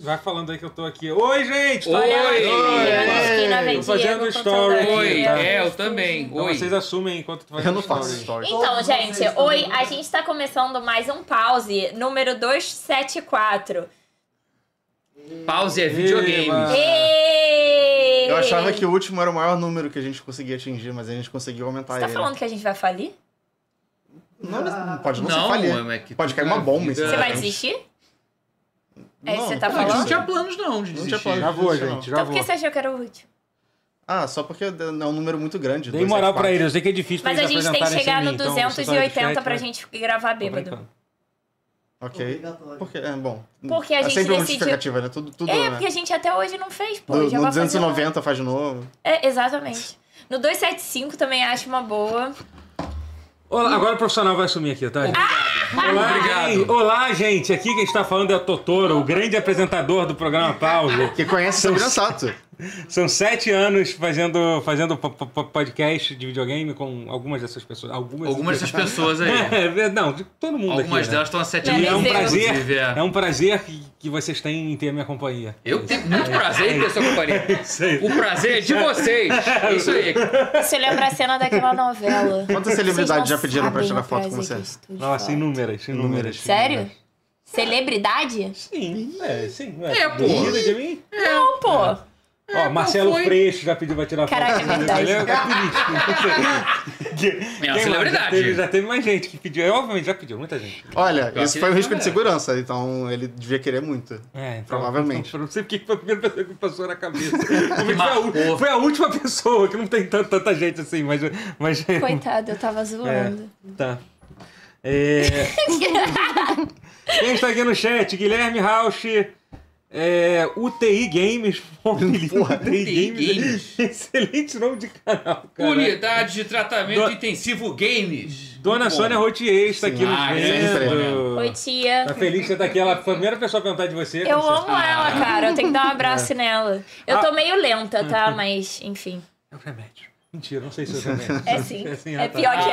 Vai falando aí que eu tô aqui. Oi, gente! tá Tô Olha, aqui. eu aqui na Tô vendinha, fazendo com story aqui, Oi, tá? é, eu também. Então Oi. vocês assumem enquanto tu faz Eu não faço story. story. Então, gente, oi, a gente tá começando mais um pause, número 274. Pause é videogames. Eba. Êêêê! Eu achava que o último era o maior número que a gente conseguia atingir, mas a gente conseguiu aumentar Você tá ele. falando que a gente vai falir? Não, mas pode não, é, Não, é, ser falha. mas que Pode cair tudo uma na bomba em vida. cima Você da vai gente. desistir? É isso que você Não, tá não, A gente não falando? tinha planos, não, de Não tinha desistir. planos. Já vou, Não. gente, já Então por vou. que você achou que era o último? Ah, só porque é um número muito grande. Dei dois, moral sete, pra quatro. eles, eu sei que é difícil Mas pra a eles gente tem que apresentarem chegar sem no mim, então, vocês 280 só pra de gente gravar chat, né? bêbado. Ok. Porque, é, bom. Porque a é gente sempre uma decidiu- justificativa, né? Tudo, tudo É, né? porque a gente até hoje não fez, pô. No, já no vai fazer um- 290 faz de novo. É, exatamente. No 275 também acho uma boa. Olá, agora o profissional vai assumir aqui, tá? gente? Ah, Olá, Obrigado. gente. Olá, gente. Aqui quem está falando é o Totoro, o grande apresentador do programa Pause. Que conhece São- Sabrina Sato. São sete anos fazendo, fazendo po- po- po- podcast de videogame com algumas dessas pessoas. Algumas, Algumas dessas pessoas aí. É, ver- não, de todo mundo Algumas aqui, né? delas estão há sete Não, anos. E é um Mas eu- prazer, inclusive, é é. um prazer que, que vocês têm em ter a minha companhia. Eu tenho muito prazer em ter sua companhia. Sei. O prazer é de vocês. É Isso aí. Você lembra a cena daquela novela? Quantas celebridades já pediram pra tirar é foto com você? Nossa, inúmeras, inúmeras. Sério? Celebridade? Sim, é, sim. É, pô. É, Duvida de mim? Não, pô. Ó, Marcelo foi. Freixo já pediu pra tirar Caraca, foto. é verdade. Ele é político, não sei. É Quem uma mais? Já celebridade. teve, já teve mais gente que pediu. Eu, obviamente, já pediu, muita gente. Olha, Eu isso achei foi um que risco de era. segurança, então ele devia querer muito. É, então, Provavelmente. Não, não sei porque foi a primeira pessoa que me passou na cabeça. é Foi a u- foi, a, Marcou. última pessoa, que não tem tanta, tanta gente assim, mas. mas Coitado, eu tava é, zoando. tá. É... Quem está aqui no chat? Guilherme Rausch. É, UTI Games, um Porra, UTI Games. Excelente nome de canal, cara. Unidade de tratamento Do- intensivo games. Dona Muito bom. Sônia Rotier está Sim. aqui no Ah, sempre, vendo. Oi, tia. Tá feliz que você tá aqui. Ela foi a primeira pessoa a perguntar de você. Eu Como amo ela, cara. Eu tenho que dar um abraço nela. Eu Ah. tô meio lenta, tá? Mas, enfim. É o remédio. Mentira, não sei se é o remédio. É sim. assim, É ah, tá. pior que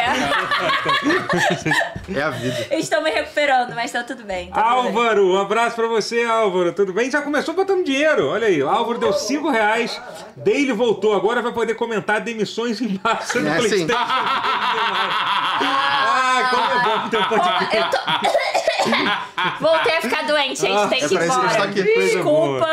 é. É a vida. Eu Estou me recuperando, mas tá tudo bem. tá tudo bem. Álvaro, um abraço pra você, Álvaro. Tudo bem? Já começou botando dinheiro. Olha aí, o Álvaro deu 5 reais. Dele voltou. Agora vai poder comentar demissões em massa no É, sim. PlayStation. Ah, como é bom que tem um podcast. Ó, eu tô. Voltei a ficar doente, gente. Tem é que ir pra isso que embora. está aqui, coisa Desculpa.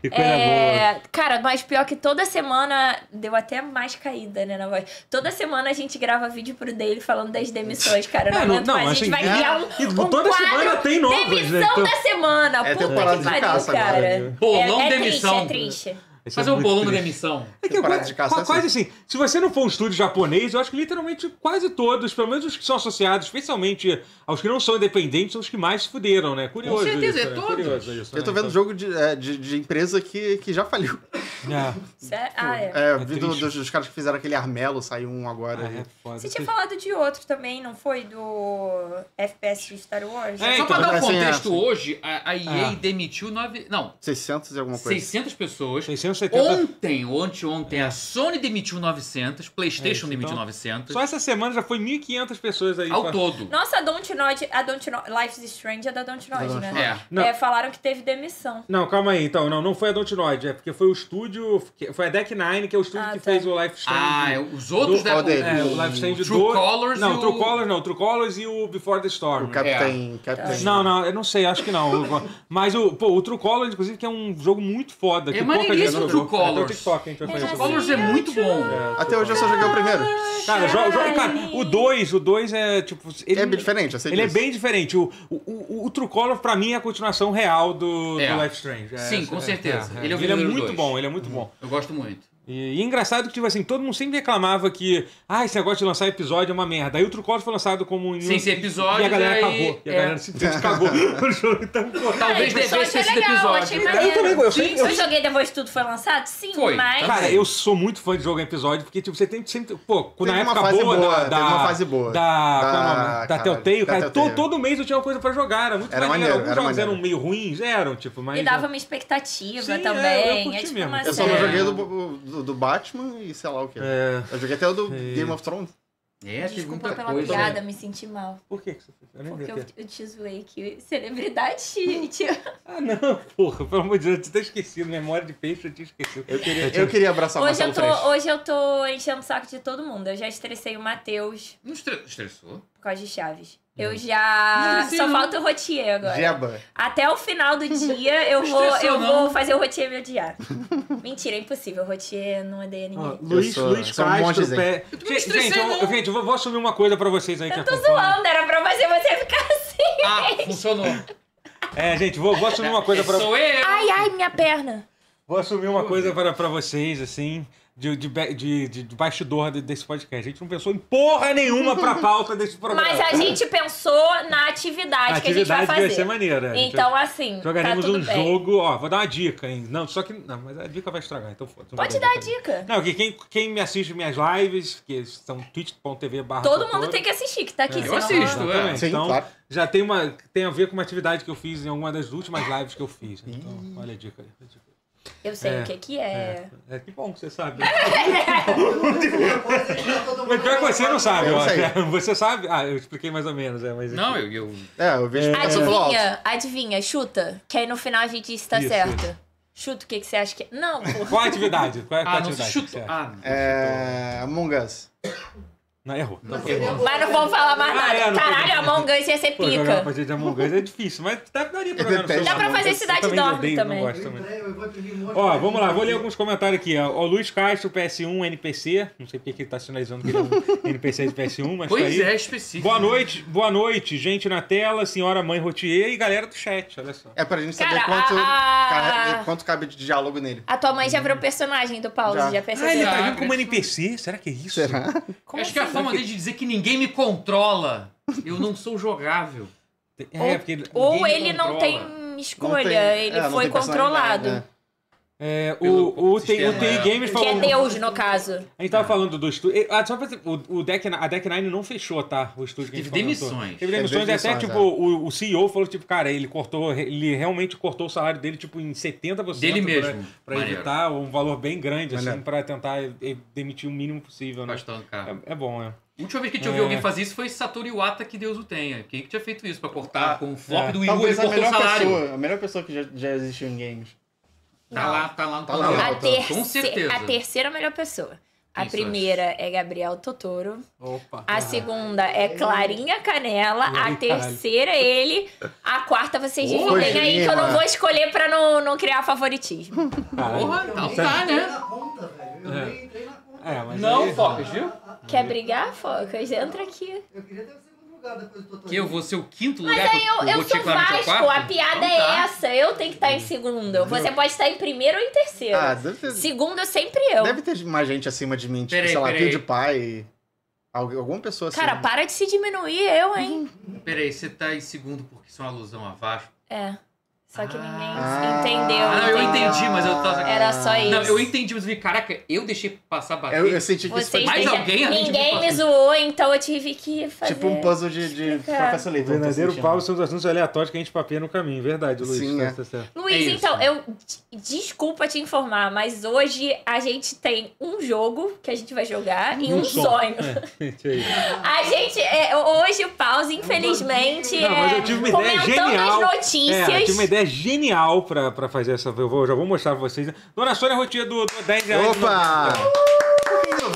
Que coisa boa. É, cara, mas pior que toda semana deu até mais caída, né, na voz. Toda semana a gente grava vídeo pro dele falando das demissões, cara. Não, É, não- aguento não, mais. A gente assim, vai é. criar um, E um toda quadro semana tem novas, né? Demissão Então- da semana. É Puta temporada que de pariu, caça agora, cara. né? Bolão é, é demissão. Triste, é triste. Isso é Fazer um muito bolão da triste. demissão. É que Temporada quase- de caça é assim. quase assim. Se você não for um estúdio japonês, eu acho que literalmente quase todos, pelo menos os que são associados, especialmente aos que não são independentes, são os que mais se fuderam, né? Curioso. certeza, isso, é né? todos. Curioso isso, Eu tô né? vendo jogo de, é, de, de empresa que, que já faliu. Então, Sé- Ah, é. É, vi do- triste. dos, dos caras que fizeram aquele Armelo, saiu um agora. É, aí. é foda. Você tinha falado de outro também, não foi? Do FPS de Star Wars? É, Só então, pra dar um assim, é. contexto, hoje a, a EA Ah. demitiu nove... Não, 600 e alguma coisa. 600 pessoas. 670 Ontem, ou anteontem, a Sony demitiu 900, PlayStation É isso, demitiu então. 900. Só essa semana já foi 1.500 pessoas aí. então. Ao todo. Nossa, a Dontnod, a Dontnod, Life's Strange é da Dontnod, Da né? Dontnod. É. Não. É, falaram que teve demissão. Não, calma aí, então. Não, não foi a Dontnod, é porque foi o estúdio. que- Foi a Deck Nine, que é o estúdio Ah, que tá. fez o Life Strange. Ah, é, os outros... Do- qual deles? É, o Life Strange True do... Colors não, e o- True Colors não, True Colors e o Before the Storm. O é. Captain. Captain. Tá. Não, não, eu não sei, acho que não. Mas o, pô, o True Colors, inclusive, que é um jogo muito foda. Que É pouca gente maneiríssimo o True jogou. Até Colors. o TikTok, a gente vai fazer É, sobre Colors isso. é muito bom. É, Até True hoje eu Colors. só joguei o primeiro. Cara, joga, joga, cara, o 2, o 2 é tipo. Ele, É bem diferente, eu sei Ele é disso. bem diferente. O, o, o, o True Color, pra mim, é a continuação real do, É. do Life Strange. É, Sim, com é, certeza. é, é. Ele é o verdadeiro muito dois. bom, ele é Uhum. muito bom. Eu gosto muito. E, e engraçado que, tipo assim, todo mundo sempre reclamava que, ah, esse negócio de lançar episódio é uma merda. Aí o True Color foi lançado como. em Sem ser episódio, E a galera aí- cagou. E a é. galera simplesmente cagou o jogo. Então, pô, Talvez Mas devesse foi ter sido legal, episódio. É, tipo, achei né? maneiro. Eu também, eu sei- Sim, Eu, eu- joguei depois que tudo foi lançado? Sim, Foi, mas. tá. Cara, eu sou muito fã de jogo em episódio, porque tipo, você tem sempre. Pô, na uma época fase boa, boa, da, teve da- uma fase boa. Da. é Da- Da, da, cara, Telltale, da cara. to- Telltale. todo mês eu tinha uma coisa pra jogar. Era muito maneiro. Era maneiro, Alguns era jogos maneiro. eram meio ruins, eram, tipo, mas. E dava uma expectativa Sim, é, eu também. curti É, tipo mesmo. uma Eu só série. não joguei o do, do, do Batman e sei lá o que. É. Eu joguei até o do Game of Thrones. É, teve Desculpa muita pela coisa. piada, né? me senti mal. Por que, que você fez? Eu nem Porque vi eu, até. eu te zoei que celebridade te- te- Ah, não, porra, pelo amor de Deus, eu tinha até esquecido. Memória de peixe, eu tinha esquecido. Eu queria, tinha- eu queria abraçar o Hoje Marcelo eu, Freixo. tô, hoje eu tô enchendo o saco de todo mundo. Eu já estressei o Matheus Não estre- estressou? por causa de Chaves. Eu Não já. estressei, Só não. falta o Rotier agora. Jeba. Até o final do dia eu vou, Estressou, eu vou não. fazer o Rotier me odiar. Mentira, é impossível. O Rotier não odeia ninguém. Ó, Luiz, sou- Luiz sou um Castro, mongezinho. pé. Eu também Gente, não estressei, eu, não. gente, eu vou, vou assumir uma coisa pra vocês aí que é Eu tô acompanham. zoando, era pra fazer você ficar assim. Ah, funcionou. É, gente, vou, vou assumir uma coisa pra. Sou eu. Ai, ai, minha perna. Vou assumir uma coisa para, para vocês, assim, de, de, be- de, de- de bastidor de- desse podcast. A gente não pensou em porra nenhuma pra pauta desse programa. Mas a gente pensou na atividade, a que a gente vai atividade vai ser fazer. maneira. né? A gente Então, assim, tá Jogaremos tudo um bem. jogo, ó, vou dar uma dica, hein? Não, só que. Não, mas a dica vai estragar, então foda-se. não vou Pode dar a dica. dica. Não, que quem, quem me assiste minhas lives, que são twitch.tv barra. Todo mundo tem que assistir que tá É, aqui. eu senão- assisto. Exatamente. É. Sim, então, claro. já tem, uma, tem a ver com uma atividade que eu fiz em alguma das últimas lives que eu fiz. Então, olha a dica aí. olha a dica. Eu sei É, o que que é. É, que bom que você sabe. mas pior que você não sabe, Eu eu acho. sei. É, Você sabe? Ah, eu expliquei mais ou menos, é, mas. Não, eu, eu É, eu vejo. que você falou alto. Adivinha, adivinha, chuta. Que aí no final a gente diz se tá Isso, certo. Chuta o que que você acha que é. Não, porra. Qual a atividade? Qual é a Ah, não se atividade? que chutou. você acha? Ah, não. É. Among Us. Não, errou. Tá Não, seria errou. bom. Mas não vou falar mais Ah, nada. é, não Caralho, foi- a Among Us ia ser Pô, jogar uma É pica. partida de Among Us é difícil, mas dá- daria pra jogar no Depende. celular. Dá pra Among fazer Us. Eu Cidade também Dorme odeio, também. Não gosto também. Eu vou imprimir um monte Ó, de vamos lá, vou ler coisa. alguns comentários aqui. Ó. O Luiz Castro, PS1, NPC. Não sei porque que ele tá sinalizando que ele é um NPC de PS1, mas tá Pois aí. é, específico. Boa noite, boa noite, gente na tela, senhora mãe Rotier e galera do chat, olha só. É pra gente saber Cara, ah, quanto, a- ca- quanto cabe de diálogo nele. A tua mãe já virou personagem do Paulo, Já. já Ah, ele percebeu? tá Será? vindo como NPC? Será que é isso? Será? Eu acho que a assim? assim? forma dele de dizer que ninguém me controla. Eu não sou jogável. É, porque ele- Ou ninguém ele controla. não tem escolha, ele é, não foi tem personalidade, controlado. né? É, o, Pelo o, TI, o sistema, TI é. Games Que é falou. Deus, no caso. A gente tava falando do estúdio. Ah, só pra dizer, o, o Deck, Ni- a Deck Nine não fechou, tá? O estúdio que a gente Teve comentou. demissões. Teve Teve demissões. e até, demissões, tipo, é. o, o CEO falou, tipo, cara, ele cortou, ele realmente cortou o salário dele, tipo, em 70%. Dele mesmo. Pra, pra Maneiro. evitar um valor bem grande, assim, Maneiro. pra tentar e- demitir o mínimo possível, né? Bastante, cara. É, é bom, é. A última vez que a gente ouviu alguém fazer isso foi Satoru Iwata, que Deus o tenha. Quem é que tinha feito isso pra cortar Ah, com o flop é. do Wii U, ele Talvez a cortou o melhor salário. pessoa, a melhor pessoa que já, já existiu em games. Tá lá, tá lá no Tá lá. canal. Ah, A, terce- Com certeza. a terceira melhor pessoa. A Quem são primeira é Gabriel Totoro. Opa. A segunda é Clarinha Canela. Ai, A terceira é ele. A quarta vocês Ô, dividem aí que eu não Gema. vou escolher pra não, não criar favoritismo. Porra, Eu então nem tá, entrei né? na conta, velho. Eu É. nem entrei na conta. É, mas aí- Não, Focas, viu? Quer brigar, Focas? Entra aqui. Eu queria ter o segundo lugar depois do Totó. Que eu vou ser o quinto lugar. Mas Eu, eu sou tá Vasco, Então a piada é essa. Eu tenho que estar em segundo. Você pode estar em primeiro ou em terceiro. Ah, deve ter, Segundo é sempre eu. deve ter mais gente acima de mim, tipo, Peraí, sei lá, peraí. PewDiePie. algu- Alguma pessoa assim. Cara, para de se diminuir eu, hein? Peraí, você tá em segundo porque isso é uma alusão a Vasco. É. Só que ninguém Ah. entendeu. Ah, não, eu entendeu? entendi, mas eu tava- Era só É isso. Não, eu entendi, mas eu vi, caraca, eu deixei passar bater. Eu, eu senti que isso foi Vocês Mais deixa- alguém além de Ninguém mim me passou? zoou, então eu tive que fazer. tipo um puzzle de, de explicar. Professor Layton. eu tô Verdadeiro sentindo. Paulo são os assuntos aleatórios que a gente papeia no caminho, verdade, Luiz. Sim, tá, é. tá certo. É Luiz, isso. então, eu. de- Desculpa te informar, mas hoje a gente tem um jogo que a gente vai jogar e um, sonho. Gente, é isso. A gente. é, hoje o pause, infelizmente. Não, mas eu é, tive uma ideia genial. comentando as É, eu tive notícias. uma ideia genial pra, pra fazer essa. Eu vou- já vou mostrar pra vocês. Dona Sônia Rotia do, do 10 reais. Opa!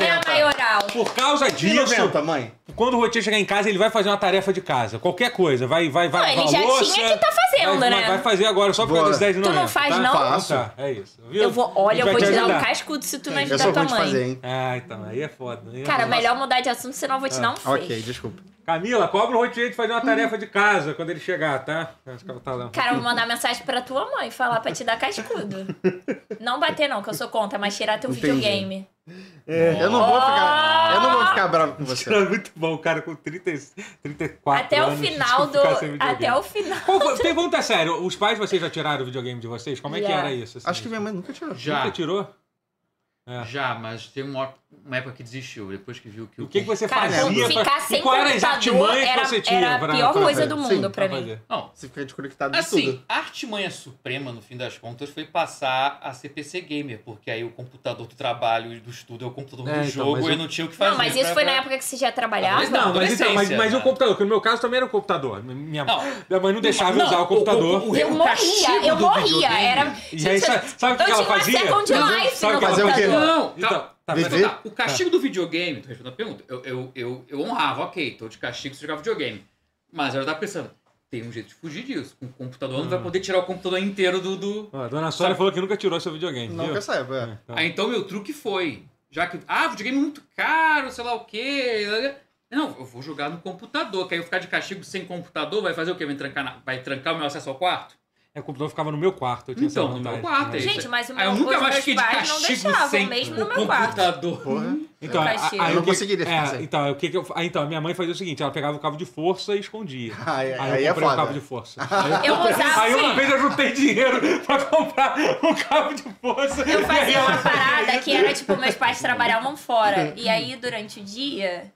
é a maioral. Por causa Que disso, 90, mãe? quando o Rotia chegar em casa, ele vai fazer uma tarefa de casa. Qualquer coisa. Vai, vai, Não, vai. ele lavar já a louça, tinha que tá fazendo, vai, né? Vai fazer agora, só por causa Bora. dos 10 Tu não faz, tá? não? Faço. Tá, é isso. Viu? Eu vou, olha, A gente eu vou vai te dar um ajudar. É, cascudo se tu não Eu ajudar sou tua ruim de mãe. fazer, hein? Ah, então, aí é foda. Aí é Cara, foda. melhor mudar de assunto, senão eu Ah, vou te dar um feio. Ok, desculpa. Camila, cobra o Rotier de fazer uma tarefa de casa quando ele chegar, tá? Acho que ela tá lá. Cara, eu vou mandar mensagem pra tua mãe falar pra te dar cascudo. não bater, não, que eu sou contra, mas tirar teu Entendi. videogame. Eu não vou ficar. Eu não Oh! vou ficar bravo com você. Era é muito bom, o cara com 30, 34 Até o anos. final do. ficar sem videogame. Até o final. Qual foi- Pergunta sério, os pais de vocês já tiraram o videogame de vocês? Como é que Já. era isso? assim? Acho que minha mãe nunca tirou. Já. Nunca tirou? É. Já, mas teve uma, uma época que desistiu, depois que viu que O que, que você Cara, fazia? ficar pra- sem e qual era as computador artimanhas que era- você tinha? é era a pra- pior pra coisa fazer? do mundo Sim, pra mim. fazer. Não, Você fica desconectado de tudo. assim, a artimanha suprema, no fim das contas, foi passar a ser PC Gamer, porque aí o computador do trabalho e do estudo é o computador É, do então, jogo mas e eu- eu não tinha o que fazer. Não, mas isso pra- foi na época que você já trabalhava? Mas Não, mas, então, mas, adolescência, mas o né? computador, que no meu caso também era o computador. Minha, Não. minha mãe não deixava eu usar o computador. Eu morria, eu morria. Era. E aí, sabe, sabe o que, eu que ela tinha uma fazia? second life Sabe no o que ela Fazer o quê? computador. Não, Então, calma. tá, Deixa eu mas- contar. O castigo do videogame, tu respondendo a pergunta, eu, eu, eu, eu honrava, ok, tô de castigo se jogar videogame. Mas eu tava pensando, tem um jeito de fugir disso. Com o computador não Hum. vai poder tirar o computador inteiro do. do... Ó, A dona Sônia Sabe- falou que nunca tirou seu videogame. Não viu? que eu saiba. é. Hum. É, então. Aí então meu truque foi. Já que. Ah, videogame é muito caro, sei lá o quê. Não, eu vou jogar no computador, que aí eu ficar de castigo sem computador, vai fazer o quê? Vai trancar, na- vai trancar o meu acesso ao quarto? É, o computador ficava no meu quarto. Eu tinha Então, essa no meu vontade. quarto, é isso. Gente, mas o Aí meu, eu nunca os mais meus fiquei de pais não castigo deixavam, sem mesmo o no meu quarto. computador. Porra. Então, Eu a- a- castigo. aí Eu o não que- conseguiria ficar é, sem. então, o que que eu, aí, então, a minha mãe fazia o seguinte: ela pegava o cabo de força e escondia. Ai, Aí, aí eu é comprei um foda. cabo de força. Aí, Eu usava. assim. aí uma vez eu juntei dinheiro pra comprar um cabo de força. Eu E aí fazia ela uma fazia parada isso. que era tipo, meus pais trabalhavam fora. E aí, durante o dia,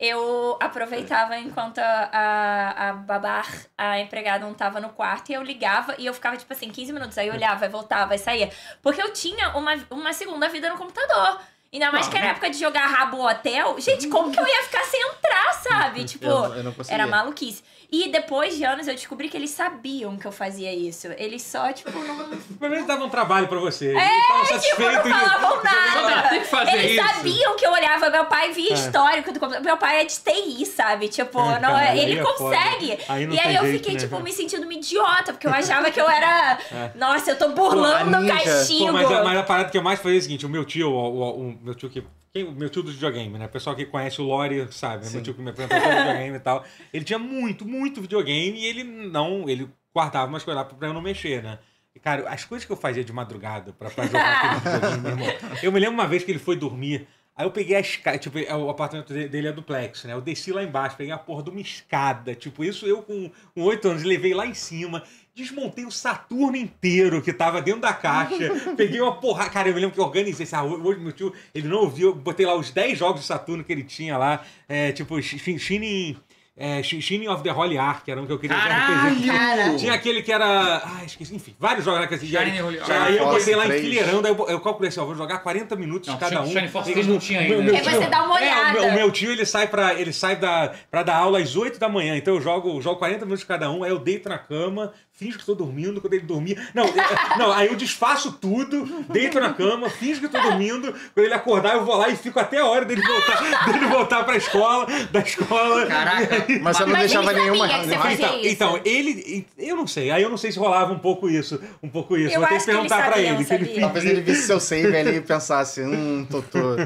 eu aproveitava enquanto a, a, a babar, a empregada, não tava no quarto. E eu ligava e eu ficava, tipo assim, 15 minutos. Aí eu olhava, aí voltava, aí saía. Porque eu tinha uma, uma segunda vida no computador. Ainda Ah, mais né? que era época de jogar rabo hotel. Gente, como que eu ia ficar sem entrar, sabe? Tipo, Eu, eu não conseguia. era maluquice. E depois de anos eu descobri que eles sabiam que eu fazia isso. Eles só, tipo, não Pelo menos dava um trabalho pra você. É, tava tipo, satisfeito não de- falavam Não, Ah, nada. tem que fazer Eles isso. sabiam que eu olhava, meu pai via É. histórico do computador. Meu pai é de TI, sabe? Tipo, É, não, cara, aí ele é consegue. foda. Aí não e aí tem eu jeito, fiquei, né, tipo, cara? É. me sentindo uma idiota, porque eu achava que eu era. Nossa, eu tô burlando Pô, a o ninja. castigo. Pô, mas, a, mas a parada que eu mais fazia é o seguinte: o meu tio, o, o- o meu tio que. quem- o meu tio do videogame, né? O pessoal que conhece o Lore sabe, né? Meu tio que me apresentou todo videogame e tal. Ele tinha muito, muito videogame e ele não. Ele guardava umas coisas lá pra eu não mexer, né? E, cara, as coisas que eu fazia de madrugada pra, pra jogar aquele videogame, meu irmão. Eu me lembro uma vez que ele foi dormir. Aí eu peguei a escada, tipo, é, o apartamento de- dele é duplex, né? Eu desci lá embaixo, peguei a porra de uma escada. Tipo, isso eu com com oito anos, levei lá em cima, desmontei o Saturno inteiro que tava dentro da caixa, peguei uma porra. Cara, eu me lembro que eu organizei. Sabe? Hoje meu tio, ele não ouviu, eu botei lá os 10 jogos de Saturno que ele tinha lá, é, tipo, Shin- Shining. É, Shin- Shining of the Holy Ark, era um que eu queria de RPG. É, Caralho! Tinha aquele que era. Ah, esqueci. Enfim, vários jogos lá que assim. Shining Holy Ark. Aí eu Force botei lá três. enfileirando, aí eu, eu calculei assim: ó, vou jogar 40 minutos Não, cada Shining- um. Shining Force Eles três não tinha ainda. Aí você dá uma é, o meu- olhada. o meu tio, ele sai pra, ele sai da, pra dar aula às 8 da manhã, então eu jogo, jogo 40 minutos cada um, aí eu deito na cama, finjo que tô dormindo, quando ele dormir... Não, eu- não aí eu desfaço tudo, deito na cama, finjo que tô dormindo, quando ele acordar eu vou lá e fico até a hora dele voltar, dele voltar pra escola, da escola... Caraca! Mas eu não Mas ele deixava sabia nenhuma. que você nenhuma- fazia Então, isso. então, ele. Eu não sei. Aí eu não sei se rolava um pouco isso. Um pouco isso. Eu Vou ter que acho que ele perguntar pra sabia, ele. não que ele sabia. fingia. Talvez ele visse seu save ali e pensasse, hum, Totô.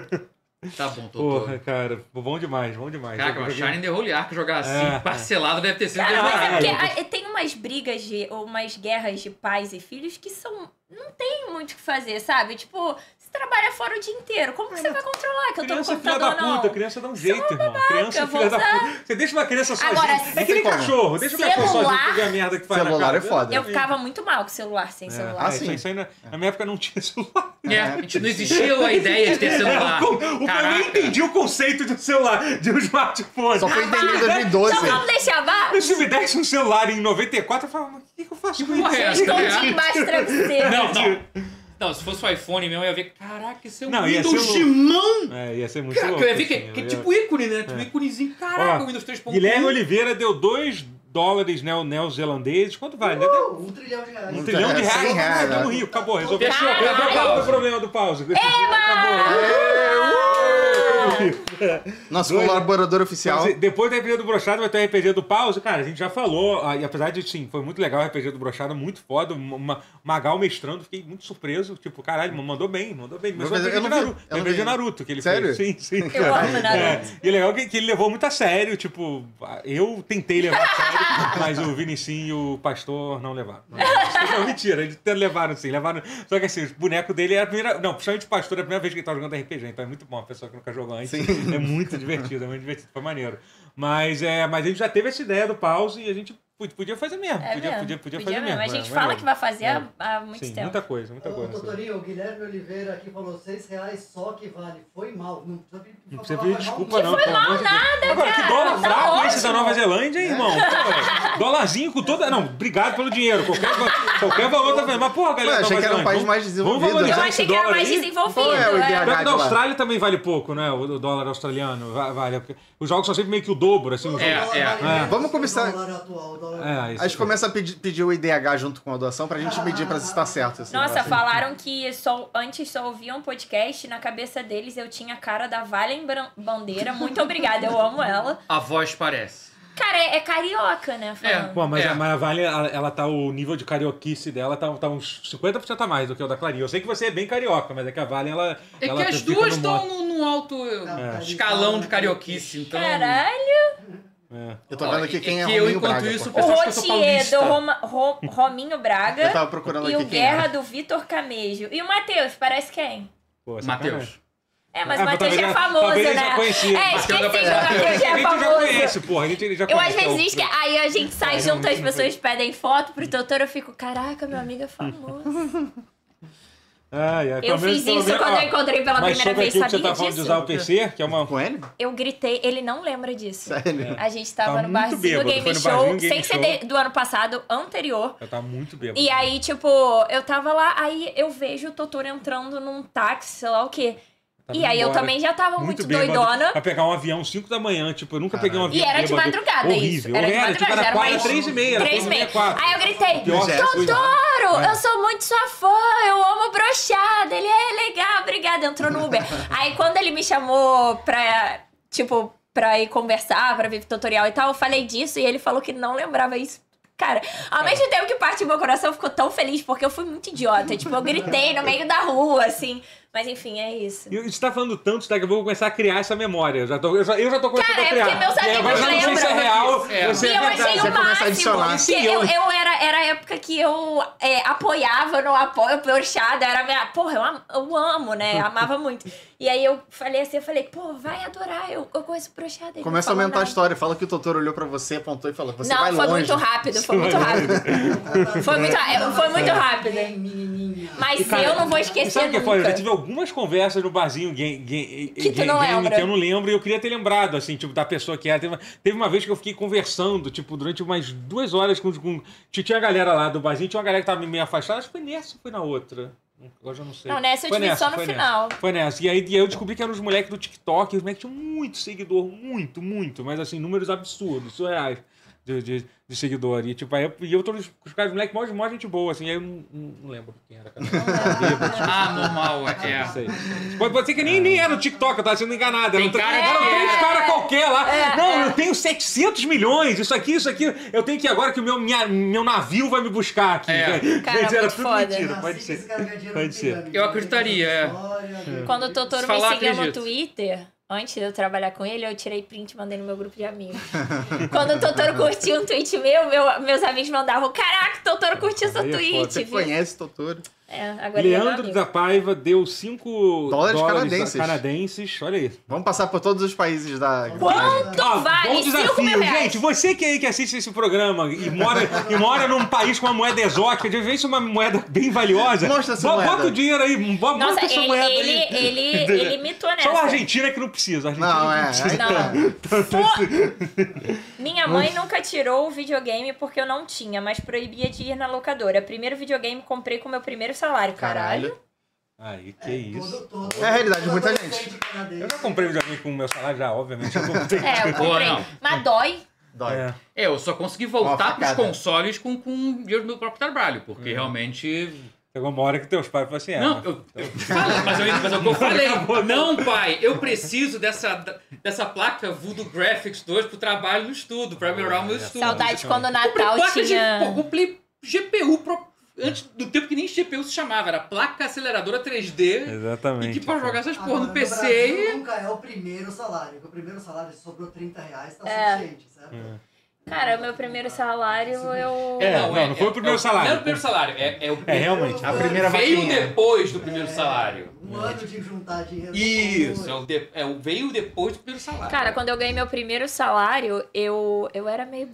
Tá bom, doutor. Porra, cara. Bom demais, bom demais. Caraca, mas Eu- eu- Shining the Holy Ark jogar assim, É. parcelado, deve ter sido. Cara, mas é Caralho. porque ah, tem umas brigas de, ou umas guerras de pais e filhos que são. Não tem muito o que fazer, sabe? Tipo, você trabalha fora o dia inteiro. Como que você vai controlar que eu tô no Criança é filha da computador, puta, não? criança dá um jeito, irmão. Criança é eu vou filha da usar. puta. Você deixa uma criança sozinha. Agora, é que nem celular- cachorro. Deixa o cachorro sozinho celular- fazer a merda que faz Celular na é casa. foda. Eu ficava muito mal com celular, sem É. celular. Ah, Ah, sim. sim. Isso aí na, na minha época não tinha celular. É, a gente não existiu a ideia de ter celular. É, O- o- eu nem Caraca! entendi o conceito de um celular, de um smartphone. Só foi entender em 2012. Então vamos deixar vá? Se me desse um celular em 94, eu falava, mas o que, que eu faço com porra é isso? essa? Escondi embaixo do travesseiro. Não, não. Não, se fosse o iPhone mesmo, eu ia ver. Caraca, esse é um Não, ia Windows ser louco. Timão! É, ia ser muito Caraca, louco, eu ia ver assim, que, que eu ia- É. tipo ícone, né? Tipo íconezinho. Caraca, Ó, o Windows 3.1. Guilherme Oliveira deu 2 dólares neo- neozelandeses. Quanto Uh! vale? Deu Pô, Um trilhão de reais. Um trilhão de É, reais, cem reais, tá no né? Rio, acabou, resolveu. Fechou, Acabou, acabou a acabou pausa. o problema do pause. Acabou. Nosso Dois- colaborador Então, oficial. assim, Depois do RPG do Brochado vai ter o RPG do Pause. Cara, a gente já falou, ah, e apesar de, sim, foi muito legal o RPG do Brochado, muito foda. Uma, Magal mestrando, fiquei muito surpreso. Tipo, caralho, mandou bem, mandou bem. Mas Mas eu lembrei eu de não vi, Naruto. eu não Lembrei de vi. Naruto que ele Sério? fez. Sim, sim. Eu amo Naruto. É, e legal que, que ele levou muito a sério. Tipo, eu tentei levar a sério, mas o Vinicinho e o Pastor não levaram. Não, levaram. Não, mentira, eles até levaram sim, levaram. Só que assim, o boneco dele é a primeira. Não, principalmente o Pastor é a primeira vez que ele tá jogando RPG, então é muito bom. A pessoa que nunca jogou antes é muito divertido, é muito divertido, foi maneiro. Mas, é, mas a gente já teve essa ideia do pause e a gente Pod- Podia fazer mesmo. podia, É mesmo. podia, podia, Podia fazer mesmo. A gente é, fala melhor. que vai fazer É. há, há muito Sim, tempo. muita coisa, muita Ô, coisa. assim. Doutorinho, o Guilherme Oliveira aqui falou 6 reais só que vale. Foi mal. Não precisa pedir Não pra precisa falar, pedir foi mal desculpa, mesmo. não. pelo amor de Deus. Agora, que dólar tá fraco esse da ótimo. Nova Zelândia, hein, irmão? Pô, Dólarzinho com toda. Não, obrigado pelo dinheiro. Qualquer, va- qualquer valor tá fazendo. Mas, porra, galera. Ué, da achei Nova que era um Zelândia, vamos- país mais vamos desenvolvido, valorizar Eu né? esse achei que era dólar mais aí. desenvolvido. Qual é o é. ideal? Pior que da Vai, vai. Austrália também vale pouco, né? O o dólar australiano va- vale. porque Os jogos são sempre meio que o dobro, assim. os É, jogos- é, Vale é. menos Vamos que o começar- dólar atual, o dólar- É, isso A gente foi. começa a pedir, pedir o IDH junto com a doação pra gente medir pra se tá certo. esse Nossa, negócio. falaram que só, antes só ouviam podcast. Na cabeça deles eu tinha a cara da Valen Bran- Bandeira. Muito obrigada, eu amo ela. A voz parece. Cara, é, é carioca, né? falando. Pô, mas É. a Mara Vale, ela, ela tá. O nível de carioquice dela tá, tá uns 50% a mais do que o da Clarinha. Eu sei que você é bem carioca, mas é que a Vale, ela. É ela tá que as fica duas no estão mote. no, no alto É. escalão de carioquice, então. Caralho. É. Eu tô vendo aqui É quem é, que eu, Rominho enquanto Braga, isso, pô. O Pessoal, acho que eu sou Rotiedo, paulista. Roma, Ro- Rominho Eu Braga tava procurando e aqui o quem é. era. Guerra do Vitor Camejo. E o Matheus, parece quem? Pô, é sacanagem. Matheus. É, mas Ah, o Matheus talvez já é ele- famoso, talvez ele já né? conhecia. É, Mas esqueci que o A Matheus já gente é já famoso. conhece, porra. A gente já Eu conhece. às vezes esque... aí a gente sai É, junto, realmente as não pessoas pedem foto pro doutor, eu fico, caraca, meu amigo é famoso. Ai, ai, Eu É pelo menos- fiz pelo isso menos- quando ó, eu encontrei pela Mas primeira sobre vez, aquilo que você sabia tá falando de disso? usar o PC, que é uma. Com ele? Eu gritei, ele não lembra disso. Sério? A gente tava Tá no muito barzinho bêbado, foi Game no Show, barzinho Game sem ser Show. de- do ano passado, anterior. Ela tá muito bêbada. E aí, tipo, eu tava lá, aí eu vejo o Totoro entrando num táxi, sei lá o quê. Tá e aí eu embora. também já tava muito, bêbada. doidona. Pra pegar um avião 5 da manhã, tipo, eu nunca peguei um E avião. era de bêbado. madrugada isso. Horrível. Era de tipo, madrugada, era era quase umas 3 e meia. Três 3 e e meia. meia, 4. Aí eu gritei, Pior Jéssica. Totoro, É. eu sou muito sua fã, eu amo brochada. Ele é legal, obrigada. Entrou no Uber. Aí quando ele me chamou pra, tipo, pra ir conversar, pra ver tutorial e tal, eu falei disso e ele falou que não lembrava isso. Cara, ao mesmo tempo que parte do meu coração ficou tão feliz, porque eu fui muito idiota. Tipo, eu gritei no meio da rua, assim. Mas enfim, é isso. E você tá falando tanto, daqui a pouco eu vou começar a criar essa memória. Eu já tô, eu já, eu já tô começando Cara, a é criar. porque meus E aí, amigos agora eu não sei se é lembram. real. É. ou se E é eu verdade. achei um você o começa a máximo. adicionar. porque Sim, eu, eu- eu era, era a época que eu é, apoiava, não apoio, brochada, era minha. Porra, eu, am- eu amo, né? Amava muito. E aí eu falei assim, eu falei, pô, vai adorar, eu, eu conheço brochada. É. ele Começa a não falou aumentar a nada. história. Fala que o Totoro olhou pra você, apontou e falou: Você não, vai foi longe. muito rápido, foi muito vai rápido. Foi muito, ra- foi muito Bem, rápido. É. menininha. E, Mas cara, eu não vou esquecer Sabe o que é nunca. foda? Eu já tive algumas conversas no barzinho game, game, Que tu game- não game lembra. que eu não lembro e eu queria ter lembrado, assim, tipo, da pessoa que era. Teve uma, teve uma vez que eu fiquei conversando, tipo, durante umas duas horas com. com tinha a galera lá do barzinho, tinha uma galera que tava meio afastada, acho que foi nessa ou foi na outra? Agora eu já não sei. Não, nessa eu Foi tive só no foi final. foi nessa. E aí, e aí eu descobri que eram os moleques do TikTok. Os moleques tinham muito seguidor, muito, muito. Mas assim, números absurdos, surreais de, de, de seguidor. E tipo, aí eu, e eu tô nos- com os caras, os moleques, mó, mó gente boa, assim. Aí eu não, não- não lembro quem era. Cara. Ah, normal, é. Não sei. Pode, pode ser que nem, nem era o TikTok, eu tava sendo enganado. Era Tem um tra- cara eram que três é. caras qualquer lá. É. não, eu tenho 700 milhões, isso aqui, isso aqui. Eu tenho que ir agora que o meu, minha- meu navio vai me buscar aqui. É. Cara, Mas era muito tudo foda. mentira, Nasci pode com ser. esse cara que é dinheiro Pode no ser. pirâmide. Eu acreditaria, é. História, Quando o Totoro Se me falar, seguiu no acredito. Twitter, antes de eu trabalhar com ele, eu tirei print e mandei no meu grupo de amigos. Quando o Totoro curtiu um tweet meu, meu- meus amigos mandavam: Caraca, o Totoro curtiu seu Aí é foda. tweet. Você viu?" conhece o Totoro? É, agora ele é meu Leandro amigo. da Paiva deu 5 Dólares dólares, canadenses. canadenses. Olha aí. Vamos passar por todos os países da. Quanto Ó, Então vale Ah, bom 5 mil desafio, reais? gente. Você que é aí que assiste esse programa e mora, e mora num país com uma moeda exótica, de vez em uma moeda bem valiosa. Mostra essa bo- moeda. Bota o dinheiro aí, bo- bota Nossa, essa ele, moeda ele, aí. ele, ele imitou nessa. Só Então, a Argentina que não precisa. A Argentina Não, não, é. precisa. aí Não. tá. assim. Fo- Minha mãe nunca tirou o videogame porque eu não tinha, mas proibia de ir na locadora. Primeiro videogame comprei com meu primeiro salário, caralho. Aí, que todo- isso. É todo- a realidade de todo muita adolescente canadense. Eu já comprei videogame com o meu salário já, obviamente. Eu comprei. É, eu Boa, comprei. não. Mas dói. Dói. É. É, eu só consegui Uma voltar pros facada. consoles com, com dinheiro do meu próprio trabalho, porque É. realmente. Chegou uma hora que teus pais falaram assim, é, não, mas- eu, eu falei, mas eu, mas eu, eu falei, não, pai, eu preciso dessa, dessa placa Voodoo Graphics 2 pro trabalho no estudo, pra melhorar o meu Olha estudo. só. Saudade Música. quando o comprei Natal placa de. Pô, tinha. comprei GPU pro- antes do tempo que nem GPU se chamava, era placa aceleradora 3D. E Exatamente. que pra jogar essas Agora, porra no PC Brasil e. nunca é o primeiro salário. Porque o primeiro salário se sobrou 30 reais, tá É. suficiente, certo? Cara, o meu primeiro salário eu. É, não, não foi o primeiro salário. Não é o primeiro salário, é, é o É, realmente. A veio primeira depois do primeiro salário. Um ano de juntar dinheiro. Isso, um é o, de- é o veio depois do primeiro salário. Cara, quando eu ganhei meu primeiro salário, eu, eu era meio.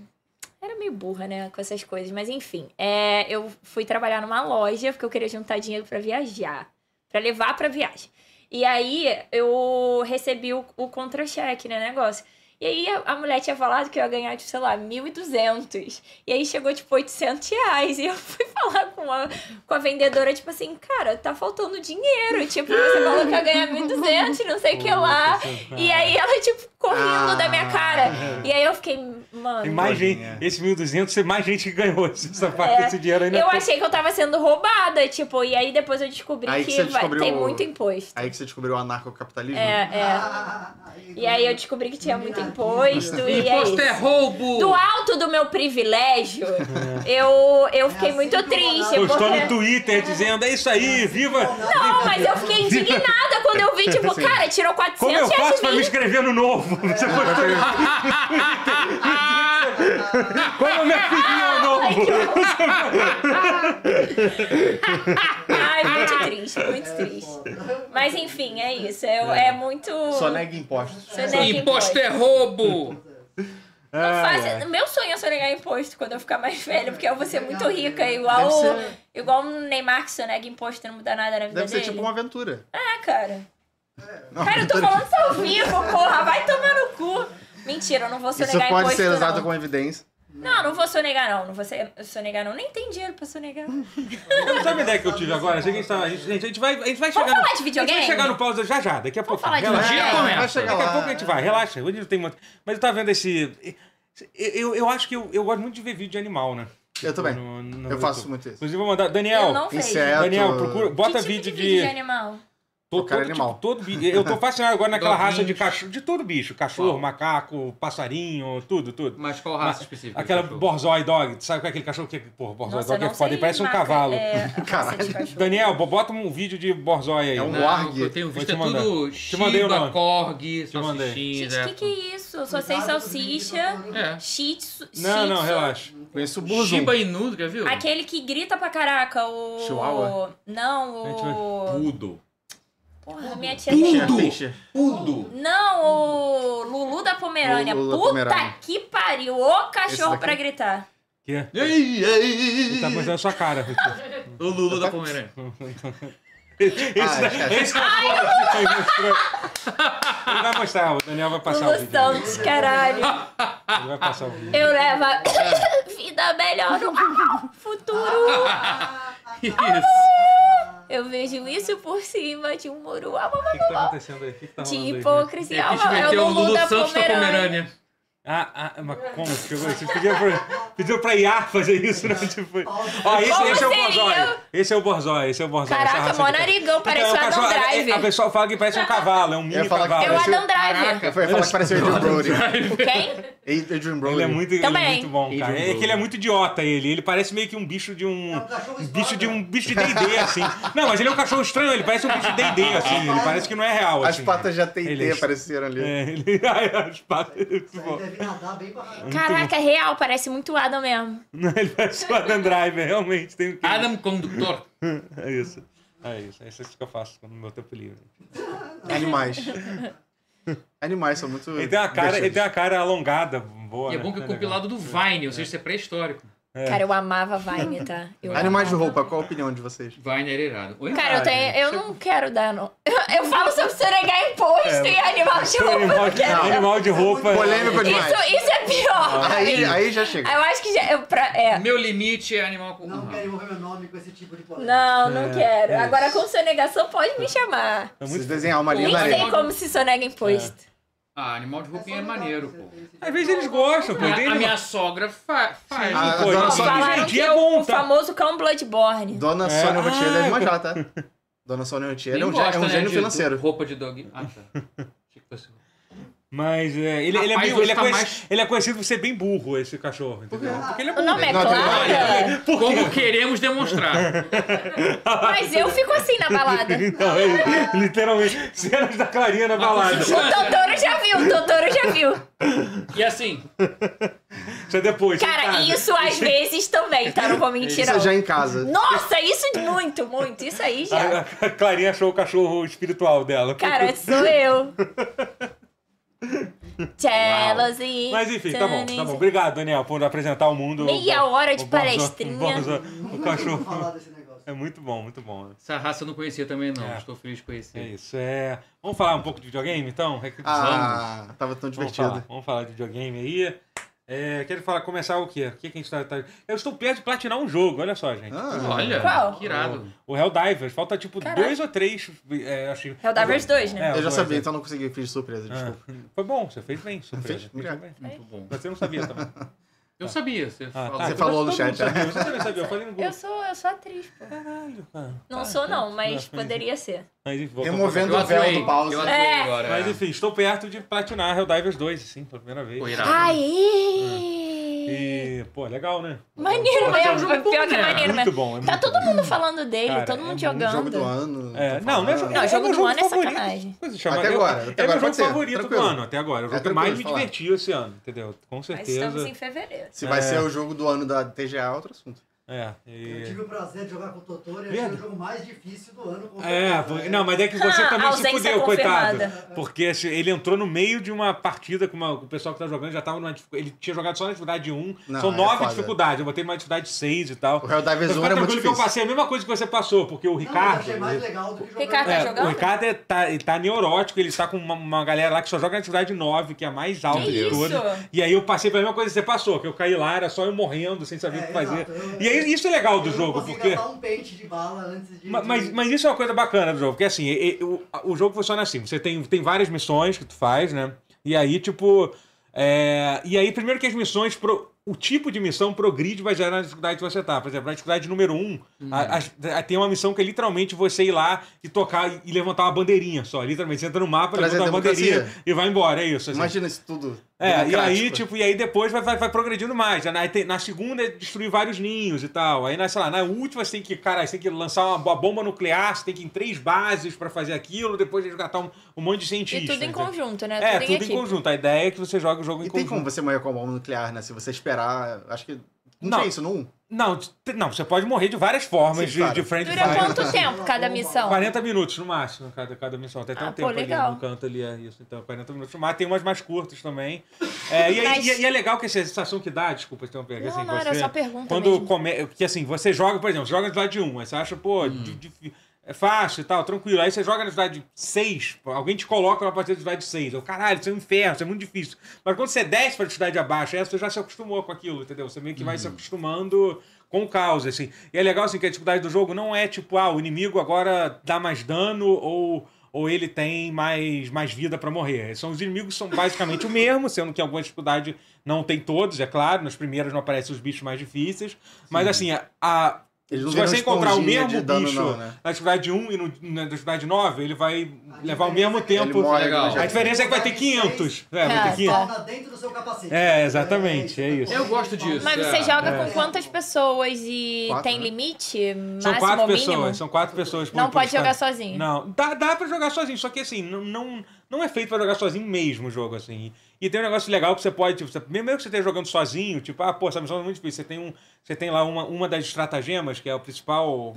Era meio burra, né, com essas coisas. Mas enfim, é, eu fui trabalhar numa loja porque eu queria juntar dinheiro pra viajar. pra levar pra viagem. E aí eu recebi o, o contra-cheque, né, negócio. E aí a, a mulher tinha falado que eu ia ganhar, tipo, sei lá, 1.200. E aí chegou, tipo, 800 reais. E eu fui falar com a, com a vendedora, tipo assim, cara, tá faltando dinheiro. Tipo, você falou que ia ganhar 1.200, não sei o que lá. E aí ela, tipo, correndo Ah. da minha cara. E aí eu fiquei, mano. Tem mais gente, Tadinha. esse 1.200, tem mais gente que ganhou essa parte desse dinheiro né? ainda. É, Eu achei que eu tava sendo roubada, tipo, e aí depois eu descobri Aí que que, você vai- descobriu- tem muito imposto. Aí que você descobriu o anarcocapitalismo? É, é. Ah, E aí eu descobri que tinha muito Combinado. imposto. e é Imposto é isso. roubo! Do alto do meu privilégio, É. eu, eu fiquei assim muito que eu vou lá. triste. Postou Postou porque... no Twitter dizendo, é isso aí, viva! Não, mas eu fiquei indignada quando eu vi, tipo, Sim. cara, tirou Como 400 eu reais faço de pra me mim. inscrever no novo? É. Você postou no Twitter. Como eu me afiliei ao Ai, novo? que horror. Ai, muito triste, muito é triste. Mas enfim, é isso. Eu- é muito. Só nega impostos. Só nega Imposto é roubo! Não Ah, faço- é. Meu sonho é sonegar imposto quando eu ficar mais velho, porque eu vou ser muito rica, igual, Deve ser, igual um Neymar que sonega imposto e não muda nada na vida deve ser dele. tipo uma aventura. Ah, cara. Cara, eu tô falando isso ao vivo, porra. Vai tomar no cu. Mentira, eu não vou Isso sonegar pode imposto. ser não. usado como evidência. Não, não vou sonegar, não. Não vou ser- sonegar, não. Nem tem dinheiro pra sonegar. Eu- Sabe a ideia que eu tive agora? Sei que a gente, tá- a gente- gente, a gente vai, a gente vai chegar. falar no- de A videogame? gente vai chegar no pausa já já, daqui a pouco. falar de Relaxa. videogame? começa. É, Vai chegar É, Daqui a lá. pouco a gente vai, relaxa. Hoje não tem muito. Mas eu tava vendo esse. Eu, eu, eu acho que eu, eu gosto muito de ver vídeo de animal, né? Eu também. No- no Eu faço YouTube. muito isso. É, Inclusive, vou mandar. Daniel, eu não vejo. Inseto. Daniel, procura, bota que tipo vídeo de vídeo de de. animal? to- Cara é todo animal. tipo- todo bi- eu tô fascinado agora naquela raça de Doguinhos. cachorro, de todo bicho: cachorro, Qual? macaco, passarinho, tudo, tudo. Mas qual raça específica? Aquela do cachorro? borzoi dog, sabe qual é aquele cachorro que. Porra, borzoi Nossa, eu dog é não foda, sei ele parece um marca- cavalo. é, raça de Caralho. cachorro. Daniel, bo- bota um vídeo de borzoi aí. É um Não, Warg. Eu tenho visto Vou é te mandar. tudo Te mandei o Shiba, nome. Korg, Te mandei. salsichinha. Gente, o que, que é isso? Eu só sei salsicha, É. shih tzu- Não, shih não, tzu. relaxa. Conheço o Burzum. Shiba Inu, tu já viu? Aquele que grita pra caraca, o. Chihuahua? A gente Não, o. Pudo. Porra, minha tia. Pudo. Fischer. Pudo. Não, o. Lulu da Pomerânia. Lulu da Puta Pomerânia. que pariu! O Esse cachorro daqui? pra gritar. Que é? Ei, Ele ei. tá mostrando a sua cara. O Lulu Tá. da Pomerânia. Esse, Ah, da- esquece. esse cara aí mostrou. Ele vai mostrar, o Daniel vai passar o Lulu vídeo. Santos, caralho. Ele vai passar o vídeo. Eu levo a vida melhor no futuro. Ah, Isso. Eu vejo isso por cima de um muro. O que, que tá acontecendo aí? O que, que tá De rolando aí? hipocrisia. Eu quis É meter o o Lulu Lulu da Santos da Pomerânia. Pomerânia. Ah, ah, mas como que chegou isso? Pediu pra, pediu pra Iar fazer isso, né? Tipo, ó, esse, Como esse é o seria? Borzói. Esse é o Borzói, esse é o Borzói. essa Caraca, raça mó de- narigão, parece Então, um é um Adam cachorro- Drive. é- A pessoa fala que parece um cavalo, é um mini ia falar que cavalo. É o parece- Adam Drive. Eu falei falar que parecia o é Adrian Brody. Quem? Adrian Brody. Ele é muito, ele é Também. muito bom, cara. Adrian É que ele é muito idiota, ele. Ele parece meio que um bicho de um. É um cachorro um bicho de estranho. um bicho de D&D, assim. Não, mas ele é um cachorro estranho, ele parece um bicho de D&D, assim. Ele parece que não é real, As assim. patas já tem Ele é- apareceram ali. É, ele... Ai, as patas... Muito Ele bom. deve nadar bem pra caralho. Uhum. Caraca, é real, parece muito Adam mesmo. Não, ele parece o Adam Driver, realmente. Tem que... Adam Condutor. É isso. É isso. É isso que eu faço no meu tempo é livre. Animais. Animais são muito. É. Ele tem uma cara, ele divertidos. tem uma cara alongada, boa, E é né? bom que é legal. compilado do Vine, ou seja, isso é pré-histórico. Cara, eu amava Vine, tá? É Eu Animais de amava. roupa, qual a opinião de vocês? Vine era irado. Oi? Cara, eu, tenho, eu não quero dar. Não. Eu falo sobre sonegar imposto É. e animal de roupa. eu Animal não de, quero. não. animal de roupa... é Polêmico demais. Isso, isso é pior. Aí, aí já chega. Eu acho que já. Eu, pra- é. Meu limite é animal com. Não Não, quero envolver meu nome com esse tipo de polêmica. Não, não É, quero. é. Agora com sonegação pode me chamar. É Vocês muito... desenhar uma linha Nem na Maneiro. sei areia. como se sonega imposto. É. Ah, animal de roupinha é maneiro, pô. tipo Às vezes eles gostam, pô. A, Tem a animal- minha sogra fa faz. Ah, Pô, Não isso- Não, Dona Sônia- isso falaram hoje em que dia é bom, o tá? famoso cão Bloodborne. Dona É. Sônia Rotier deve Ah, manjar, tá? Dona Sônia Rotier é um, Quem gê- é gosta, um né, gênio de- financeiro. de Roupa de dog. Ah, tá. Achei que fosse- Mas é, ele, ele é Rapaz, meio- hoje ele, é tá conheci- mais- ele é conhecido por ser bem burro, esse cachorro, entendeu? Porque ele é O burro. nome é Não, tem- Clara, Como queremos demonstrar. mas eu fico assim na balada. Não, ele- literalmente, cenas da Clarinha na balada. O Totoro já viu, o Totoro já viu. E assim, Isso é depois. em Cara, casa. isso às vezes também, tá? Não vou mentir, Isso já é não. em casa. Nossa, isso muito, muito. Isso aí já. A, a Clarinha achou o cachorro espiritual dela. Cara, sou eu. Jealousy. Mas enfim, tá bom, tá bom. Obrigado, Daniel, por apresentar o mundo. Meia hora O de Bonzo- palestrinha. O, Bonzo- o Nunca ouvi falar cachorro. desse negócio. É muito bom, muito bom. assim. Essa raça eu não conhecia também, não. É. Estou feliz de conhecer. É isso. É... Vamos falar um pouco de videogame, então? Recapitulando. Ah, tava tão vamos, divertido. falar, vamos falar de videogame aí. É, quero falar, começar o quê? O que, que a gente tá, tá- Eu estou perto de platinar um jogo, olha só, gente. Ah, Olha, Qual? que irado. O Helldivers, falta tipo Caraca. dois ou três. É, acho... Helldivers 2, né? É, Eu já dois, sabia, é. então não consegui, fiz de surpresa, Ah, desculpa. Foi bom, você fez bem, surpresa. Muito Fez? Obrigado. bem. Muito bom. Mas você não sabia também. então Eu sabia, Ah, você tá. falou. Você falou no Todo mundo chat, né? sabia, Você também sabia, eu falei no Eu grupo. sou, eu sou atriz, pô. Caralho, cara. Não Tá, sou, não, tá. mas Mas, poderia ser. mas enfim, voltando Removendo Eu o véu atuei, do pause. eu atuei É. agora. pra- Mas enfim, estou perto de platinar Helldivers 2, assim, pela primeira vez. Pô, irado. Aí! Ah. E, pô, legal, né? Maneiro Mas é um mesmo, jogo pior bom, que né? maneiro Muito mesmo. bom. É Tá muito todo bom. mundo falando dele, Cara, todo é mundo muito Jogo do jogando. ano. É, tô não, não é falando. jogo, Não, é jogo meu do ano é favorito. sacanagem. Coisa chamada- Até agora, até é agora meu jogo pode ser, favorito tranquilo. do ano, até agora. É o É jogo que tranquilo mais de me falar. divertiu esse ano, entendeu? Com Mas certeza. estamos em fevereiro. Se vai É. ser o jogo do ano da TGA, é outro assunto. É, Eu e... tive o prazer de jogar com o Totoro e achei Verdade. o jogo mais difícil do ano. com É, certeza, porque- né? não, mas é que você Ah, também se ausência fudeu, coitado. confirmada. Porque assim, ele entrou no meio de uma partida com, uma- com o pessoal que tá jogando, já tava numa dificuldade. Ele tinha jogado só na dificuldade 1. Não, São é nove foda. dificuldades. Eu botei numa dificuldade 6 e tal. O Helldivers Mas fica 1 era é muito tranquilo que eu difícil. passei a mesma coisa que você passou, porque o Não, mas eu Ricardo. achei mais ele- legal do que jogar. Ricardo tá É, jogando? o Ricardo é- tá, ele tá neurótico, ele tá com uma, uma galera lá que só joga na atividade 9, que é a mais alta Que de isso? todas. E aí eu passei pela mesma coisa que você passou, que eu caí lá, era só eu morrendo, sem saber o que É, fazer. exato, eu- E aí isso é legal do Eu não jogo, consegui porque. gastar um pente de bala antes de. Ma- Mas, mas isso é uma coisa bacana do jogo, porque assim, e- e- o, a- o jogo funciona assim: você tem, tem várias missões que tu faz, né? E aí, tipo. é, e aí, primeiro que as missões. pro- o tipo de missão progride baseado na dificuldade que você tá. Por exemplo, na dificuldade número 1, um, Hum. a- as- a- tem uma missão que é literalmente você ir lá e tocar e- e levantar uma bandeirinha só. Literalmente, você entra no mapa, Trazer levanta uma democracia. bandeirinha e vai embora. É isso. assim. Imagina isso tudo. É, e aí, democrático. tipo, e aí depois vai, vai, vai progredindo mais. né? Aí tem- Na, segunda é destruir vários ninhos e tal. Aí, na, sei lá, na última você tem que, cara, você tem que lançar uma bo- bomba nuclear, você tem que ir em três bases pra fazer aquilo, depois resgatar um, um monte de cientistas. E tudo em né? conjunto, É, né? tudo em tudo em equipe. conjunto. A ideia é que você joga o jogo E em tem conjunto. como você morrer com a bomba nuclear, né? Se você esperar. Acho que. Não, Não. tem isso, não? Não, t- não, você pode morrer de várias formas, Sim, de, claro. de frente Dura fire. quanto tempo cada missão? 40 minutos no máximo, cada, cada missão. Tem até Ah, um tempo pô, ali legal. no canto ali, é isso. Então, 40 minutos no máximo. Tem umas mais curtas também. É, e, aí- Mas- e é- e é legal que essa sensação que dá, desculpa, então, pega assim, Não, não, você... era só pergunta Quando mesmo. come... que assim, você joga, por exemplo, joga na cidade 1, aí você acha, pô, di- di- é fácil e tal, tranquilo. Aí você joga na cidade 6, pô, alguém te coloca na partida da cidade 6. Eu, caralho, isso é um inferno, isso é muito difícil. Mas quando você desce pra cidade abaixo, aí você já se acostumou com aquilo, entendeu? Você meio que vai se acostumando com o caos, assim. E é legal, assim, que a dificuldade do jogo não é tipo, ah, o inimigo agora dá mais dano ou ou ele tem mais, mais vida pra morrer. São os inimigos são basicamente o mesmo, sendo que alguma dificuldade não tem todos, é claro. Nas primeiras não aparecem os bichos mais difíceis. Mas assim, a, a- Eles não se viram você encontrar o esponjinha mesmo de dano, bicho não, né? na dificuldade 1 e no, na dificuldade 9, ele vai A levar o diferença mesmo é que ele tempo. morre, Legal. A diferença é que vai ter 500. É, vai ter Ah, 500. Torna dentro do seu capacete. É, exatamente, é isso. Eu gosto disso, Mas você É, joga é. com quantas pessoas e Quatro, tem né? limite? Máximo São quatro ou pessoas, mínimo? são quatro pessoas. por- Não por pode estado. jogar sozinho. Não, dá, dá pra jogar sozinho, só que assim, não, não, não é feito pra jogar sozinho mesmo o jogo, assim. E tem um negócio legal que você pode, tipo, você- mesmo que você esteja jogando sozinho, tipo, ah, pô, essa missão é muito difícil. Você tem, um, você tem lá uma, uma das estratagemas, que é a principal.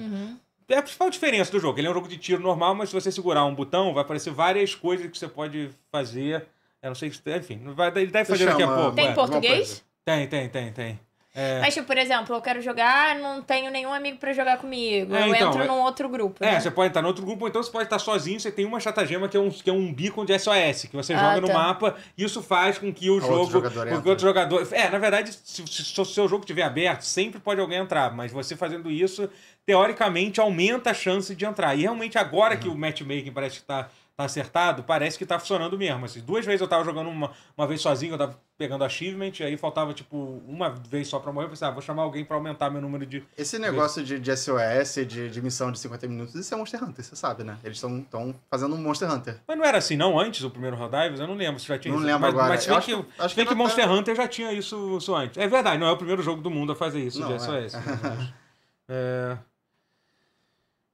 É a principal diferença do jogo. Ele é um jogo de tiro normal, mas se você segurar um botão, vai aparecer várias coisas que você pode fazer. Eu não sei se. Enfim, não vai, ele deve Você fazer daqui a chama- pouco. Tem é. por- português? tem, tem, tem, tem. É. Mas, tipo, por exemplo, eu quero jogar, não tenho nenhum amigo pra jogar comigo. É, eu então, entro é- num outro grupo. É, né? você pode entrar no outro grupo, ou então você pode estar sozinho, você tem uma estratagema que é um, que é um beacon de SOS, que você Ah, joga no tá. mapa, e isso faz com que o outro jogo. jogador com que entra. outro jogador. É, na verdade, se, se- se o seu jogo estiver aberto, sempre pode alguém entrar, mas você fazendo isso, teoricamente, aumenta a chance de entrar. E realmente, agora Uhum. que o matchmaking parece que tá. Tá acertado, parece que tá funcionando mesmo. Assim, duas vezes eu tava jogando uma, uma vez sozinho, eu tava pegando achievement, aí faltava, tipo, uma vez só pra morrer. Eu pensei, ah, vou chamar alguém pra aumentar meu número de, Esse negócio de, de SOS, de, de missão de 50 minutos, isso é Monster Hunter, você sabe, né? Eles estão fazendo um Monster Hunter. Mas não era assim, não? Antes, o primeiro Helldivers? Eu não lembro se já tinha Não isso. lembro mas, agora. Mas se Eu bem acho que, que- acho se bem que que não tá- Monster Hunter já tinha isso, isso antes. É verdade, não é o primeiro jogo do mundo a fazer isso, Não, de é. SOS. né, mas- Mas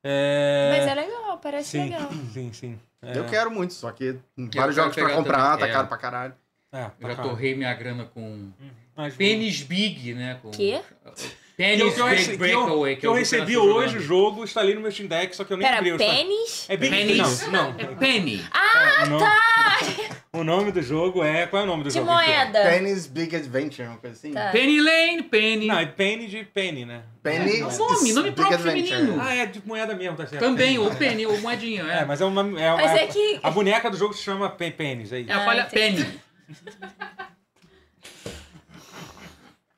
É... É... é legal, parece sim, legal. sim, sim. É, tá- Eu quero muito, só que quero vários jogos pra pegar comprar, também, tá é. caro pra caralho. é, Eu já pra cá. torrei minha grana com Mas- pênis big, né? Com... Quê? Que eu, Penny's que eu Big rece- que eu- Breakaway. que eu vi recebi na Sugar hoje o Land. jogo, instalei no meu Steam Deck, só que eu nem Pera, abri. eu instalei. pênis? É Big Pennies. Não, não. É Penny. Ah, tá! O nome do jogo é. Qual é o nome do De jogo? inteiro? moeda. Penny's Big Adventure, uma coisa assim. Tá. Penny Lane, Penny. Não, é Penny de Penny, né? Penny. É, é um nome, nome Big próprio Adventure. feminino. Ah, é de moeda mesmo, tá certo. Também, ou Penny, ou moedinha. É, É, mas é uma. É uma Mas é que- A boneca do jogo se chama Pe- Pennies, aí. é a palha Ah, entendi. Penny.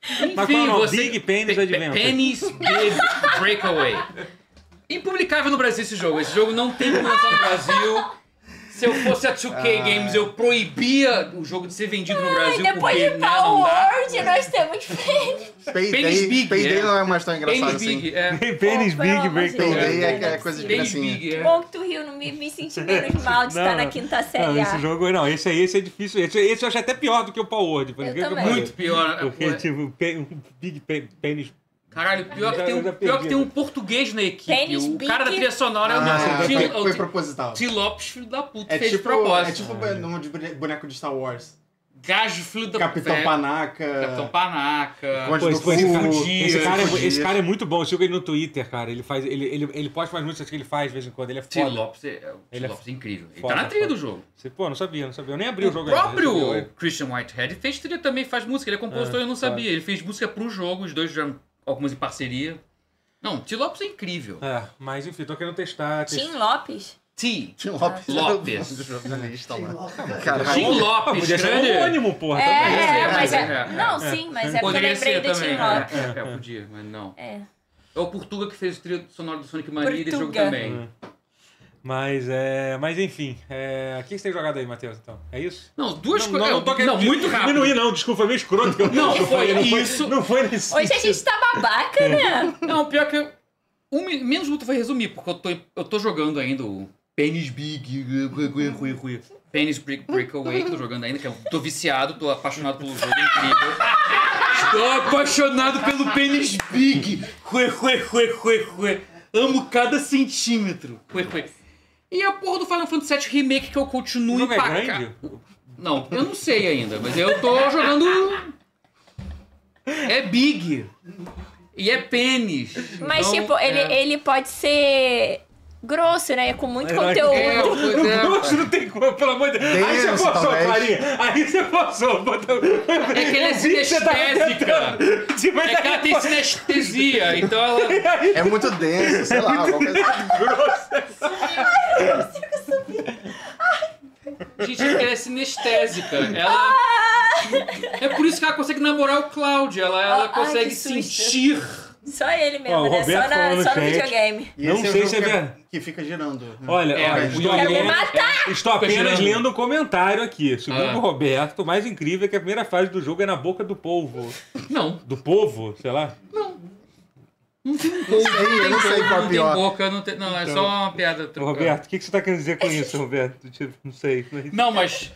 Enfim, Mas qual é o nome? você... Big Penny's Pe- Adventure. Penny's Big Breakaway. Impublicável no Brasil esse jogo. Esse jogo não tem como lançar no Brasil. Se eu fosse a Ah. 2K Games, eu proibia o jogo de ser vendido no Ai, Brasil. depois porque, de né, não Power dá. Word, nós temos pênis. Payday, Penny's Big, Ah. Payday é. não é mais tão engraçado Penny's assim. Big, é. Pennies Pô, pelo Big amor de Break. Deus, Penny é não é aquela coisa de possível. Penny's gracinha. Big, Que é. bom que tu riu, não me, me senti menos mal de Não, estar na não. quinta Não, série esse A. jogo não, esse aí esse é difícil. Esse, esse eu acho até pior do que o Power Word. por Eu exemplo, também. que eu Muito pior. Porque, Ué. tipo, pe- um Big Pe- Pennies. Caralho, pior que, tem Eu já um, perdi, pior que tem um né? português na equipe. Tênis, o bique. cara da trilha sonora é o Ah, nosso foi, Tim- foi o proposital. Tim Lopes, filho da puta, É fez de tipo, é propósito. tipo nome de bone- boneco de Star Wars. Gajo, filho da Capitão é, Panaca. Capitão Panaca. Conde Pô, do esse, esse cara, Fu. Fudido. esse, cara é, Fudido. esse cara é muito bom. Eu sigo ele no Twitter, cara. Ele, faz, ele, ele, ele posta umas músicas que ele faz de vez em quando. Ele é Tim foda. Lopes é, o Tim Ele é Lopes é incrível. Ele foda, tá na trilha foda. do jogo. Você- Pô, não sabia, não sabia. Eu nem abri o, O jogo próprio ainda. Esse jogo- Christian Whitehead fez trilha também, faz música. Ele é compositor, É, eu não sabia. claro. Ele fez música pro jogo, os dois já algumas em parceria. Não, Tim Lopes é incrível. É, mas enfim, tô querendo testar. Tim Lopes? T. Tim Lopes. um Lopes. Jornalista lá. Tim Caralho. Ah, Lopes, podia ser grande. homônimo, porra. É, também. né? é, mas é, é, é. Não, sim, mas é porque eu Poderia lembrei ser do também. Tim Lopes. É, é, é, podia, mas não. É. É o Portuga que fez o trilho sonoro do Sonic Mania desse jogo Portuga. É. também. Mas é. Mas enfim. É... O que você tem jogado aí, Matheus, então? É isso? Não, duas Não, coisas. não, não tô querendo Não, muito rápido. diminuir, não. Desculpa, é meio escroto. que eu- Não, que eu foi falei, não isso. Não foi nesse. Hoje a gente tá babaca, né? Não, pior que. eu- Um, mi- menos muito vai resumir, porque eu tô, eu tô jogando ainda o Penis Big. Penis Break, Breakaway, que eu tô jogando ainda, que eu tô viciado, tô apaixonado pelo jogo é incrível. Estou apaixonado pelo Penis Big. Rue, rue, rue, rue, rue. Amo cada centímetro. Rue, rue. E a porra do Final Fantasy VII Remake que eu O continuo jogo é empaca- grande? Não, eu não sei ainda, mas eu tô jogando. É big. E é pênis. Mas, Então, tipo, ele, é- ele pode ser grosso, né? Com muito É, conteúdo. pois é. Nossa, não tem como, pelo amor de Deus. Aí você Denso, passou, talvez. Clarinha. Aí você passou. botou- tá É que ela é sinestésica. Você vai É que ela dar tem sinestesia, então ela. É muito denso, sei lá. alguma coisa assim. Gente, é que ela é sinestésica. Ela. Ah! É por isso que ela consegue namorar o Cláudio. Ela, ela Ah, consegue que susto. sentir. Só ele mesmo, Ó, o né? Só, Roberto na, falando só no gente. videogame. E Não esse o sei jogo se é que verdade. Que fica girando. né? Olha, É, olha, mas estou, não Quer me apenas, matar? estou apenas Continuando. lendo um comentário aqui. Segundo Ah. o Roberto, o mais incrível é que a primeira fase do jogo é na boca do povo. Não, Do povo, sei lá. não tem um pouco. eu não sei qual é Não tem pior. Então, boca, não tem. Não, é só uma piada Ô, trocada. Roberto, o que, que você tá querendo dizer com É. isso, Roberto? Tipo, não sei. mas- Não, mas.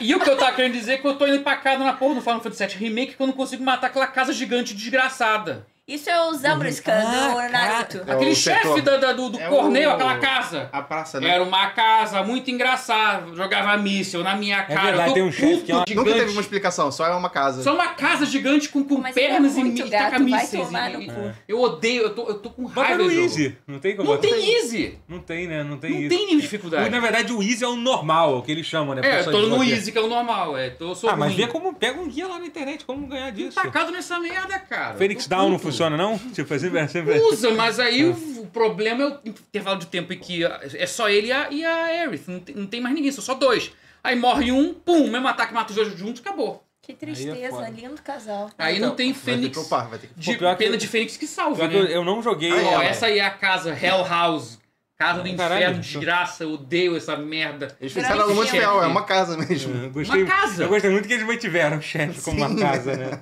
E o que eu tava querendo dizer é que eu tô indo empacado na porra do Final Fantasy VII Remake que eu não consigo matar aquela casa gigante desgraçada. Isso é o Uhum. Zambruska Ah, do Naruto. É Aquele o setor. chefe da- da- do, do É Cornel, o- aquela casa. A praça, né? Era uma casa muito engraçada, jogava míssil na minha cara. verdade, eu tô tem um chefe puto que é uma- Nunca gigante. teve uma explicação, só é uma casa. Só uma casa gigante com, com Mas ele é pernas e muito mi- gato, taca vai mísseis. tomar e- no e- cu. Eu odeio, eu tô, eu tô com Bota raiva tá no do jogo. Easy. Não tem como Não botar- tem easy. Não tem, né? Não tem Não easy. tem nenhuma dificuldade. Ou, Na verdade, o Easy é o normal, é o que eles chamam, né? É, eu Pessoal tô de no bloqueio. easy, que é o normal. É, tô, eu sou Ah, mas ruim. vê como pega um guia lá na internet, como ganhar disso. Tacado nessa merda, cara. Phoenix Tô Down não puto. funciona, não? Tipo, é sempre, é sempre... Usa, mas aí o, o problema é o intervalo de tempo em que é só ele e a, e a Aerith. Não tem, não tem mais ninguém, são só dois. Aí morre um, pum, mesmo ataque, mata os dois juntos, acabou. Que Aí é tristeza, foda. lindo casal. Aí Então, não tem Vai ter Fênix. que upar, vai ter que De, Pô, pior que- pena de Fênix que salva, Pior que né? eu, eu não joguei. Ah, Ó, é, essa aí é a casa, Hell House. Casa do Caralho, então. inferno, isso. desgraça, eu odeio essa merda. Eles fizeram algo muito chefe. real, é uma casa mesmo. Eu uh, gostei, Uma casa. Eu gostei muito que eles mantiveram o chefe como uma casa, né?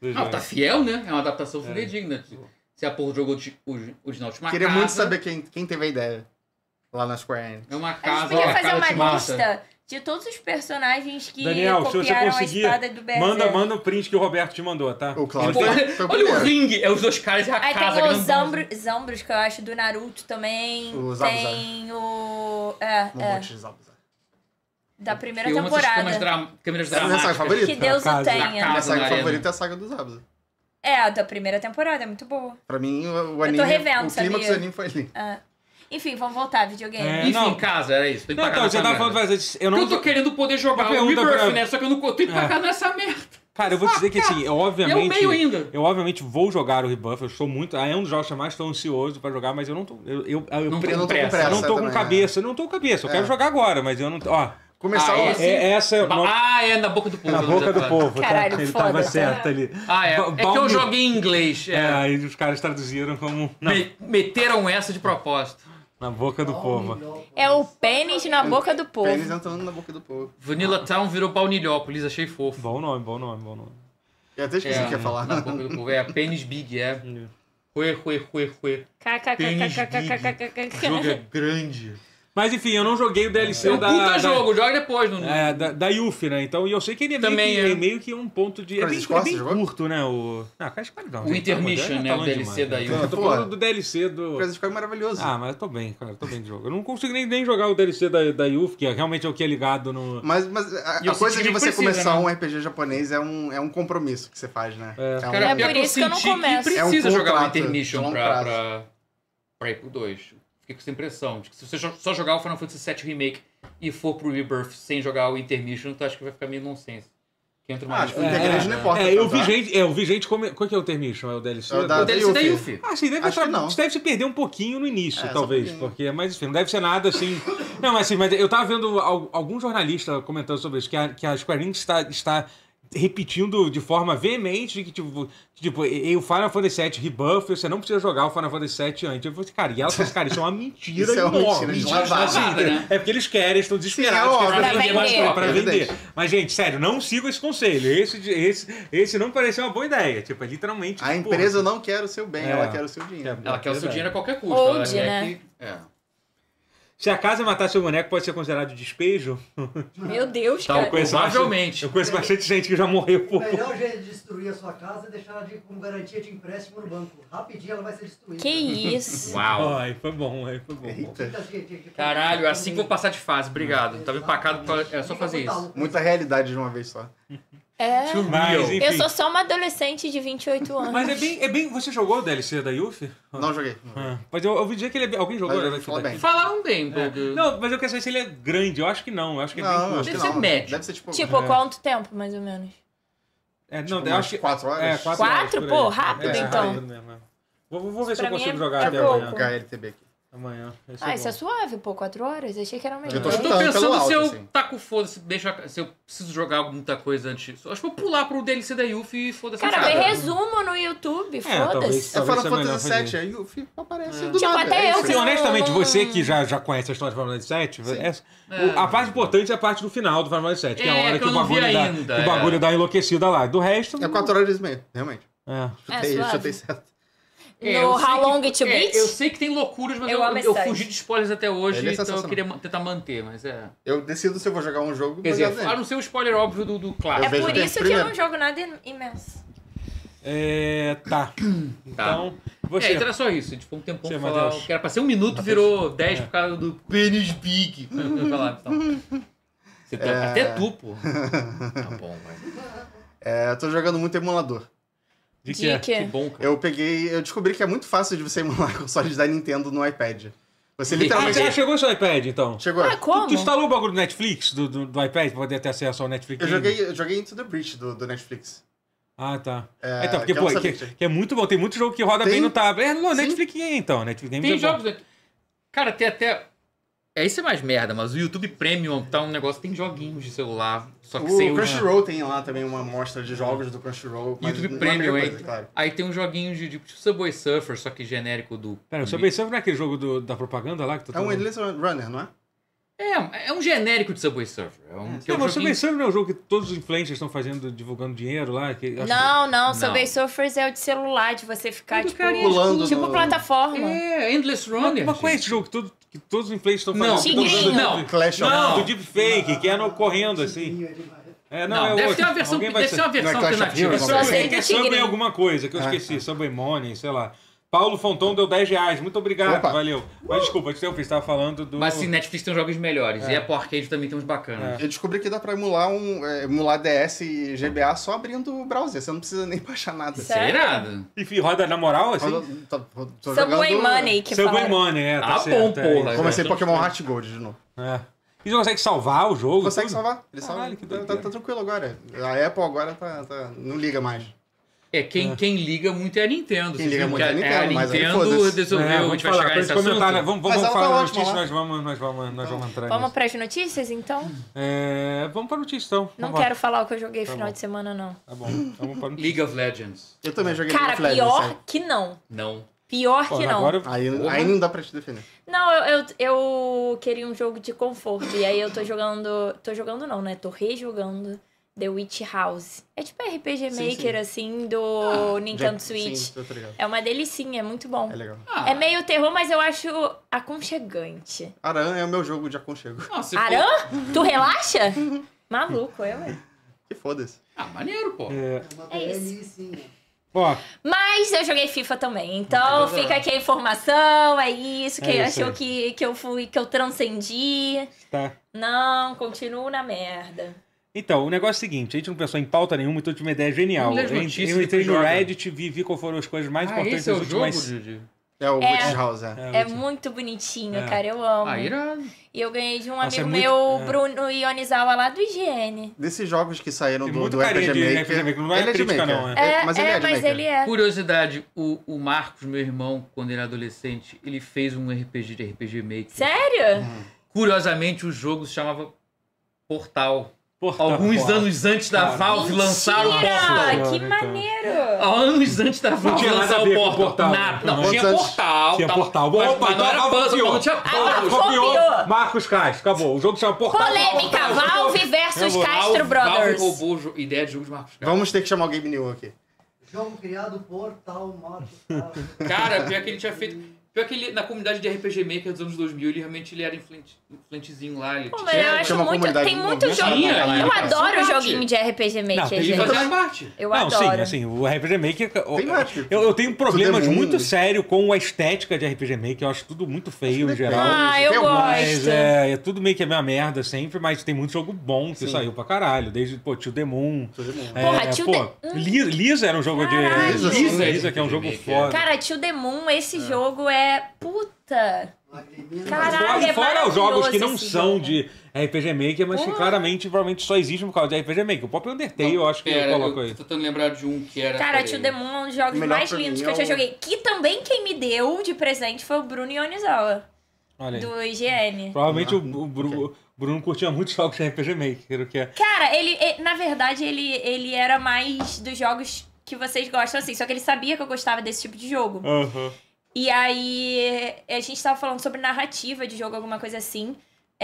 do Não, jogo. tá fiel, né? É uma adaptação fidedigna. Se a porra jogou de, o, o Ginaut, uma Queria casa, muito saber quem, quem teve a ideia lá na Square Enix. É uma A gente casa, podia ó, fazer casa te uma mata. lista de todos os personagens que Daniel, se você copiaram conseguir, a espada do Berserk. Manda, manda o print que o Roberto te mandou, tá? O Cláudio Pô, foi, olha- foi o olha o primeiro. ringue, é os dois caras e a Aí casa. tem o grandona. Zambru, Zambrus, que eu acho, do Naruto também. O Zabu tem o... É, Um é, monte de zabu zabu. da primeira Eu amo essas temporada. câmeras, dra câmeras Essa é a minha saga dramáticas. favorita? Que Deus o casa. tenha. Da Minha casa. né? saga Arena. favorita é a saga do Zabuza. É, a da primeira temporada, é muito boa. Pra mim, o, o Eu anime. tô revendo, o clímax sabia? do anime foi ali. Enfim, vamos voltar, videogame. É, Enfim, não. casa, era isso. Tem que Não, pagar então, nessa você tava merda. falando, mas antes, eu não. Porque eu tô querendo poder jogar Uma o pergunta Rebirth, pra- né? Só que eu não eu tenho É. que pagar nessa merda. Cara, eu vou dizer que assim, eu É o obviamente. meio ainda. Eu obviamente vou jogar o Rebuff, eu estou muito. É um dos jogos que eu mais estou ansioso pra jogar, mas eu não tô. Eu, eu, eu, Não eu tem Eu não tô com pressa. pressa. Eu não tô com também, é. cabeça, eu não tô com cabeça. Eu É. quero jogar agora, mas eu não. Ó, Começar assim? Ah, o- esse- é, essa é. Ba- no- Ah, é na boca do povo. na eu vou boca do dizer pra- povo. Caralho, tá? Ele foda-se. tava certo ali. Ah, é. Ba- É que eu balme- joguei em inglês. É, É. aí os caras traduziram como. Na, Me- meteram essa de propósito. na boca do povo. É o pênis na boca do povo. Pênis entrando na boca do povo. Ah. Vanilla Town virou baunilhópolis, achei fofo. É, Bom nome, bom nome, bom nome. Eu até esqueci o que ia falar. né? Na boca do povo. É, pênis big, é. Rue, rue, rue, rue. O jogo é KKKKKKKKKK. grande. Mas enfim, eu não joguei o DLC É um da. puta da- jogo, joga depois. No... É, da, da Yuffie, né? Então, e eu sei que ele é, Também meio, que, é. é meio que um ponto de. É Crisis bem, Cross, é bem você jogou? curto, né? O. Não, Crash Core não. O gente, Intermission, pelo amor de Deus, tá longe né? O DLC da né? Yuffie. Eu tô falando do DLC do. Coisa ficou é maravilhoso. Ah, mas eu tô bem, cara. Eu tô bem de jogo. Eu não consigo nem, nem jogar o DLC da, da Yuffie, que é realmente é o que é ligado no. Mas, mas a, E eu a coisa senti de que você precisa, começar né? um RPG japonês é um, é um compromisso que você faz, né? É, um- Cara, É pior por que isso que eu não senti começo. Que precisa É um jogar o contrato de Intermission longo pra, prazo. pra, pra ir pro 2. Fiquei com essa impressão. De que se você jo- só jogar o Final Fantasy VII Remake e for pro Rebirth sem jogar o Intermission, tu acha que vai ficar meio nonsense. Que entra uma Ah, acho que o discussão. Intermission não importa. É, eu tanto, vi né? gente. É, eu vi gente. Como, qual que é o Termission? É o DLC? É o da- O DLC da Yuffie. Yuffie. Ah, sim, deve, Acho estar, que não. você deve se perder um pouquinho no início, É, só um talvez. pouquinho. porque, mas enfim, não deve ser nada assim. não, mas assim, mas eu tava vendo al- algum jornalista comentando sobre isso, que a, que a Square Enix está, está repetindo de forma veemente de que, tipo, que, tipo, e- e o Final Fantasy VII rebuff, você não precisa jogar o Final Fantasy VII antes. Eu falei assim, cara, e ela falou assim, cara, isso é uma mentira Isso é uma enorme. mentira de lavada, né? É porque eles querem, estão desesperados. Sim, é querem Pra óbvio. É vender mais vender. coisa, pra Evidente. vender. Mas, gente, sério, não sigam esse conselho. Esse, de- esse, esse não pareceu uma boa ideia. Tipo, é literalmente... A porra, empresa não quer o seu bem, É. ela quer o seu dinheiro. Ela quer o seu dinheiro a qualquer custo. É Old, ela quer né? que- é. Se a casa matar seu boneco, pode ser considerado despejo? Meu Deus, Então, cara. coisa- provavelmente. Eu conheço bastante gente que já morreu O por. melhor jeito de destruir a sua casa é deixar ela de, com garantia de empréstimo no banco. Rapidinho ela vai ser destruída. Que isso. Uau. Ai, foi bom, aí foi bom. Caralho, assim que eu vou passar de fase. Obrigado. Tava empacado. pra- É só fazer isso. Muita realidade de uma vez só. É. Too Mas, real. enfim. Eu sou só uma adolescente de 28 anos. Mas é bem, é bem. Você jogou o DLC da Yuffie? Não joguei. não joguei. Ah, Mas eu eu ouvi dizer que ele é bem. Alguém jogou Mas o eu DLC falo da bem. um Falaram bem do. do- Não, mas eu quero saber se ele é grande. Eu acho que não. Eu acho que é bem Não, curto. acho que Deve ser não. médio. Deve ser tipo. Tipo, É. quanto tempo, mais ou menos? É, não, tipo, eu umas acho que. quatro horas? É, quatro, Quatro? horas, por aí. Pô, rápido, É, então. rápido mesmo, é. Vou, vou ver se Pra eu mim consigo é- jogar é até pouco. amanhã. HLTB aqui. Amanhã. Vai ser Ah, isso bom. é suave, pô, 4 horas? Achei que era melhor. Eu tô- Eu tô Então, pensando pelo se alto, eu assim. taco foda, se, deixa, se eu preciso jogar muita coisa antes. Acho que eu vou pular pro DLC da Yuffie e foda-se. Cara, essa vê merda. resumo no YouTube, talvez- foda-se. É Talvez seja Final melhor Fantasy fazer. VII, aí o filho aparece do Tipo, nada. até é eu um- isso. Sim, Não, honestamente, não- você que já, já conhece a história do Final Fantasy VII, essa- o- a parte importante é a parte do final do Final Fantasy VII, que é a É, hora que que, eu o não vi bagulho, dá, ainda, que o bagulho é. dá enlouquecida lá. Do resto. Hum. É quatro horas e meia, realmente. é. Chutei, suave. chutei certo. É, no eu sei How que- Long It é, Beats? Eu sei que tem loucuras, mas Eu eu, amo eu esse fugi de spoilers até hoje, Ele é então eu sensacional. queria ma- tentar manter, mas é. Eu decido se eu vou jogar um jogo. Quer baseado dizer, nele. a não ser o spoiler óbvio do, do É Eu clássico. vejo por tempo isso que eu primeiro. não jogo nada im- imenso. É, tá. Então, É, você. então era só isso. Tipo, um tempão Você, pra falar. Matheus. Que era pra ser um minuto, tá virou 10 É. por causa do Penis Big. Eu falava, então. Você tem É. até tu, pô. Tá bom, mas. É, eu tô jogando muito emulador. De que De é? Que que? bom, cara. Eu peguei. Eu descobri que é muito fácil de você emular consoles da Nintendo no iPad. Você Ah, literalmente. você já chegou seu iPad, então? Chegou. Ah, como? Tu instalou o bagulho do Netflix, do, do, do iPad, pra poder ter acesso ao Netflix? Eu Game? joguei, eu joguei Into the Breach do, do Netflix. Ah, tá. então, porque, que pô, é um que, sabonete. que é muito bom. Tem muito jogo que roda Tem. bem no tablet. É, não, Sim. Netflix Game, então. Netflix Game Tem é bom. jogos aqui. Cara, tem até. É, isso é mais merda, mas o YouTube Premium tá um negócio. Tem joguinhos de celular, só que sem O o. Crunchyroll tem lá também uma amostra de jogos do Crunchyroll. mas YouTube não é a Premium, mesma hein? coisa, claro. Aí tem um joguinho de tipo Subway Surfer, só que genérico do. Pera, eu só pensando naquele é jogo do- da propaganda lá que tu tá- É um Endless Runner, não é? É, é um genérico de Subway Surfer. É um, que é Não, um mas você joguinho... pensando no jogo que todos os influencers estão fazendo, divulgando dinheiro lá? Que, acho Não, não, Subway Não. Surfers é o de celular, de você ficar, Tudo tipo, carinha, Pulando tipo no- plataforma. É, Endless Runner. que- Mas qual é gente. esse jogo que, todo- que todos os influencers estão Não, fazendo? Tipo, Tigrinho. Do- do- Não. Clash of Não, do deepfake, que é no correndo assim. É, não, Não, é deve outro. ter uma versão, Alguém vai deve ser- ter uma Não é versão Clash of alternativa. Heroes, Subway- sei que é Subway tigrinho. alguma coisa, que eu Ah, esqueci. Subway Money, sei lá. Paulo Fonton deu 10 reais. Muito obrigado, Opa. valeu. Mas desculpa, antes de eu fiz, tava falando do. Mas sim, Netflix tem uns jogos melhores. E a Apple Arcade também tem uns bacanas. É. Eu descobri que dá pra emular, um, é, emular DS e GBA só abrindo o browser. Você não precisa nem baixar nada. Sério? Sei nada. Enfim, roda na moral, assim. Quando- tô- tô- tô Subway jogando- Money, que Seu falaram. Game Money, é, tá Ah, certo. bom, é porra. isso. Comecei Pokémon Heart Gold de novo. É. E você consegue salvar o jogo? Consegue tudo? salvar? Ele salva. Caralho, que tá, doideira. tá- tá tranquilo agora. A Apple agora tá, tá- não liga mais. É, quem, quem liga muito é a Nintendo. Quem Vocês liga viram muito é a que Nintendo, mas aí Nintendo foda-se. resolveu. É, a gente vai chegar pra nesse gente comentar, assunto. né? Vamos, Mas vamos, vamos ela tá falar da ótima notícia, lá. nós vamos, nós vamos, nós vamos entrar Vamos nisso. pras notícias, então? Hum, É, vamos pra notícia, então. Não Vambora. quero falar o que eu joguei Tá final bom. de semana, não. Tá bom, vamos pra notícia. League of Legends. Eu também joguei É. Cara, League of Legends, pior sabe? que não. Não. Pior Pô, que não. Agora, Aí, aí não dá pra te defender. Não, eu, eu, eu queria um jogo de conforto. E aí eu tô jogando. Tô jogando não, né? Tô rejogando The Witch House. É tipo RPG Sim, Maker, sim. Ah, assim, do Nintendo Já- Switch. Sim, tô- tô ligado. É uma delicinha, é muito bom. É legal. Ah, É meio terror, mas eu acho aconchegante. Aran é o meu jogo de aconchego. não, se for- Arã? Tu relaxa? Maluco, eu, hein? Que foda-se. Ah, maneiro, pô. É uma É isso. delícia. ó, Mas eu joguei FIFA também, então Entendeu? fica aqui a informação, é isso, quem É isso, achou é. Que, que eu fui, que eu transcendi. tá. Não, continuo na merda. Então, o negócio é o seguinte, a gente não pensou em pauta nenhuma, então eu tive uma ideia genial. Vamos ler as Eu, notícias eu entrei depois no joga. Reddit, vi, vi qual foram as coisas mais ah, importantes esse é das o jogo, últimas... Didi? É o É. Witch House, é. É muito bonitinho, É. cara, eu amo. Ah, irado. E eu ganhei de um Nossa, amigo é muito- meu, é. Bruno Ionizawa, lá do IGN. Desses jogos que saíram Tem do, muito do carinha RPG de Maker. RPG Maker, não é ele de crítica, Maker. não, é. É, mas ele é, de mas Maker. ele é. Curiosidade, o, o Marcos, meu irmão, quando ele era adolescente, ele fez um RPG de RPG Maker. Sério? Curiosamente, o jogo se chamava Portal. Porra, Alguns porra. anos antes da Cara. Valve lançar o Portal. Mentira, Portal. que Então. maneiro! Anos antes da Valve tinha nada lançar a ver o com Portal. Portal. Nada. Não, Não. tinha Antes- Portal. Tinha tal, portal. Mas, Opa, mas então não era acabou, puzzle, copiou. é não tinha Agora puzzle. copiou. Marcos Castro, acabou. O jogo chama Portal. Tá Polêmica, Valve Eu versus vou- Castro Valve Brothers. roubou o jo- ideia de jogo de Marcos Castro. Vamos ter que chamar o Game New aqui. Jogo criado por tal morto. tal. Cara, pior que ele tinha feito... Pior que ele, na comunidade de RPG Maker dos anos 2000, ele realmente ele era influente, influentezinho lá. Ele Pô, tinha- mas eu acho Tinha uma muito. comunidade Tem muito muito jogo. grande, né? Eu Cara, adoro só joguinho bate. de RPG Maker, Não, Ele tem- gente. fazia parte. Eu Não, sim, adoro. assim, o RPG Maker. Tem eu- mais, tipo, eu, eu tenho problemas The Moon. muito sérios com a estética de RPG Maker. Eu acho tudo muito feio em geral. Ah, Tem eu alguns. Mas gosto. é, é tudo meio que a minha merda sempre, mas tem muito jogo bom que Sim. saiu pra caralho. Desde, pô, Tio Demon. Todo mundo. É, Porra, Till pô, The- Hum. Li- Lisa era um jogo Caralho. de. Lisa, Lisa, sim. Lisa, que é um jogo Maker. foda. Cara, Tio The Moon, esse jogo é. Puta! Lagriminha. Mas Caralho, fora, é fora os jogos que não maravilhoso esse são jogo. de RPG Maker, mas que Porra. claramente provavelmente só existem por causa de RPG Maker. O próprio Undertale, eu acho que eu Pera, coloco eu aí. tô tentando lembrar de um que era... Cara, peraí. Tio The Moon é um dos jogos Melhor mais pra mim lindos é que eu já o- joguei. Que também quem me deu de presente foi o Bruno Ionizawa, Olha aí. do IGN. Provavelmente Ah, o, o Bru- o Bruno curtia muitos jogos de RPG Maker, o que é. Cara, ele, e- na verdade, ele, ele era mais dos jogos que vocês gostam, assim. Só que ele sabia que eu gostava desse tipo de jogo. E aí, a gente tava falando sobre narrativa de jogo, alguma coisa assim.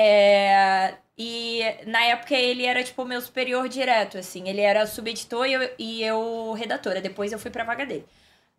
É, E na época ele era, tipo, meu superior direto, assim. Ele era subeditor e eu, e eu redatora. Depois eu fui pra vaga dele.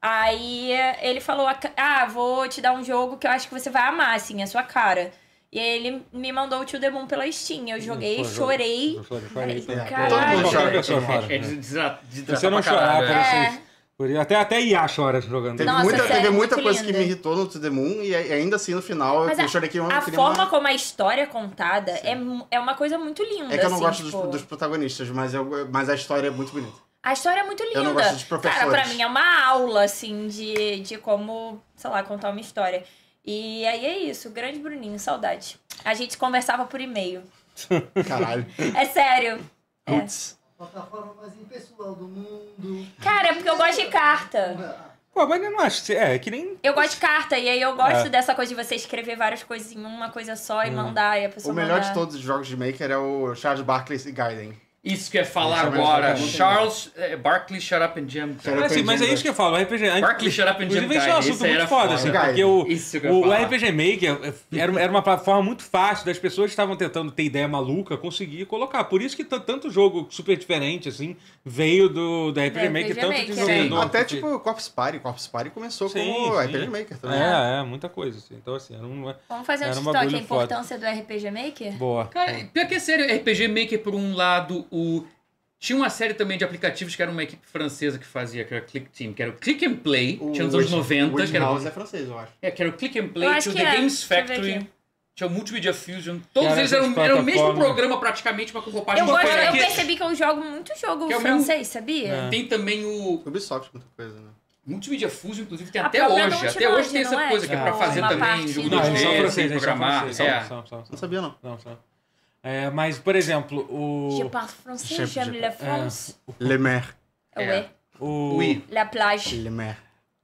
Aí ele falou, ah, vou te dar um jogo que eu acho que você vai amar, assim, a sua cara. E aí ele me mandou o Tio Demon pela Steam. Eu joguei, Hum, Pô, jogo- chorei. Eu chorei, chorei, Caralho. chorei. Todo mundo chora, pessoa chora. É, é desra- Se desidratar você não pra caralho, chorar, é. pra vocês. por- Até, até Iá chora jogando. Teve Nossa, muita, sério, teve muita muito coisa que lindo. me irritou no To The Moon e a- ainda assim no final Mas eu chorei que eu A não queria forma mais. como a história é contada é, mu- é uma coisa muito linda. É que eu não assim, gosto tipo, dos, dos protagonistas, mas, eu, mas a história é muito bonita. A história é muito linda. Eu não gosto dos Cara, professores. pra mim é uma aula, assim, de, de como, sei lá, contar uma história. E aí é isso, grande Bruninho, saudade. A gente conversava por e-mail. Caralho. É sério. É. Putz. Plataforma mais impessoal do mundo. É. Cara, é porque eu gosto de carta. Pô, mas eu não acho. que- É, é que nem. Eu gosto de carta, e aí eu gosto É. dessa coisa de você escrever várias coisas em uma coisa só e Hum. mandar, e a pessoa O melhor mandar. de todos os jogos de Maker é o Charles Barkley e Gaiden. Isso que eu ia falar Isso é agora. verdade. Charles eh, Barkley Shut Up and Jam. É, assim, mas é isso que eu falo. RPG. Barkley Shut Up and Jam. Inclusive, esse é um Guide, assunto esse aí muito era foda, assim, Guide. porque o, Isso que eu ia O falar. RPG Maker eh, era, era uma plataforma muito fácil das pessoas que estavam tentando ter ideia maluca, conseguir colocar. Por isso que t- tanto jogo super diferente, assim, veio do, da RPG Da Maker, RPG tanto Maker, desenvolvedor. Sim. Até porque- tipo Corpse Party. Corpse Party começou Sim, como sim. RPG Maker tá também. É, é, muita coisa. assim. Então, assim, era um... Vamos fazer um Era um TikTok, bagulho a importância do RPG Maker? Boa. Cara, pior que é sério, RPG Maker por um lado, o Tinha uma série também de aplicativos que era uma equipe francesa que fazia, que era Click Team, que era o Click and Play, tinha nos anos 90, que era, House é francês, eu acho. é, que era o Click and Eu Play, tinha acho o que The é. Games Deixa eu ver Factory, aqui. tinha o Multimedia Fusion, todos Cara, eles eram, essas eram o mesmo plataformas. programa praticamente, mas com roupagem Eu, gosto- diferente. eu percebi que eu jogo muito jogo Que é o mesmo- francês, sabia? É. Tem também o Ubisoft, muita coisa, né? Multimedia Fusion, inclusive tem A até própria hoje. Don't Até hoje tem Nod, não essa é? coisa que é pra É. fazer Uma também parte jogo do- Não, eles são 2D, franceses, sem eles são programar. franceses. é. São, são, são, Não são. sabia, não. Não, são. É, mas, por exemplo, Je o. parle français, Je- j'aime je- la France. Le Maire. É. É. Ué, o Ui. la plage. Le Maire.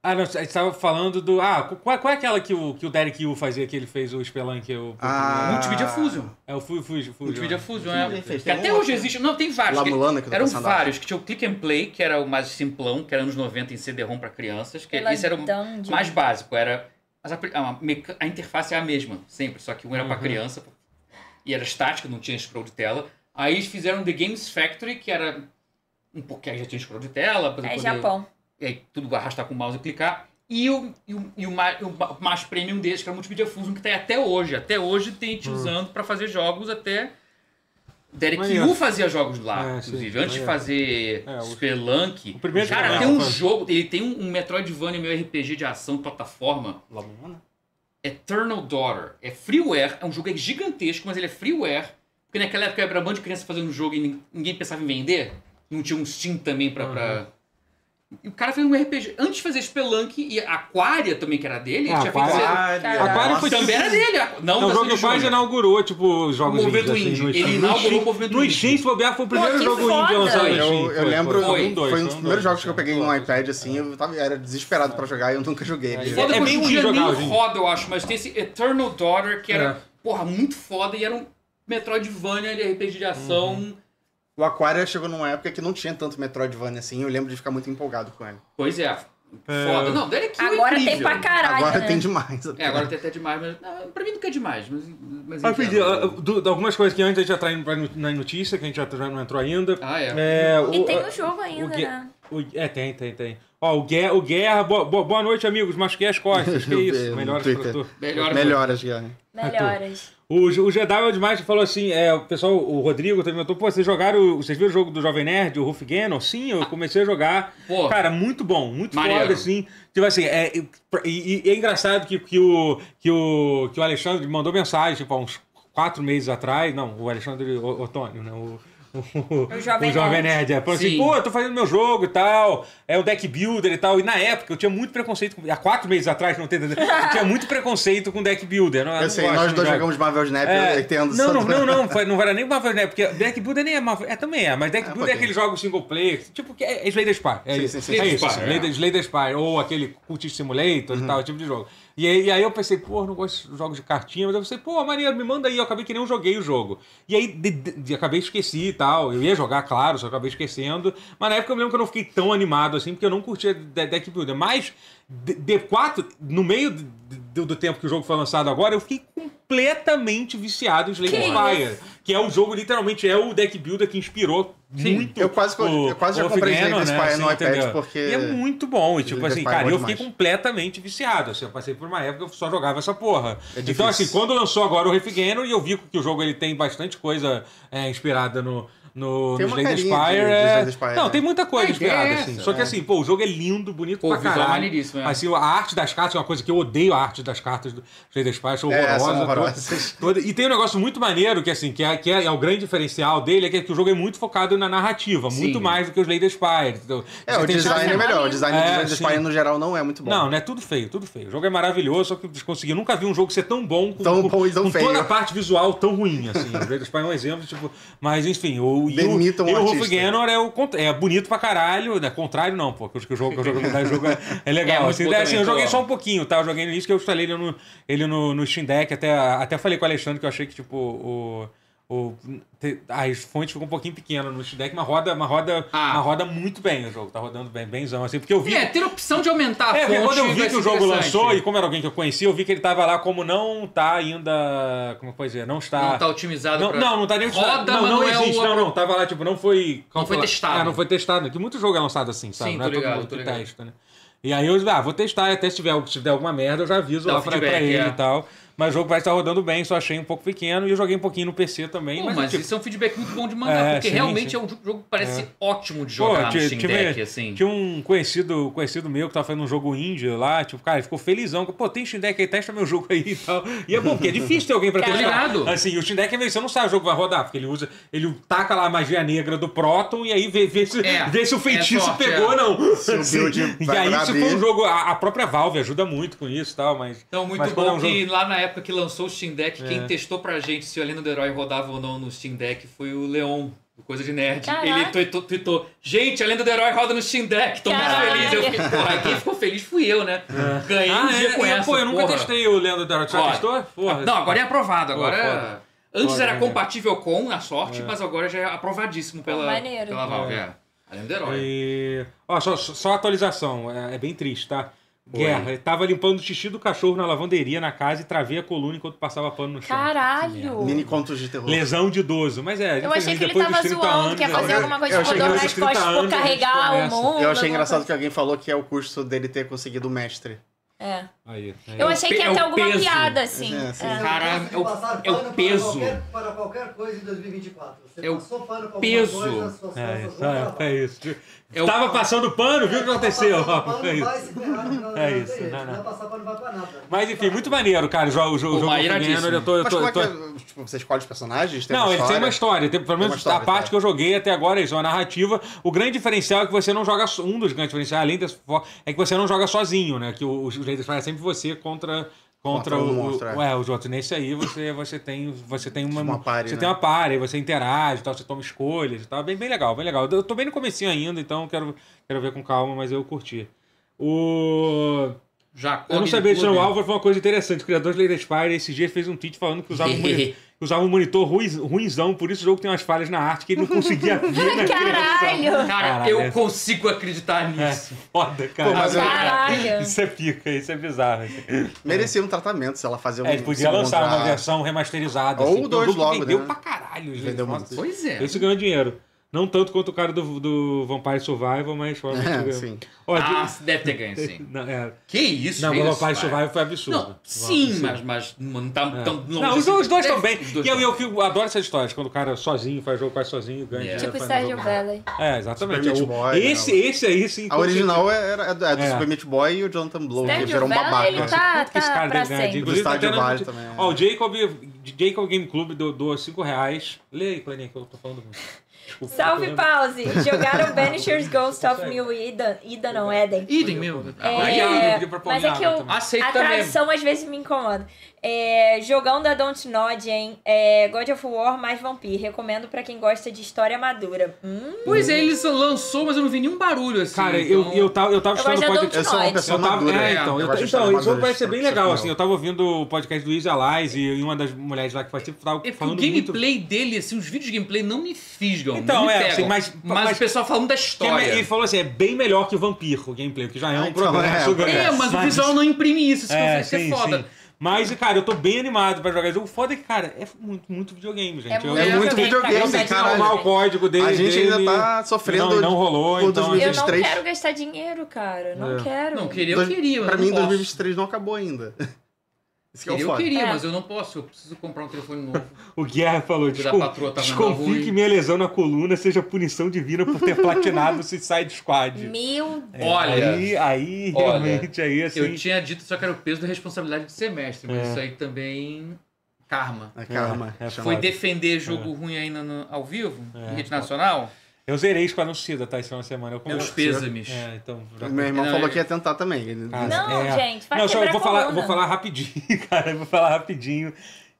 Ah, não, a gente tava falando do. Ah, qual, qual é aquela que o, que o Derek Yu fazia, que ele fez o Spelunk? O, Ah. Multimedia Fusion. É o Fuji Fuji. Multimedia Fusion, Ele é. fez, Que tem até um hoje outro. existe. Não, tem vários. La que- Mulana, que eu tô Eram pensando vários, que tinha o Click and Play, que era o mais simplão, que era anos 90 em CD-ROM pra crianças, que Ela esse era o dungeon. mais básico, era mas a, pri- a meca- a interface é a mesma, sempre, só que um era pra Uhum. criança e era estática, não tinha scroll de tela. Aí eles fizeram The Games Factory, que era um pouquinho aí já tinha scroll de tela, pra É poder- Japão. e aí tudo vai arrastar com o mouse e clicar. E o, e o, e o, ma- o ma- mais premium deles, que era o Multimedia Fusion, que tem até hoje. Até hoje tem Hum. te usando pra fazer jogos até. Derek Maneiro. Yu fazia jogos lá, É, sim, inclusive. Antes de maneiro. fazer É, o- Spelunk. o primeiro cara, Spelunk. tem um jogo. Ele tem um, um Metroidvania meio RPG de ação, plataforma. Lamona? É Eternal Daughter. É freeware, é um jogo gigantesco, mas ele é freeware. Porque naquela época era um monte de criança fazendo jogo e nin- ninguém pensava em vender. Não tinha um Steam também pra. pra- E o cara fez um RPG. Antes de fazer Spelunk e Aquaria também, que era dele, Ah, ele tinha feito. Aquaria- Aquário foi Aquaria também era dele. Aqu- Não, Não, o da jogo Sandy Paz Júnior. inaugurou, tipo, os jogos O movimento indies, indie. no Ele Steam. inaugurou No o movimento Steam- No indie. Steam, se bobear, foi o primeiro que jogo foda! indie lançado no Eu- Steam. Eu, eu Foi, lembro, foi, foi um, dois, foi um dos um, primeiros dois, É. jogos que eu foi. peguei um iPad assim, eu tava, era desesperado pra jogar e eu nunca joguei. É, Foda é que hoje bem em ruim dia jogar nem hoje em dia. roda, eu acho, mas tem esse Eternal Daughter que era, É. porra, muito foda e era um Metroidvania de RPG de ação. Uhum. O Aquaria chegou numa época que não tinha tanto Metroidvania assim, eu lembro de ficar muito empolgado com ele. Pois é. Foda. Não, Derek Yu é Agora tem incrível. pra caralho. Agora né? tem demais. até. É, agora tem até demais, mas. Não, pra mim nunca é demais, mas. mas Ah, pedi, entendo. ah, do- de algumas coisas que antes a gente já tá indo pra no- na notícia, que a gente já, já não entrou ainda. Ah, é. É, E o- tem ah, o jogo ainda, Gui- né? o- É, tem, tem, tem. Ó, o Guerra, o Guerra bo- bo- boa noite, amigos. Machuquei as costas, que Eu vi isso. no Melhoras pra Twitter. tu. Melhor. Melhoras, Guilherme. Melhoras. O, Je- o Jedi demais falou assim, é, o pessoal, o Rodrigo também perguntou, pô, vocês jogaram, vocês viram o jogo do Jovem Nerd, o Ruff Gannon? Sim, eu comecei a jogar. Pô. Cara, muito bom, muito Maneiro. foda, assim. Tipo assim, é, e, e- e é engraçado que, que, o, que, o, que o Alexandre mandou mensagem, tipo, há uns quatro meses atrás, não, o Alexandre O- Otônio, né, o... O, O Jovem Nerd. é, falou assim, Sim. pô, eu tô fazendo meu jogo e tal, é o deck builder e tal. E na época eu tinha muito preconceito, com- há quatro meses atrás, não tem eu tinha muito preconceito com deck builder. Não, Eu não sei, gosto, nós não dois jogo. jogamos Marvel Snap, É, eu entendo. É. Não, só- não, não, não, foi- não era nem Marvel, né? Porque Deck Builder nem é Marvel. É, também é, mas Deck É, um Builder é aquele pouquinho. jogo single player, tipo, que é, é Slay the Spy. É Sim, isso, sim, sim, é sim, isso, sim, sim. Slay the- Slay the Spy, ou aquele Cult Simulator Uhum. e tal, tipo de jogo. E aí, e aí eu pensei, pô, eu não gosto de jogos de cartinha, mas eu pensei, pô, Maria, me manda aí, eu acabei que nem eu joguei o jogo. E aí de, de- de- acabei esqueci e tal. Eu ia jogar, claro, só acabei esquecendo. Mas na época eu me lembro que eu não fiquei tão animado assim, porque eu não curtia de- Deck Builder. Mas D- D4, no meio de- de- do tempo que o jogo foi lançado agora, eu fiquei completamente viciado em Slay the Que Spire. Que é o jogo, literalmente, é o deck builder que inspirou muito. Eu quase- eu quase já o comprei Off-Ganon, Slay the Spire Assim, no iPad, entendeu? porque- E é muito bom. E tipo Slay the assim, Spire é cara, bom eu fiquei demais. completamente viciado. Assim, eu passei por uma época que eu só jogava essa porra. É difícil. então, assim, quando lançou agora o Refigeno, e eu vi que o jogo ele tem bastante coisa é, inspirada no. No, Tem no uma Slay the carinha de- Spire, de é- Slay the Spire, Não, né? tem muita coisa A ideia inspirada, é assim. essa, Só que assim, pô, o jogo é lindo, bonito Pô, pra o visual caralho. maneiríssimo, é. Assim, a arte das cartas é uma coisa que eu odeio a arte das cartas do Slay the Spire, acho É, são horrorosa. horrorosas. Toda- E tem um negócio muito maneiro, que assim, que é, que é, é o grande diferencial dele, é que, que o jogo é muito focado na narrativa, Sim. muito mais do que os Slay the Spire. Então, É, você o tem- design é Nossa, melhor. é O design maneiro. do É, Slay the Spire sim. no geral não é muito bom. Não, não é tudo feio, tudo feio. O jogo é maravilhoso, só que eles conseguiram. Nunca vi um jogo ser tão bom com, Tão com- bom e tão com toda feio. a parte visual tão ruim, assim. O Slay the Spire é um exemplo, tipo... Mas, enfim, o... e o- Demitam e o o Rolf um artista. Gannor é, o, cont- é bonito pra caralho, né? Contrário não, pô, porque o jogo que eu jogo, o jogo é, é É, legal. muito assim, bom é, assim, eu também, joguei tô- só um pouquinho, tá? Eu joguei no início, que eu instalei ele no, ele no, no Steam Deck, até, até falei com o Alexandre que eu achei que, tipo, o... o te- as fontes ficam um pouquinho pequenas no Steam Deck, mas roda, mas roda, Ah. mas roda muito bem o jogo, tá rodando bem, bemzão, assim, porque eu vi... É, ter a opção de aumentar a É, porque fonte quando eu vai vi que ser o jogo interessante. lançou, e como era alguém que eu conhecia, eu vi que ele tava lá como não tá ainda. Como pode dizer? Não está. Não tá otimizado Não, pra... não, não tá nem Roda, Não, mas não, não é existe. o- Não, não. Tava lá, tipo, não foi. Não foi calculado. testado. É, não foi testado. Que muito jogo é lançado assim, sabe? Sim, não tô é todo ligado, mundo tô que ligado. testa, né? E aí eu, ah, vou testar, até se tiver, se tiver alguma merda, eu já aviso Dá lá o pra, feedback, pra ele é. e tal. Mas o jogo parece estar rodando bem, só achei um pouco pequeno. E eu joguei um pouquinho no PC também. Pô, mas, mas, tipo, isso é um feedback muito bom de mandar, É, porque sim, realmente sim. é um jogo jogo que parece ótimo de Pô, jogar ti- no Steam tive- Deck, assim. Tinha um conhecido, conhecido meu que tava fazendo um jogo indie lá, tipo, cara, ele ficou felizão. Pô, tem Steam Deck aí, testa meu jogo aí e tal. E é bom, porque é difícil ter alguém pra Cara, testar. irado. Assim, e o Steam Deck é meio, você não sabe o jogo vai rodar, porque ele usa, ele taca lá a magia negra do Próton e aí vê, vê, se, É, vê se o feitiço sorte, pegou é. ou não. Se o Assim, build e vai aí, pra se abrir. for um jogo, a, a própria Valve ajuda muito com isso e tal, mas. Então, muito mas quando é bom um que jogo- É. lá na época que lançou o Steam Deck, quem testou pra gente se o Além do Herói rodava ou não no Steam Deck foi o Leon. do Coisa de nerd. Caraca. Ele tweetou, tweetou, gente, a lenda do herói roda no Steam Deck, tô muito Caralho. feliz. Eu fiquei, porra, quem ficou feliz fui eu, né? Ganhei um Ah, dia com é, é, essa, pô, eu nunca porra. testei o Lenda da Rock. Você já Olha, testou? Porra. Não, agora é aprovado. Agora Pô, é- foda. Antes Foda, era né? compatível com, na sorte, mas agora já é aprovadíssimo pela, maneiro. pela Valve. É. Além do herói. E... Ó, só, só só atualização, é, é bem triste, tá? Guerra, ele tava limpando o xixi do cachorro na lavanderia na casa e travei a coluna enquanto passava pano no chão. Caralho! Mini contos de terror. Lesão de idoso, mas é. Eu achei infelizmente, que ele depois dos tava 30 zoando, anos, é, que ia fazer eu- alguma coisa eu tipo achei que dobrar nesses as 30 costas, anos é assim. a tipo, gente carregar o começa. mundo. Eu achei alguma engraçado coisa. que alguém falou que é o custo dele ter conseguido o mestre. É. Aí, aí. Eu o achei que pe- é ia o ter alguma peso. piada, assim. É, sim. É. Caralho, é o- Passar é o pano para peso. qualquer- Para qualquer coisa em 2024. Você É o passou pano pra alguma peso. coisa, suas É, costas isso, vão pra é, baixo. é isso. É o- Tava passando pano, viu o que aconteceu? Passar pano É vai isso. se ferrar na- na- É na isso, internet, não, não. vai passar pano pra- pra nada. Mas enfim, muito maneiro, cara. O jogo, o jogo Pô, mas pequeno, iradíssimo. eu tô- eu Mas tô- como eu é tô- que tipo, você escolhe os personagens? Tem não, uma ele tem história? uma história. Tem, pelo menos uma história, da parte tá. que eu joguei até agora, isso, a narrativa. O grande diferencial é que você não joga. so- Um dos grandes diferenciais, além dessa fo- é que você não joga sozinho, né? Que o- os Raiders fazem sempre você contra. Contra, Contra um o, monstro, o, é, os outros. Nesse aí você, você tem, você tem uma, Uma party, você né? tem uma party, você interage, e tal, você toma escolhas e tal. Bem, bem legal, bem legal. Eu tô bem no comecinho ainda, então quero, quero ver com calma, mas eu curti. O... Jacó Eu não Game sabia um disso, não. Club. O Álvaro foi uma coisa interessante. O criador de Lady Spire esse dia fez um tweet falando que usava um, moni- que usava um monitor ruiz- ruinzão, por isso o jogo tem umas falhas na arte que ele não conseguia ver na Caralho! Cara, Caralho, eu é. consigo acreditar nisso. criação. É, Foda, cara. Pô, mas eu- Caralho! Isso é pica, isso é bizarro. assim. Merecia um tratamento se ela fazia um É, ele podia segundo lançar uma a- versão remasterizada. Ou assim, porque dois o jogo logo, vendeu né? pra caralho. gente. Vendeu muito. Nossa, Pois é. Esse ganhou dinheiro. Não tanto quanto o cara do, do Vampire Survival, mas provavelmente É, ganhou. sim. Ó, Ah, de- deve ter ganho, sim. Não, é. Que isso, Não, isso, o Vampire cara. Survival foi absurdo. Não, sim, Absurdo. mas, mas não tá É. tão longe Não, os, assim. os dois Deve- estão bem. os dois E é eu, tão eu, fico- adoro essas histórias, quando o cara sozinho faz jogo, faz sozinho, ganha. É. dinheiro, Tipo faz um Stardew jogo. Valley. É, exatamente. Super Meat O- Boy, esse, né? esse aí, sim. A com original era, era do É. Super Meat Boy e o Jonathan Blow, que Stardew eram babaca. Valley, ele tá, certeza. Esse tá cara pra deve ganhar sempre. dinheiro. Inclusive, tá Stardew tendo- Valley também. né? Ó, o Jacob, Jacob Game Club do- doou 5 reais. Lê aí, Clarinha, que eu tô falando muito. Desculpa, eu Salve, tô lendo. Pause! Jogaram Banisher's Ghost of New Eden, Eden não, Eden. Idem mesmo. É, Aí, ó. eu pedi pra mas é que eu- Paulina também. Aceito a também. tradução às vezes me incomoda. É, jogão da Dontnod, hein? É, God of War mais Vampir. Recomendo pra quem gosta de história madura. Hum, Pois é, ele lançou, mas eu não vi nenhum barulho assim. Cara, eu, então- eu tava, eu tava Eu escutando gosto o podcast. de Eu sou uma Nós. pessoa Eu tava- madura. é, então, Eu eu, gosto ta- de então, histórias esse jogo maduras, parece ser bem tipo, legal, tipo, assim. Eu tava ouvindo o podcast do Easy Allies e uma das mulheres lá que participa tava É porque o falando muito gameplay dele, assim, os vídeos de gameplay não me fisgam. Então, não me é, pegam. assim, mas- mas, mas- o pessoal falando da Que é me- história. ele falou assim, é bem melhor que o Vampiro, o gameplay, que já é Ah, um então, progresso é. grande. É, mas o visual não imprime isso, isso que eu É, falei, isso sim, é foda. sim. Mas, cara, eu tô bem animado pra jogar esse jogo. Foda é que, cara, é muito, muito videogame, gente. É Eu- eu- muito É muito videogame, Eu videogame, tentei caralho. arrumar o código dele. A gente ainda dele, tá e sofrendo Não, e não rolou, por então... 2023. eu não 23. quero gastar dinheiro, cara. Não É. quero. Não, queria, eu Dois- queria, mas Pra eu mim, não posso. 2023 não acabou ainda. Isso que é o Queria, eu foda. queria, É. mas eu não posso. Eu preciso comprar um telefone novo. O Guerra falou, Filho da "Descon- patroa tá mandando desconfio ruim." que minha lesão na coluna seja punição divina por ter platinado o Suicide Squad. Meu Deus. É, Olha, Aí, aí olha, realmente, aí, eu assim... tinha dito só que era o peso da responsabilidade do semestre, mas É. isso aí também. Karma. É, Karma. É, é Chama- Foi defender jogo ruim ainda no- ao vivo, É. em rede nacional? Eu zerei Esquadrão Suicida, tá? Esse final de semana. Eu É os comecei- pêsames. É, então... já- Meu irmão Não, falou é- que ia tentar também. Ele- Cara, Não, é. gente, vai Não, só quebrar eu vou a coluna. falar, eu vou falar rapidinho, cara. Eu vou falar rapidinho.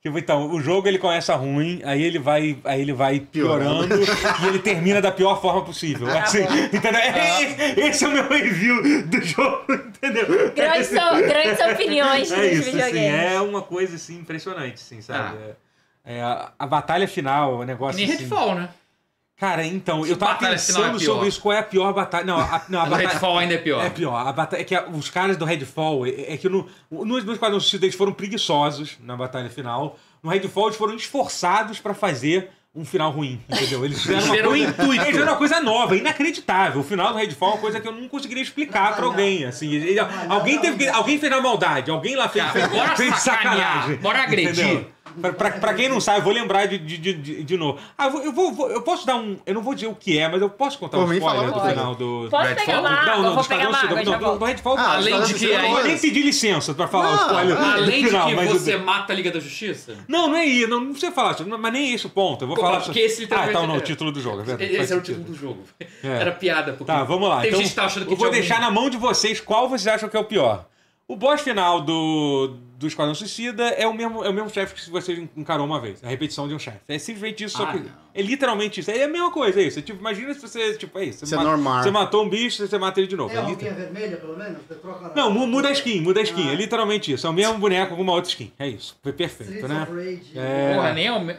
Tipo, então, o jogo ele começa ruim, aí ele vai, aí ele vai piorando e ele termina da pior forma possível. Tá Assim, entendeu? É, esse- Esse é o meu review do jogo, entendeu? Grandes, grandes opiniões É dos isso, assim, videogames. Tá. é uma coisa assim, impressionante, assim, sabe? É, é a, a batalha final, o negócio. Nem assim. Redfall, né? Cara, então, eu tava Batalha final é pensando pior. sobre isso, qual é a pior batalha. Não, a, não, a A do batalha. Redfall ainda é pior. Ah, É pior. A batalha, é que a- os caras do Redfall, é, é que no, no, no Esquadrão Suicida eles foram preguiçosos na batalha final. No Redfall eles foram esforçados pra fazer um final ruim, entendeu? Eles fizeram uma Gerou um coisa... intuito. Eles fizeram uma coisa nova, inacreditável. O final do Redfall é uma coisa que eu não conseguiria explicar pra alguém, assim. Ele- ele- alguém, teve que- alguém fez na maldade, alguém lá fez, fez, Bora fez de sacanagem. sacanear, bora agredir. Entendeu? Pra, pra, pra quem não sabe, eu vou lembrar de, de, de- de, de novo. Ah, eu vou- eu, vou, vou- eu posso dar um. Eu não vou dizer o que é, mas eu posso contar Por um mim, spoiler fala do tudo. final do. Posso Redfall? pegar uma água? não, Eu não, vou do pegar Esquadrão uma Suicida. água, e já Não, do volto. Redfall. Ah, eu Além de que não vou nem pedir licença pra falar o Não, spoiler. ah, do Além de final, que mas o- você mata a Liga da Justiça. Não, não é isso. Não, não precisa falar sobre- Mas nem é esse o ponto. Eu vou Pô, falar porque sobre- esse Ah, literalmente tá, não, é- o título do jogo. é verdade, faz Esse era o sentido. título do jogo. É. Era piada. Porque Tá, vamos lá. Tem então, gente que tá achando que eu vou tinha deixar algum- na mão de vocês qual vocês acham que é o pior. O boss final do, do Esquadrão Suicida é o mesmo, é o mesmo chefe que você encarou uma vez. A repetição de um chefe. É simplesmente isso, só Ah, que. não. É literalmente isso. É a mesma coisa, é isso. É tipo, imagina se você. Tipo, é isso. Isso é mata- normal. você matou um bicho, você mata ele de novo. Tem É a roupinha liter- vermelha, pelo menos? Você troca Ah, Não, mu- muda a skin, muda a Ah. skin. É literalmente isso. É o mesmo boneco com uma outra skin. É isso. Foi perfeito, Streets né? of Rage. É. Porra, nem é o meu.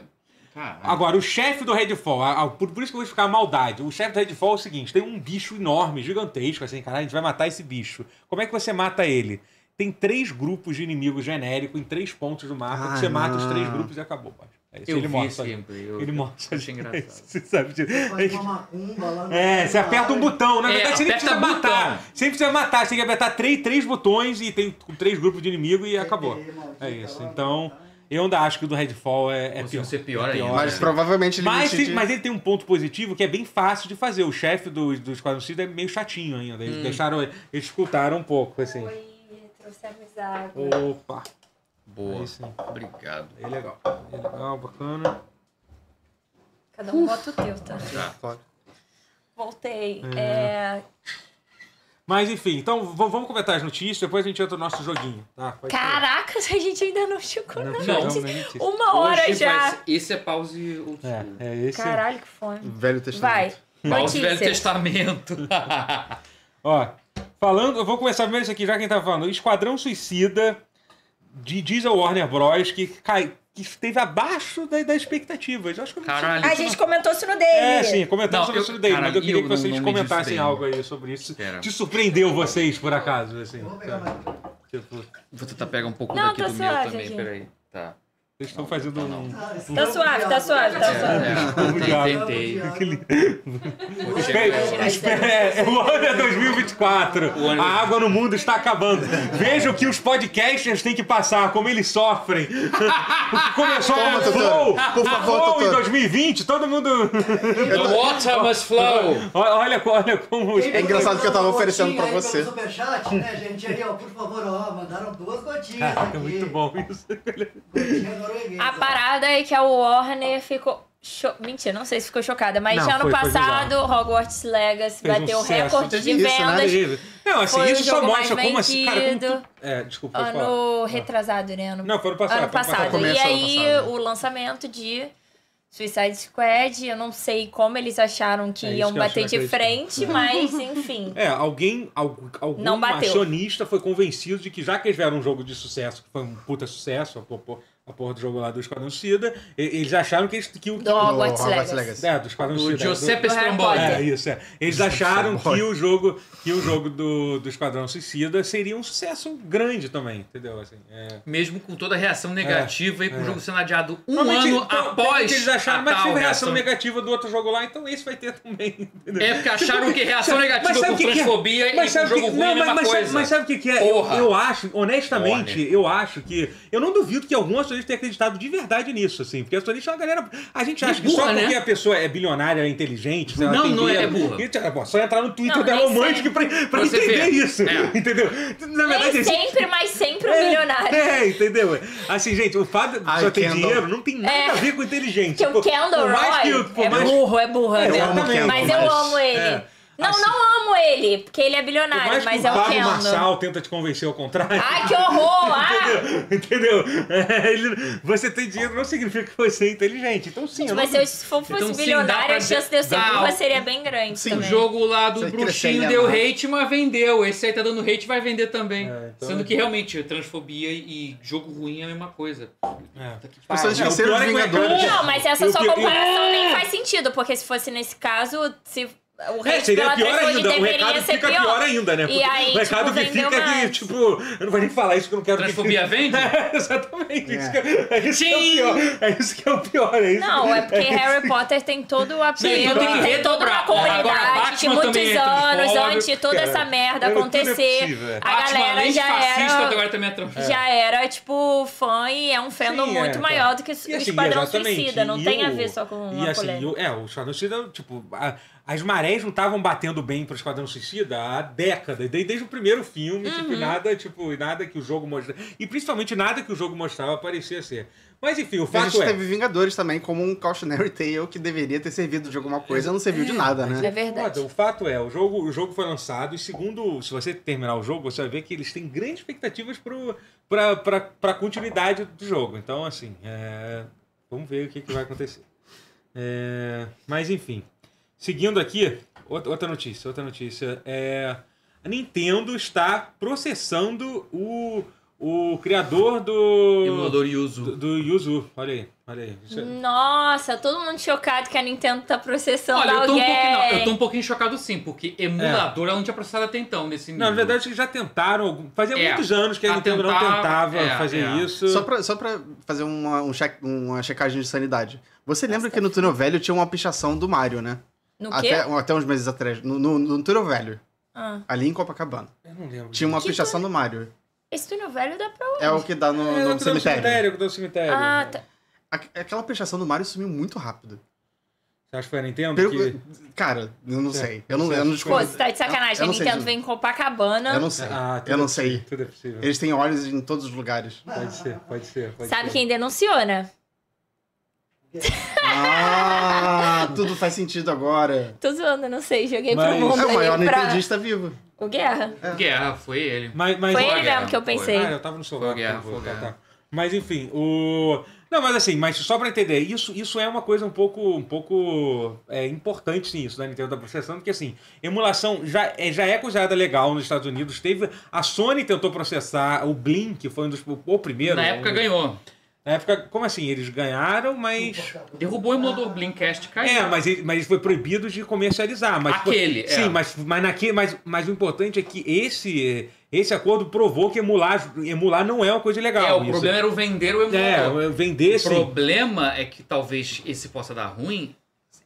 Caralho. Agora, o chefe do Redfall, a- a- por, por isso que eu vou ficar a maldade. O chefe do Redfall é o seguinte: tem um bicho enorme, gigantesco, assim, cara, a gente vai matar esse bicho. Como é que você mata ele? Tem três grupos de inimigos genéricos em três pontos do mapa, Ah, que você mata os não. três grupos e acabou, pai. É isso, Eu ele vi morre. esse só- gameplay, eu- Ele eu morre. só- achei engraçado. Você sabe disso? Faz uma macumba lá no- É, você aperta um botão. Na É, verdade, você nem aperta precisa botão. matar. Você nem precisa matar, você tem que apertar três, três botões e tem três grupos de inimigo e acabou. É isso. Então, eu ainda acho que o do Redfall é, é Ou se pior. você é pior É ainda. pior, Mas é. provavelmente ele Mas, decide- tem- mas ele tem um ponto positivo que é bem fácil de fazer. O chefe do, do Esquadrão Suicida é meio chatinho ainda. Hum. Eles deixaram. Eles escutaram um pouco, assim. Oi, trouxemos água. Opa! Boa. Aí sim. Obrigado. É legal. É legal, bacana. Cada um bota o teu, tá? Claro. Voltei. É, Mas enfim, então v- vamos comentar as notícias, depois a gente entra no nosso joguinho, tá? Pode ser. Caraca, a gente ainda não chegou Não, na não, notícia. não, notícia. Uma hora Hoje já. vai ser- Esse é pause. old school. É, é esse. Caralho, que fome. Velho testamento. Vai. Pause Velho Notícias. Testamento. Ó, falando, eu vou começar primeiro isso aqui, já quem tá falando. Esquadrão Suicida de Diesel Warner Bros. que, cai, que esteve abaixo da, da expectativa. Eu acho que eu não sei- Caralho. A gente comentou isso no Uhum. É, dele. sim, Não, comentamos sobre eu- isso no Daily, mas cara, eu queria eu que não- vocês não me comentassem distraí. algo aí sobre isso. Pera. Te surpreendeu vocês, por acaso, assim. Vou pegar mais. Tipo, vocês Vou tentar pegar um pouco Não, daqui tá do suave, meu também, gente. peraí. Tá. estão fazendo não. um. Ah, esse Tá é o suave, tá diabo. suave, tá Uhum. É, suave. é, Obrigado. tentei. Diabo. Vou chegar Espera- nessa. Vai ser- espera- é, o ano é 2024. O é ano- A água no mundo está acabando. Veja o que os podcasters têm que passar, como eles sofrem. O que Começou Toma, a Totoro. Flow, Por a favor, Flow em Totoro. 2020, todo mundo. The water must flow. Olha, olha como os É engraçado que eu tava oferecendo pra Gotinha aí você. pelo Superchat, né, gente? Aí, ó, por favor, ó, mandaram duas gotinhas Caraca, aqui. muito bom isso. Gotinha norueguesa. A parada é que a Warner ficou. cho- Mentira, não sei se ficou chocada, mas Não, ano foi- foi passado Hogwarts Legacy Fez um bateu o sucesso. recorde de Teve isso, né? vendas. Terrível. Não, assim, Foi o isso só jogo mais mostra como assim. Cara, como vendido. tu- É, desculpa, pode falar. Ah. Ano retrasado, né? Ano, Não, foi ano passado, Ano foi ano passado. passado. né? E Começo ano aí, passado. o lançamento de Suicide Squad, eu não sei como eles acharam que É isso iam que eu acho bater de inacreditável. frente, mas enfim. É, alguém, algum, algum Não bateu. acionista foi convencido de que já que eles vieram um jogo de sucesso, que foi um puta sucesso, a por- por- a porra, do jogo lá do Esquadrão Suicida, e- eles acharam que, eles, que o... Do Hogwarts No Legacy. É, do Esquadrão O Suicida. é, do- Giuseppe Do Harry Stromboli. Potter. É, isso, é. Eles acharam que o jogo, que o jogo do, do Esquadrão Suicida seria um sucesso grande também, entendeu? Assim, é. Mesmo com toda a reação negativa e com o jogo sendo adiado um Provavelmente- ano pro- após provavelmente é eles acharam, a mas tal tive reação negativa do outro jogo lá, então esse vai ter também, entendeu? É porque acharam que reação negativa Mas sabe por o que que é? transfobia e Mas com sabe jogo que, ruim é não, a mas, mesma mas sabe, coisa. mas sabe o que, que é? Eu, Porra. eu acho, honestamente, Warner. eu acho que. Eu não duvido que algum acionista tenha acreditado de verdade nisso, assim. Porque acionista é uma galera. A gente acha que só burra, né? porque a pessoa é bilionária, é inteligente. sei lá, Não, tem não é dinheiro, burra. e, tipo, só entrar no Twitter Não, é da nem Elon Musk sempre. pra, pra Você entender vê. isso. É. Entendeu? Na verdade, Nem assim, sempre, mas sempre um é, milionário. É, entendeu? Assim, gente, o fato de Ai, só ter Kendall. dinheiro não tem nada É. a ver com inteligência. Porque Por- o Kendall Tipo, por mais que, Roy o- por é mais, burro, é burro, É, né? eu amo o Kendall, Mas eu mas- amo ele. é, não, assim- não amo ele, porque ele é por bilionário, mais mas que é o o Pablo Kendall. Marçal tenta te convencer ao contrário. Ai, que horror! Ah, Entendeu? É, ele- você ter dinheiro não significa que você é inteligente. Então sim, eu não... mas se eu fosse Então, sim, dá bilionário, pra a chance de eu ser dar- burra seria bem grande Sim, O também. jogo lá do Você bruxinho cresceria deu mais. hate, mas vendeu. Esse aí tá dando hate, vai vender também. É, então- Sendo que realmente transfobia e jogo ruim é a mesma coisa. É. Puta que pessoas pariu. o esqueceram pior os é que eu- É, Vingadores. Não, mas essa Eu- sua eu- eu- comparação nem faz sentido, porque se fosse nesse caso, se O É, hate seria pela pior pessoa ainda. O deveria recado ser fica pior. ainda, né? E Porque aí, o recado tipo, que vendeu fica aqui, mais. tipo, eu não vou nem falar isso que eu não quero que Transfobia vende? É, Exatamente. Isso É. que é, é isso que é o Sim. pior. É isso que é o pior. É isso Não, é porque isso Harry Potter tem todo o apelo, então tem que tem toda uma redobrar. Agora, comunidade Batman que muitos também é anos transfóbico, antes de toda cara. essa merda Cara, tudo é acontecer, possível, é. a Batman, além galera de já fascista, era... agora também é trans. Já era, tipo, fã e é um fandom Sim, é, muito tá. maior do que o E assim, Esquadrão exatamente, Suicida. Não e tem a o- ver só com E uma assim, polêmica. eu- é, o Esquadrão Suicida, tipo, a- as marés não estavam batendo bem pro Esquadrão Suicida há décadas, desde, desde o primeiro filme, tipo, Uhum. e nada, tipo, e nada que o jogo mostrava. E principalmente nada que o jogo mostrava parecia ser. Mas enfim, o A gente fato é. teve Vingadores também como um cautionary tale que deveria ter servido de alguma coisa, não serviu de nada, É né? verdade. Foda, o fato é, o jogo, o jogo foi lançado e segundo, se você terminar o jogo, você vai ver que eles têm grandes expectativas pro, pra, pra, pra continuidade do jogo. Então, assim, é, vamos ver o que, que vai acontecer. É, mas, enfim. Seguindo aqui, outra outra notícia, outra notícia. É, a Nintendo está processando o, o criador do... Emulador e Do, uso. do Yuzu. Olha aí, olha aí. Isso é- Nossa, todo mundo chocado que a Nintendo tá processando Olha, eu tô, um alguém. pouquinho, não, eu tô um pouquinho chocado sim, porque emulador ela não tinha processado até então nesse nível. Não, na verdade, eles já tentaram. algum- Fazia É. muitos anos que a Já Nintendo não tentaram, tentava é, fazer é. isso. Só pra, só pra fazer uma, um check- uma checagem de sanidade. Você lembra que no túnel velho tinha uma pichação do Mario, né? No quê? Até, até uns meses atrás. No, no, no túnel velho, Ah, ali em Copacabana. Eu não lembro. Tinha um uma Que pichação do Mario. esse túnel velho dá pra... É o que dá no, É, no do cemitério. cemitério. do cemitério. É. Ah, tá. Aqu- Aquela pichação do Mario sumiu muito rápido. Você acha que foi a Nintendo? Pelo- que... Cara, eu não Certo. sei. Eu não, eu Certo. não Pô, descobri. você tá de sacanagem. Eu A não sei Nintendo disso. vem em Copacabana. Eu não sei. Ah, tudo eu é não possível, sei. Tudo é possível. Eles têm olhos em todos os lugares. Pode ser, pode ser. Pode Sabe ser. quem denunciou, né? Ah, tudo faz sentido agora. Tô zoando, eu não sei. Joguei pro Mas- É mundo o maior aí pra... nintendista vivo. O Guerra. Guerra, ah, foi ele. Mas, mas... Foi a ele guerra, mesmo que eu foi. pensei. Ah, eu tava no celular. Foi a guerra, Tá, foi a tá, guerra. tá. Mas enfim, o. Não, mas assim, mas só pra entender, isso, isso é uma coisa um pouco, um pouco é, importante, sim, isso da Nintendo tá processando, porque assim, emulação já é, já é considerada legal nos Estados Unidos. Teve. A Sony tentou processar o Blink, que foi um dos. O, o primeiro. Na época um- ganhou. Na época, como assim? Eles ganharam, mas. Derrubou o emulador Blinkcast, caiu. É, mas ele, mas ele foi proibido de comercializar. Mas Aquele, foi, é. Sim, mas, mas, naquele, mas, mas o importante é que esse, esse acordo provou que emular, emular não é uma coisa legal. É, o isso. problema era o vender o emulador. É, o vender sim. problema é que talvez esse possa dar ruim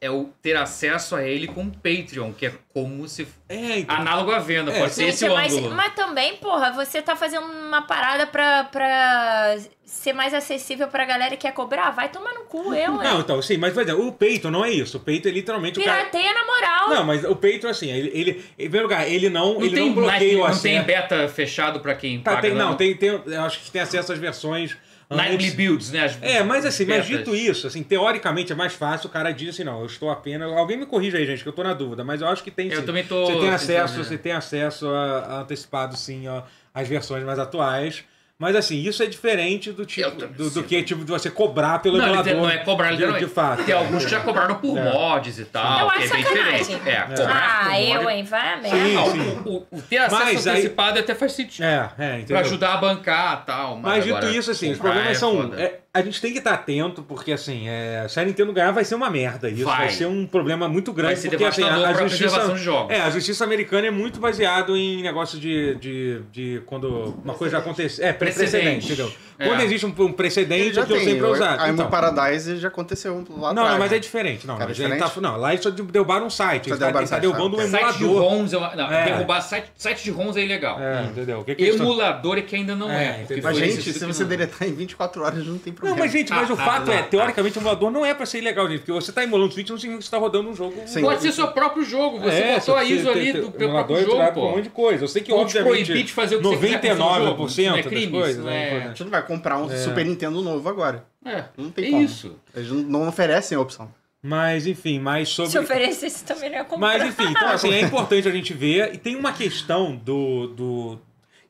é o ter acesso a ele com o Patreon, que é como se É, então. análogo à venda, É. pode ser Gente, esse o mas, ângulo. mas também, porra, você tá fazendo uma parada pra, pra ser mais acessível pra galera que quer cobrar? Vai tomar no cu, eu, Não, hein? então, sim, mas por exemplo, o peito não é isso. O peito é literalmente o cara. Pirateia na moral. Não, mas o peito, assim, ele, ele em primeiro lugar, ele não, Não ele tem, não bloqueia o não acesso. tem beta fechado pra quem Tá, paga. né? tem, não, tem, tem, eu acho que tem acesso às versões. Nightly antes. Builds, né? as É, mas assim, mas betas. dito isso, assim, teoricamente é mais fácil, o cara diz assim, não, eu estou apenas. Alguém me corrija aí, gente, que eu tô na dúvida, mas eu acho que tem Eu sim. também tô... Você tem acesso, tentando, você né? tem acesso a, a antecipado, sim, ó, às versões mais atuais. Mas assim, isso é diferente do tipo Eu também do, do sinto. que tipo de você cobrar pelo Não, ele emulador. tem- não é cobrar, de- ele não é. de fato. Tem alguns que já cobraram por É. mods e tal, Eu que é acho bem sacanagem. diferente. É, cobrar por Ah, eu, mod... hein? Vai a merda. Não, Sim, sim. o, o ter acesso Mas aí- antecipado até faz sentido. É, é, entendeu? Pra ajudar a bancar e tal. Mas dito agora, isso, assim, os comprar problemas é são. foda. é, a gente tem que estar atento, porque assim, é, se a Nintendo ganhar, vai ser uma merda. Isso vai, Vai. ser um problema muito Vai grande. ser porque assim, a, devastador a pra preservação justiça. de jogos. É, a justiça americana é muito baseado em negócio de. de, de quando uma coisa já aconteceu. É, pre- precedente, Precedente. entendeu? É. Quando existe um, um precedente, é que eu sempre é o- usado. A Emo Então, Paradise já aconteceu lá não, atrás. não, né? mas é diferente. Não, Cara, mas é ele diferente? tá- não, lá eles só derrubaram um site. Só Ele tá, ele derrubaram tá um site, derrubando um tá. Site de emulador. ROMs, é uma- não, É. derrubar site, site de ROMs é ilegal. É, entendeu? O que que eles tão- Emulador é que ainda não É, é. porque entendi. foi Mas, gente, decidido se que você não. deletar em 24 horas, não tem Não, problema. mas gente, mas Ah, o ah, fato é, ah. teoricamente, o emulador não é pra ser ilegal, gente. Porque você tá emulando Switch, não significa que você tá rodando um jogo... Sim. Pode ser seu próprio jogo. Você É, botou a você ISO tem- ali tem- do o teu emulador próprio é jogo, tirado por um pô. monte de coisa. Eu sei que, Não te proibir obviamente, de fazer o que você quiser com o seu jogo. 99% Isso não é das crime, coisas, isso né? é- importante. A gente não vai comprar um Super Nintendo novo agora. É, Não tem é como. isso. Eles não- não oferecem a opção. Mas, enfim, mas Se sobre... oferecesse, também não ia comprar. Mas, enfim, então, assim, é importante a gente ver. E tem uma questão do... do...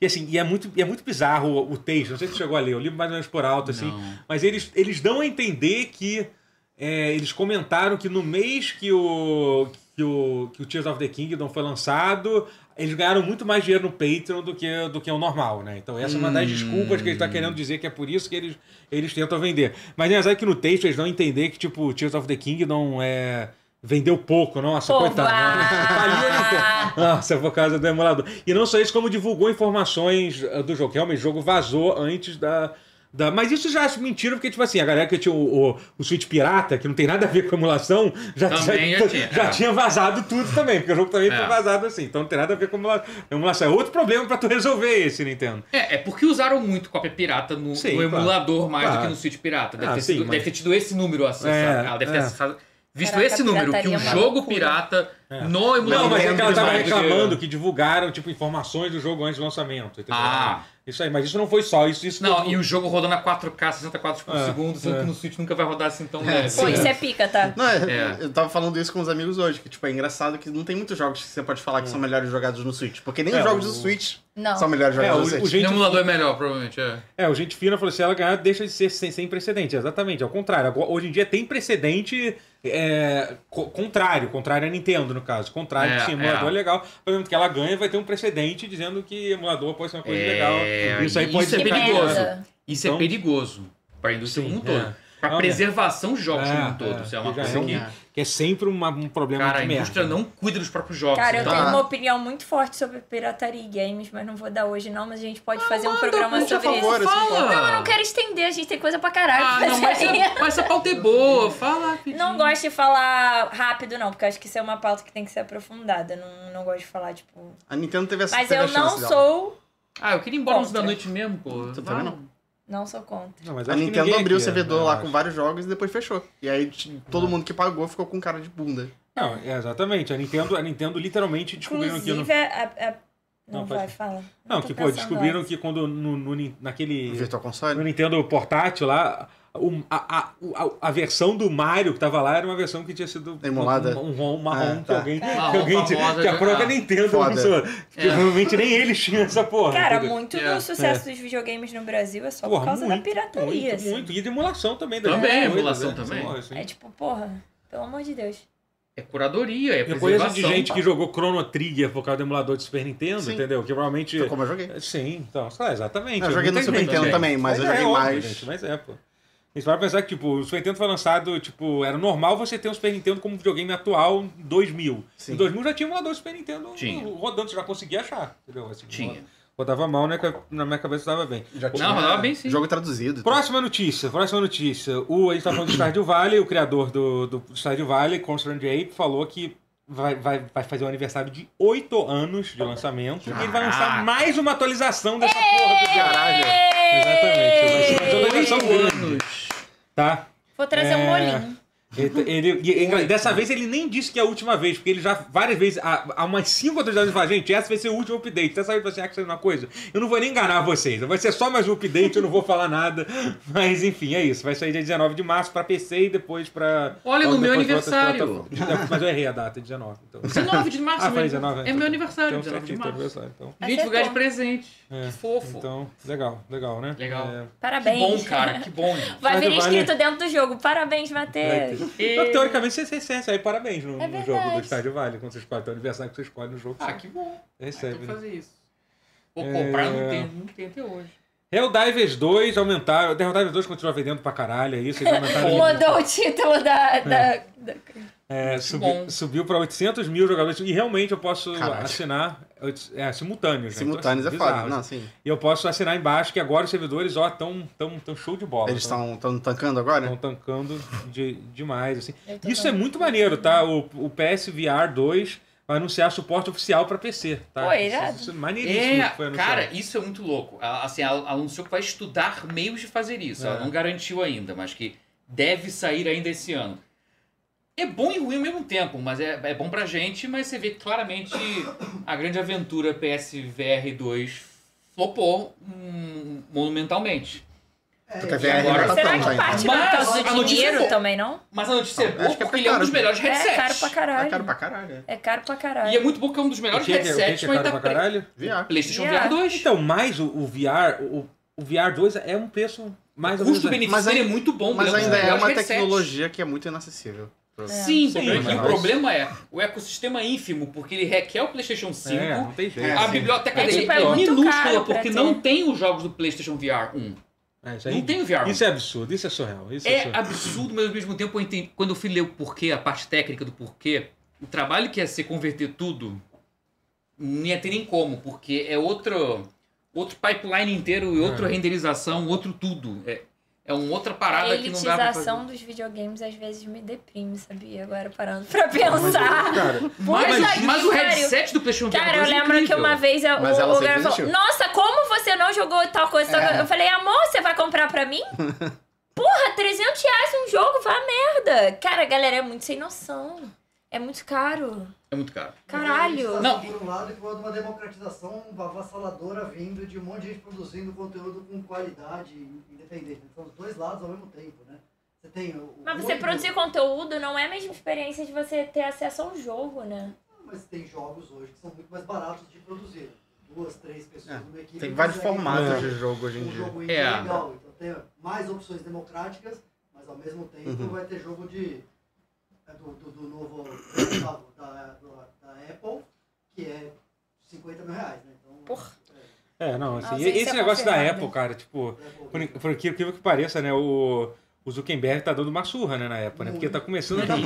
E, assim, e é muito, e é muito bizarro o, o texto. Não sei se você chegou a ler. Eu li mais ou menos por alto, assim. Não. Mas eles, eles dão a entender que. é, eles comentaram que no mês que o, que o. que o Tears of the Kingdom foi lançado, eles ganharam muito mais dinheiro no Patreon do que, do que o normal, né? Então essa é uma das Hum. desculpas que ele está querendo dizer que é por isso que eles, né, eles tentam vender. Mas na verdade que no texto eles dão a entender que, tipo, o Tears of the Kingdom é. Vendeu pouco, nossa, Pô, coitado. né? vá. Aí ele quer. Nossa, por causa do emulador. E não só isso, como divulgou informações eh, do jogo. Realmente, o jogo vazou antes da. da... Mas isso já acho mentira, porque, tipo assim, a galera que tinha o, o, o Switch Pirata, que não tem nada a ver com emulação, já, Também já tinha, é. tinha vazado tudo também, porque o jogo também foi É. vazado assim. Então não tem nada a ver com emula- emulação. É outro problema pra tu resolver esse, Nintendo. É, é porque usaram muito cópia pirata no, Sim, no claro. emulador mais Claro. do que no Switch pirata. Deve, Ah, ter, sim, sido, mas- deve ter tido esse número acessado. É, Ela deve ter é. acessado- visto Caraca, esse número, que pirataria o é uma jogo loucura. pirata no emulador... Não, mas é que ela vende tava mais do que- reclamando que divulgaram, tipo, informações do jogo antes do lançamento. Entendeu? Ah. Isso aí, mas isso não foi só. Isso, isso Não, e o jogo rodando a 4K, 60 quadros por É, segundo, sendo é. que no Switch nunca vai rodar assim tão É, leve. Pô, isso é pica, tá? Não, é, É. eu tava falando isso com os amigos hoje, que tipo, é engraçado que não tem muitos jogos que você pode falar que são melhores jogados no Switch. Porque nem Hum. É, os jogos o- do Switch Não. são melhores É, jogados no o, o Switch. No gente emulador é melhor, provavelmente, é. É, o gente fina falou assim, ela ganhar deixa de ser sem, sem precedente. Exatamente, ao contrário. Agora, hoje em dia tem precedente é, co- contrário, contrário à Nintendo, no caso. Contrário, É, que sim, emulador é. é. legal. Por exemplo, que ela ganha, vai ter um precedente dizendo que emulador pode ser uma coisa É, legal. Isso aí isso pode é ser que perigoso. merda. Isso Então- é perigoso pra indústria Sim, como um todo. é. Pra Olha. preservação dos jogos como É, um todo. é, Isso é uma que já coisa é um- que... Que é sempre uma- um problema Cara, a de merda. indústria não cuida dos próprios jogos. Cara, eu então- tenho um Ah. uma opinião muito forte sobre pirataria e games, mas não vou dar hoje, não. Mas a gente pode fazer um Ah, Manda, programa por sobre favor. isso. esse Fala! assim, Não, eu não quero estender, a gente tem coisa pra caralho. Ah, pra não, mas, fazer aí. essa- mas essa pauta é boa. Fala rapidinho. Não gosto de falar rápido, não, porque eu acho que isso é uma pauta que tem que ser aprofundada. Não, não gosto de falar, tipo. A Nintendo teve essa Mas teve eu a chance não dela. sou. Ah, eu queria ir embora antes da Contra. noite mesmo, pô. Tu também não? Não sou contra. Não, mas A acho que Nintendo ninguém abriu o aqui é, servidor eu lá acho. Hum. com vários jogos e depois fechou. E aí t- todo mundo que pagou ficou com cara de bunda. Não, é, exatamente. A Nintendo, a Nintendo literalmente descobriram que... no- Inclusive, a. a- Não, Não, pode vai, fala. Não, tô que, pô, pensando descobriram antes. que quando no, no Nin- naquele... O Virtual Console. no Nintendo portátil lá, um- a, a, a, a versão do Mario que tava lá era uma versão que tinha sido Emulada. um, um ROM marrom Ah, que tá. alguém, que Ah, alguém famosa tinha, que a de- própria ah. Nintendo Foda. lançou. É. Provavelmente nem eles tinham essa porra. Cara, entendeu? muito É. do sucesso dos videogames no Brasil é só Porra, por causa muito, da pirataria. muito, assim. muito. E de emulação também. das Também, coisas, emulação né? também. Porra, assim. É tipo, porra, pelo amor de Deus. É curadoria, é tipo, Eu conheço preservação. de gente que jogou Chrono Trigger por causa do emulador de Super Nintendo, Sim. entendeu? Que provavelmente... Foi como eu joguei. Sim, então, sei lá, exatamente. Não, eu joguei no Muita Super gente, Nintendo né? também, mas eu é, joguei óbvio, mais. gente, mas é, pô. Isso vai pensar que, tipo, o Super Nintendo foi lançado, tipo, era normal você ter um Super Nintendo como videogame atual em 2000. Sim. Em 2000 já tinha um emulador de Super Nintendo Tinha. rodando, você já conseguia achar, entendeu? Assim, Tinha. Rodava mal, né? que Na minha cabeça tava bem. Já Não, tinha rodava bem, sim. Jogo traduzido. Próxima notícia, próxima notícia. O, a gente tá falando do Stardew Valley, o criador do, do Stardew Valley, Constantine Ape, falou que vai, vai, vai fazer um aniversário de 8 anos de lançamento e ele vai lançar Caraca. mais uma atualização dessa porra do jogo. Exatamente. Mas- Exatamente. mas- Oito São grandes. anos. Tá? Vou trazer um É. molinho. Ele, Então, ele- e- e- engra- dessa vez ele nem disse que é a última vez, porque ele já várias vezes, há, há umas cinco atualizações, ele fala, gente, essa vai ser o último update. Dessa vez você acha que saiu uma coisa? Eu não vou nem enganar vocês, vai ser só mais um update, eu não vou falar nada. Mas enfim, é isso. Vai sair dia 19 de março pra PC e depois pra. Olha, no depois meu pra outras aniversário. plataformas. Mas eu errei a data, é 19. Então. 19 de março. Ah, meu foi 19, É então. meu aniversário, Então, 19 de certinho, teu março. aniversário, então. Vim divulgar de Acertou. presente. É, Que fofo. Então, legal, legal, né? Legal. É. que Parabéns. bom, cara. Que bom. gente. Vai Vale, vir vale. inscrito dentro do jogo. Parabéns, Matheus. Então, teoricamente, você, você recebe parabéns no, É no jogo do verdade. Estádio Vale, quando você escolhe o aniversário que você escolhe no jogo. Ah, você que bom. Aí recebe. tem que né? fazer isso. Vou É. comprar, não tem, não tem até hoje. Helldivers 2 aumentaram. Helldivers 2 continua vendendo pra caralho, é isso. Eles aumentaram. Mudou o título da. da, da- né? é, subi, bom. subiu pra 800 mil jogadores. E realmente eu posso Caralho. assinar oito- é, simultâneos. né? Simultâneos é Então, assim, foda. bizarro, Não, assim. sim. E eu posso assinar embaixo que agora os servidores, ó, tão, tão, tão show de bola. Eles né? tão- estão tancando agora? É Estão tancando de- demais, assim. Eu tô Isso é dando- muito maneiro, tá? O, o PSVR 2 vai anunciar suporte oficial pra PC, tá? Pô, isso, irado. isso é maneiríssimo É, que foi anunciado. cara, isso é muito louco. Ela, assim, ela anunciou que vai estudar meios de fazer isso. É. Ela não garantiu ainda, mas que deve sair ainda esse ano. É bom e ruim ao mesmo tempo, mas é, é bom pra gente, mas você vê claramente a grande aventura PSVR 2 flopou hum, monumentalmente. É, Tu quer e ver agora- agora tá Será tanto que é ainda. parte Mas não a tá do notícia dinheiro foi- também, não? Mas a notícia é Acho boa que é porque pra ele é um dos caralho. melhores headsets. É caro pra É caro caralho. pra caralho. É caro pra caralho. E é muito bom porque é um dos O melhores que, é que- o que é headsets, que é mas caro tá pra pre- caralho? VR. PlayStation Yeah. VR 2. Então, mas o, o VR, o, o VR 2 é um preço mais ou menos... Mas Custo-benefício ainda- dele é muito bom. Mas ele um dos ainda é melhores uma headsets. tecnologia que é muito inacessível. Sim, Sim, porque mas- o problema é o ecossistema ínfimo, porque ele requer o PlayStation 5. É, não tem jeito. É, a sim. biblioteca É, dele tipo, é é, muito caro minúscula pra porque ter. não tem os jogos do PlayStation VR 1. É, isso aí- Não tem o VR. Isso é absurdo, isso é surreal. Isso é, É surreal. absurdo, mas ao mesmo tempo eu entendi. Quando eu fui ler o porquê, a parte técnica do porquê, o trabalho que ia ser converter tudo, não ia ter nem como, porque é outro, outro pipeline inteiro, e outra É. renderização, outro tudo. É, é uma outra A parada que não dá pra fazer. elitização dos videogames às vezes me deprime, sabia? Agora parando pra pensar. Cara, Mas, Puta que mas o pariu. headset do PlayStation um 4 é Cara, eu lembro que uma vez eu, Mas o, ela o sempre cara falou: existiu. Nossa, como você não jogou tal coisa? tal É. coisa?" Eu falei: Amor, você vai comprar pra mim? Porra, 300 reais um jogo, vá merda. Cara, a galera é muito sem noção. É muito caro. É muito caro. Caralho. Não. Não. Por um lado e por outro, uma democratização avassaladora vindo de um monte de gente produzindo conteúdo com qualidade independente. São os dois lados ao mesmo tempo, né? Você tem o. o Mas você outro- produzir conteúdo não é a mesma experiência de você ter acesso a um jogo, né? Mas tem jogos hoje que são muito mais baratos de produzir. Duas, três pessoas É, numa equipe. Tem vários conseguem formatos fazer de jogo hoje em um dia. jogo indie É. legal. Então tem mais opções democráticas, mas ao mesmo tempo Uhum. vai ter jogo de é, do, do, do novo da, da, da Apple, que é 50 mil reais, né? Então, Porra. é, é, não, assim, Ah, sim, isso esse é negócio da confirmado. Apple, cara, tipo, da Apple. por, in- por aquilo que pareça, né, o, o Zuckerberg tá dando uma surra, né, na Apple, né, porque tá começando a dar...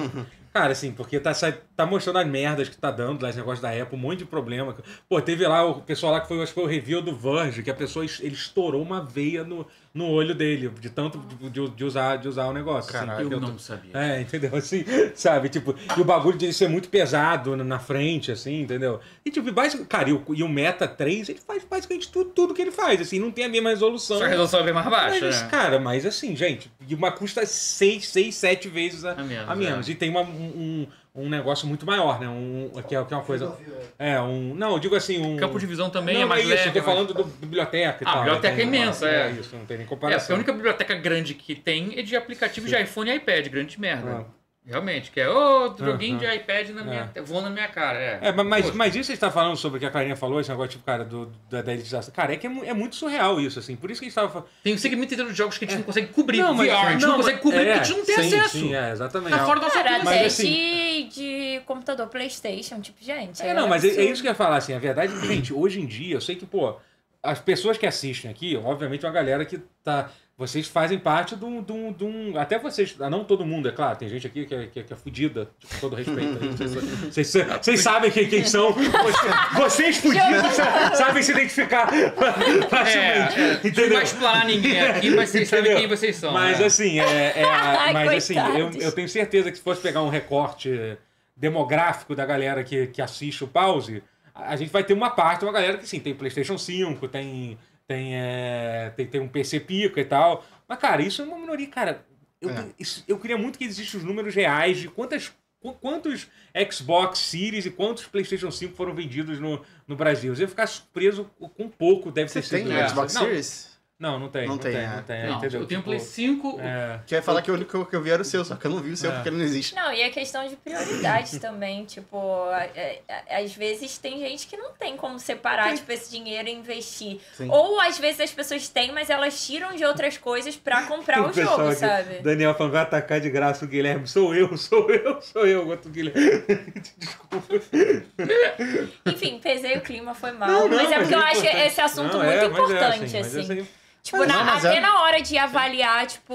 Cara, assim, porque tá, sai- tá mostrando as merdas que tá dando, lá, esse negócio da Apple, um monte de problema. Pô, teve lá o pessoal lá que foi, acho que foi o review do Verge, que a pessoa, es- ele estourou uma veia no, no olho dele, de tanto de, de- de usar, de usar o negócio. assim, Caralho. porque Eu tô- não sabia. É, entendeu? Assim, sabe? Tipo, e o bagulho de ser muito pesado na- na frente, assim, entendeu? E tipo, basicamente, cara, e o, e o Meta 3, ele faz basicamente tudo, tudo que ele faz, assim, não tem a mesma resolução. Só que a resolução é bem mais Mas, baixa, né? Cara, mas assim, gente, e uma custa 6, 6, 7 vezes a, A menos. a menos. é. E tem uma- um, um, um negócio muito maior, né? Um, que, é, que é uma coisa. Resolveu, é. É, um. Não, eu digo assim, um. Campo de visão também não, é não mais isso, leve. eu tô é mais- falando do, do biblioteca e Ah, tal. biblioteca né? Tem- é imensa, é. Isso, não tem nem É, porque a comparação. única biblioteca grande que tem é de aplicativos de iPhone e iPad, grande merda. Ah. Realmente, que é, ô, droguinho de iPad na É. minha, voa na minha cara, é. É, mas- mas, Poxa. mas isso que você está falando sobre o que a Clarinha falou, esse negócio, tipo, cara, do, da, da elitização. Cara, é que é, mu- é muito surreal isso, assim. Por isso que a gente tava falando. Tem um segmento inteiro de jogos que a gente não consegue cobrir, É. Não, mas- VR, a gente não, não, mas- consegue tipo, cobrir porque é, a gente não tem sim, acesso. Sim, é, exatamente. Tá fora da nossa Cara, alcance. Mas, até assim- de, de computador Playstation, tipo, gente. É, não, mas é, é isso que eu ia falar, assim. A verdade é que, gente, hoje em dia, eu sei que, pô, as pessoas que assistem aqui, obviamente, é uma galera que tá. Vocês fazem parte de um. de um- de um- até vocês. ah, Não todo mundo, é claro, tem gente aqui que é, que é, que é fudida, tipo, com todo respeito. aí, vocês- Vocês vocês sabem quem, quem são. Vocês fudidos sa- sabem se identificar facilmente. É, é, não vai explanar ninguém aqui, mas vocês sabem Entendeu? quem vocês são. Mas né? assim, é, é- Ai, mas assim, eu, coitados. eu tenho certeza que se fosse pegar um recorte demográfico da galera que, que assiste o pause, a a gente vai ter uma parte, uma galera que sim, tem PlayStation 5, tem tem, é, tem tem um PC pica e tal. Mas cara, isso é uma minoria, cara. Eu, É. isso- eu queria muito que existissem os números reais de quantas qu- quantos Xbox Series e quantos PlayStation 5 foram vendidos no, no Brasil. Eu ia ficar surpreso o quão pouco deve Você ter tem sido. né? o isso. Xbox não, Series? Não, não tem. Não Não, tem, tem, é. não tem. não, entendeu? eu tenho Tipo, o Play 5, é. Que eu ia falar que o único que eu vi era o seu, só que eu não vi o seu É. porque ele não existe. Não, e a questão de prioridade também, tipo, é, é, às vezes tem gente que não tem como separar, tipo, esse dinheiro e investir. Sim. Ou às vezes as pessoas têm, mas elas tiram de outras coisas pra comprar o, O pessoal jogo, aqui. sabe? Daniel falando, vai atacar de graça o Guilherme. Sou eu, sou eu, sou eu, outro É um Guilherme. Enfim, pesei o clima, foi mal. Não, não, mas é porque eu é acho importante. esse assunto Não, muito é, mas é importante, assim, mas é assim. assim. Tipo, na- Não, mas até é- na hora de avaliar, tipo,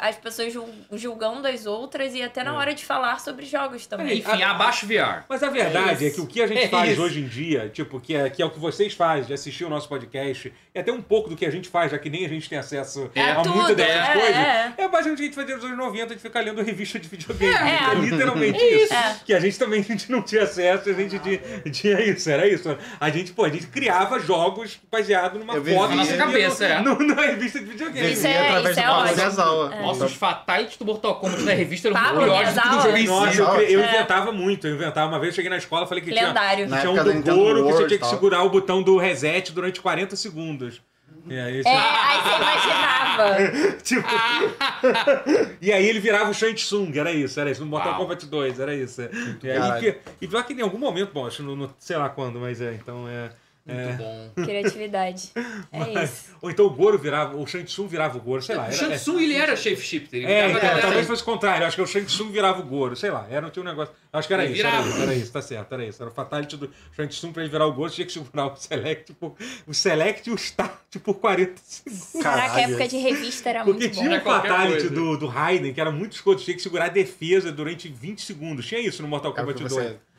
as pessoas jul- julgando as outras e até na hora de falar sobre jogos também. É. Peraí, enfim, a- abaixo VR. Mas a verdade é, que o que a gente É faz isso. hoje em dia, tipo, que é, que é o que vocês fazem, de assistir o nosso podcast, e até um pouco do que a gente faz, já que nem a gente tem acesso É a muitas tudo, dessas é, coisas. é. É basicamente o que a gente fazia nos anos 90, de ficar lendo revista de videogame. É. É, literalmente isso. Que a gente também a gente não tinha acesso, a gente tinha, tinha isso, era isso. A gente, pô, a gente criava jogos baseado numa Eu foto vivia- que Na nossa via cabeça, no- é. no- na revista de videogame. Isso é- Vivia através isso é do Paulo ótimo. Zezawa. Nossa, os fatalities do Mortal Kombat da revista eram Pablo orgulhosos do que do Miyazawa. jogo em si. Nossa, eu, Exato. cre- eu inventava muito, eu inventava. Uma vez eu cheguei na escola falei que tinha, É. Lendário. que Na tinha um época da Nintendo Dogoro que você World tinha e que tal. segurar o botão do reset durante 40 segundos. E aí, É, aí você imaginava. tipo, Ah, e aí ele virava o Shang Tsung, era isso, era isso. No Mortal Uau. Kombat 2, era isso. E, aí, caralho. que- e pior que em algum momento, bom, acho no, no- sei lá quando, mas é, então é. Muito bom. Criatividade. É isso. Ou então o Goro virava, ou o Shang Tsung virava o Goro, sei lá. o Era, Shang é, Tsung, ele era shape-shifter. Ele é, virava a então, galera- talvez fosse o contrário. Acho que o Shang Tsung virava o Goro, sei lá. Era tinha um negócio. Acho que era Ele isso, era virava. isso. Era isso, tá certo, era isso. Era o fatality do Shang Tsung pra ele virar o Goro, tinha que segurar o Select por, o Select e o Start por 40 segundos. Caraca, a Caralho. época de revista é era Porque muito é tinha boa. Era um qualquer fatality coisa. do, do Raiden, que era muito escroto, tinha que segurar a defesa durante 20 segundos. Tinha isso no Mortal Cara, Kombat pra você- 2.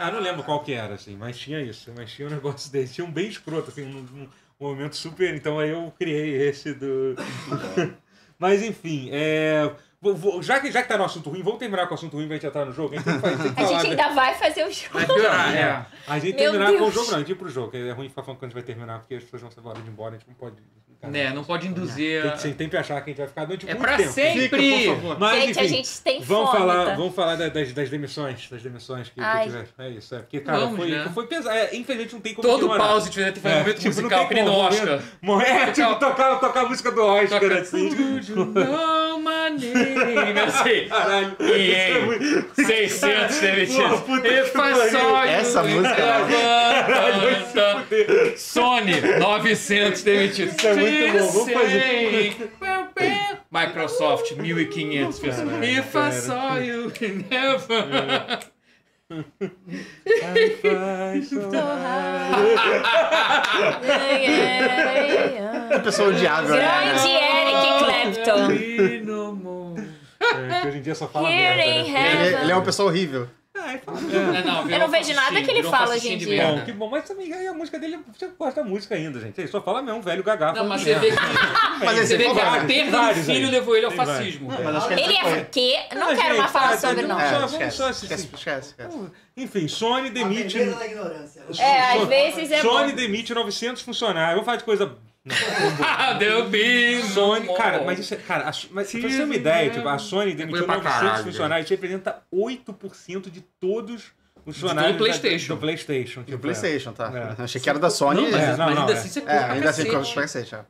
Ah, não lembro qual que era, assim, mas tinha isso. Mas tinha um negócio desse. Tinha um bem escroto, assim, um, um- um momento super. Então aí eu criei esse do. mas enfim, é. vou- vou- já, que, já que tá no assunto ruim, vamos terminar com o assunto ruim pra gente entrar no jogo. A gente tem que fazer- tem que A falar, gente né? ainda vai fazer o jogo. Vai piorar, é. A gente Meu terminar com o Deus. jogo, não, a gente ir pro jogo. que É ruim ficar falando que a gente vai terminar, porque as pessoas vão ser embora, embora, a gente não pode. Né, não pode induzir... Tem que a- sempre achar que a gente vai ficar durante É muito pra tempo. sempre! Fica, por favor. Mas, gente, a enfim, gente tem Vamos fome. falar, tá? vamos falar da- das, das demissões, das demissões que, que Ai. tiveram. É isso, é porque, cara, Vamos, foi, né? foi pesado. É, infelizmente não tem como Todo ignorar. pause tiver que fazer um momento tipo, não musical, tem que nem no como, Oscar. Mo- É, Tocar- tipo, tocar, tocar a música do Oscar, Toca- assim. Would you know my name? Eu sei. Caralho. E isso é aí? muito- 600 Pô, demitidos. puta E que faz pariu. só- Essa música, é Sony, 900 demitidos. Isso é muito bom, vamos fazer. Microsoft, 1.500 pessoas. Caralho, If cara. I saw you, never. É pessoa odiável, né? Grande Eric Clapton. Be no more. É, que hoje em dia só fala Here merda, in né? heaven. Ele, ele é uma pessoa horrível. É, não, um Eu não vejo nada que ele fala hoje em dia. Bom, que bom, mas também aí a música dele, você gosta da música ainda, gente. Ele só fala mesmo, velho gaga. Não, falando mas você merda. vê que, Ah, Mas você é esse é vê que a assim, vários, perda do vários filho aí. levou ele ao Tem vários. assim, fascismo. Mas acho que Ele é quê? Não quero gente, mais falar cara, sobre, não. só- É, vamos esquece, só assistir. esquece, esquece, esquece. Enfim, Sony A demite. beleza da ignorância. né? É, às vezes é Sony bom. demite 900 funcionários. Vamos falar de coisa. Ah, deu bicho. Sony. Cara, mas isso é. Cara, a, Sony- mas pra você ter uma ideia, tipo, a Sony demitiu é. coisa pra 900 caralho. funcionários. Isso representa 8% de todos os funcionários. todo o PlayStation. da- Do PlayStation. Do tipo, PlayStation, tá? É. Achei que era da Sony. Não, mas, É, mas não, não, ainda é. assim você É, ainda assim, cacete. coisa pra cacete, é. É,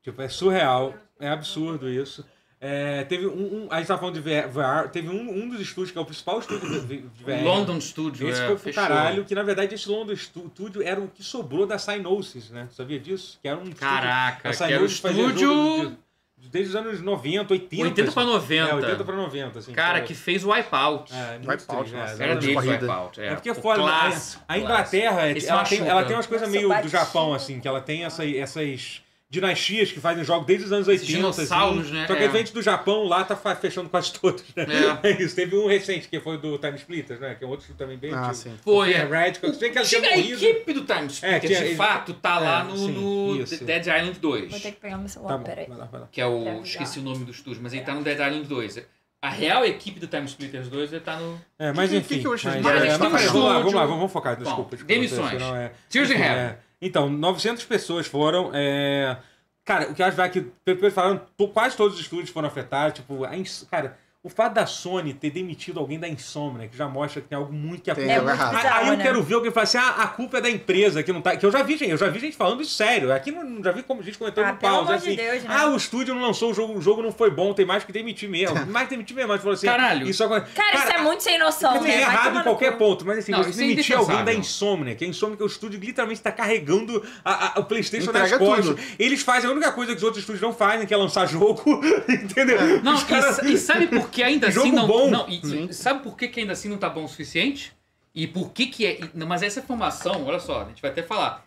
tipo, é surreal. É absurdo isso. É, teve um, um. A gente tava falando de VR. Teve um, um dos estúdios, que é o principal estúdio de de VR. London Studio, Esse é, foi pro fechou. caralho, que na verdade esse London Stu- Studio era o que sobrou da Synosis, né? Sabia disso? Que era um Caraca, estúdio, a que era o Synosis fazia estúdio- jogo de- desde os anos 90, 80. 80 pra assim. 90. É, 80 pra 90, assim. Cara, que fez o Wipeout. É, muito Wipeout, triste, nossa, né? Era de dele o corrida. Wipeout. É, É porque é o foda. né? clássico, a Inglaterra, Esse ela tem, machuca. ela tem umas coisas Nossa, meio do bate. Japão, assim, que ela tem essa- essas dinastias que fazem jogos desde os anos 80. Esses dinossauros, assim. né? Só que É. a gente do Japão lá tá fa- fechando quase todos, né? É. É isso. Teve um recente, que foi do Time Splitters, né? Que é outro também bem Ah, antigo. sim. Foi, É, é. Radical. Se bem que ela Chega tinha a morrido. equipe do Time Splitters, É, tinha- É, de fato, tá lá no, sim, no isso. Dead Island Vou ter 2. que pegar meu celular, Tá bom, peraí. vai lá, vai lá. Que é Pra o... avisar. Esqueci o nome do estúdio, mas ele tá no Dead Island 2. A real equipe do Time Splitters 2, ele tá no... É, mas que- enfim. que que o Xbox mas- Mas é, eles mas têm um peraí, vamos lá, estúdio. vamos lá, vamos focar, desculpa. Bom, desculpa, demissões. senão é- Tears in Heaven. é. Então, 900 pessoas foram. é, Cara, o que eu acho que, aqui, pelo que eles falaram, to- quase todos os estúdios foram afetados. Tipo, a ins- cara, o fato da Sony ter demitido alguém da Insomnia, que já mostra que tem algo muito que a Tem culpa- algo A- errado. Aí eu né? quero ver alguém falar assim: ah, a culpa é da empresa que não tá. Que eu já vi, gente, eu já vi gente falando isso sério. Aqui não já vi como gente comentando Ah, no pelo pausa. amor de Assim, Deus, né? Ah, o estúdio não lançou o jogo, o jogo não foi bom, tem mais que demitir mesmo. mais que demitir mesmo. Mas falou assim, Caralho. Isso agora... Cara, isso é muito sem noção, Assim, né? é Vai errado tomar em no qualquer cu. ponto, mas assim, Não, você isso é demitir alguém da indefensável. Insomnia, que a Insomnia que é o estúdio que literalmente está carregando a- a- o Playstation nas Entrega costas. tudo. Eles fazem a única coisa que os outros estúdios não fazem, que é lançar jogo, entendeu? É. Não, os e caras... sa- e, sabe por que ainda assim Jogo não. bom. não, e- e sabe por que, que ainda assim não tá bom o suficiente? E por que que é. e- não, Mas essa informação, olha só, a gente vai até falar.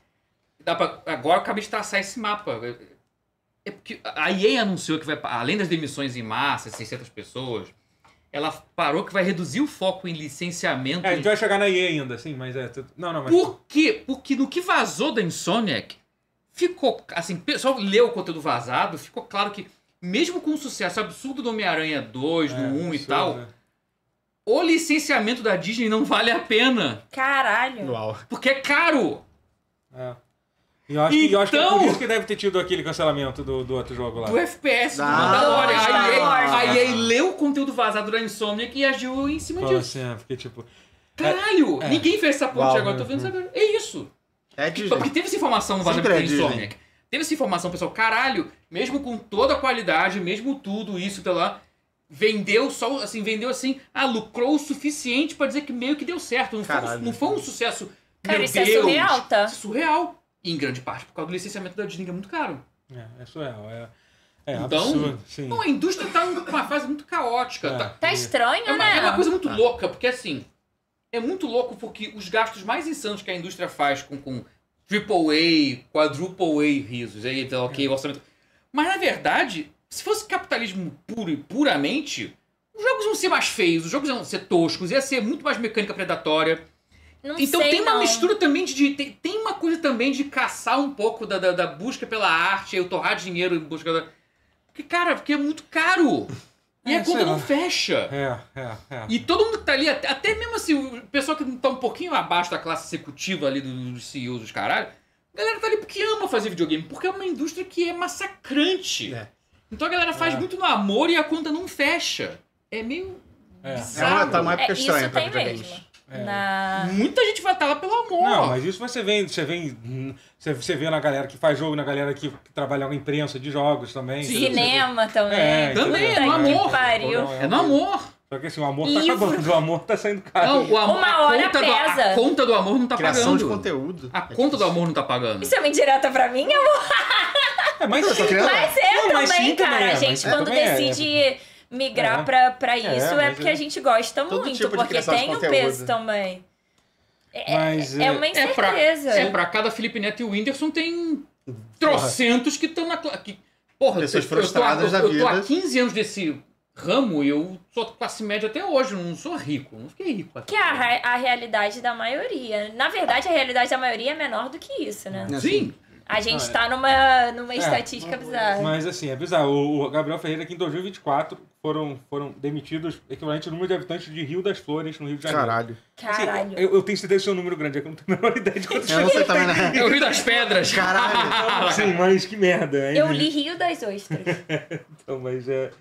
Dá pra, agora eu acabei de traçar esse mapa. É porque a EA anunciou que vai. pa- Além das demissões em massa, 600 pessoas, ela parou que vai reduzir o foco em licenciamento. É, a em- gente vai chegar na EA ainda, assim, mas é... tudo- Não, não, mas... Por quê? Porque no que vazou da Insomniac, ficou. Assim, o pessoal leu o conteúdo vazado, ficou claro que, mesmo com o sucesso absurdo do Homem-Aranha 2, do 1 e absurdo, tal, né? o licenciamento da Disney não vale a pena. Caralho. Uau. Porque é caro. É. E eu acho, que, eu acho que é por Então- é isso que deve ter tido aquele cancelamento do, do outro jogo lá. Do FPS, do Ah. Mandalorian. Ah. Aí, Ah. aí, aí leu o conteúdo vazado da Insomniac e agiu em cima Fala disso. assim, é, porque tipo... Caralho! É. né? Hum. Ninguém fez essa ponte Uau. agora, tô vendo saber. É isso. É Porque Disney. teve essa informação no vazamento Sempre da é Disney. Insomniac. Teve essa informação, pessoal. Caralho, mesmo com toda a qualidade, mesmo tudo isso, tá lá. Vendeu só, assim, vendeu assim, ah, lucrou o suficiente pra dizer que meio que deu certo. Não, foi um, Caralho. não foi um sucesso Cara, Meu isso é Deus! surreal, tá? Isso é surreal. E em grande parte por causa do licenciamento da Disney, que é muito caro. É, é surreal. É, é Então, absurdo. Sim. Não, a indústria tá numa fase muito caótica. É, Tá, Tá e- estranho, É uma, né? é uma coisa muito Ah. louca, porque assim, é muito louco porque os gastos mais insanos que a indústria faz com, com triple A, quadruple A risos, aí tá ok, o orçamento. Mas na verdade, se fosse capitalismo puro e puramente, os jogos iam ser mais feios, os jogos iam ser toscos, ia ser muito mais mecânica predatória. Não Então sei, tem uma não. mistura também de. de- tem, tem uma coisa também de caçar um pouco da, da, da busca pela arte, eu torrar dinheiro em busca da. Porque, cara, porque é muito caro. E É, a conta sei não lá. fecha. É, é, é. E todo mundo que tá ali, até- até mesmo assim, o pessoal que tá um pouquinho abaixo da classe executiva ali do- dos CEOs dos caralho, a galera tá ali porque ama fazer videogame, porque é uma indústria que é massacrante. É. Então a galera faz É. muito no amor e a conta não fecha. É meio É. É uma, bizarro. tá uma É, época isso estranha pra tem videogames. mesmo. É. Na... Muita gente vai estar lá pelo amor. Não, mas isso você vem, você vem, você, você vê na galera que faz jogo, na galera que trabalha com imprensa de jogos também. Sim. entendeu? Cinema né? também. É, Também, entendeu? no Puta que amor. pariu. Não, É no amor. Só que assim, o amor tá Livro. acabando, o amor tá saindo caro. Não, o amor, Uma a hora conta do, a pesa. conta do amor não tá Criação de pagando. conteúdo. A É conta do difícil. amor não tá pagando. Isso é uma indireta pra mim? Eu... É, mas Eu tô sim, criando. Mas é Não, mas também, sim, também cara. é, a mas gente, sim, quando também é, decide migrar É. pra, pra isso, é, mas porque é. a gente gosta Todo muito, tipo de porque criação de tem o conteúdo. peso também. Mas, É uma É pra, incerteza. é pra cada Felipe Neto e o Whindersson tem trocentos que estão na. cla- Que, porra, Pessoas eu- eu tô há- frustradas da eu, eu tô há vida. 15 anos desse ramo e eu sou classe média até hoje, eu não sou rico. Não fiquei rico. até Que é a, hoje. ra- a realidade da maioria. Na verdade, a realidade da maioria é menor do que isso, né? Sim, A gente Ah, é. tá numa, numa É, estatística uma bizarra. mas assim, é bizarro. O o Gabriel Ferreira que em 2024 foram, foram demitidos equivalente ao número de habitantes de Rio das Flores, no Rio de Janeiro. Caralho. Assim, Caralho. eu, eu tenho certeza que é um número grande, é que eu não tenho a menor ideia de quantos Eu não sei também, né? é o Rio das Pedras. Caralho. Sim, mas que merda. hein? Eu li Rio das Ostras. Então, mas é.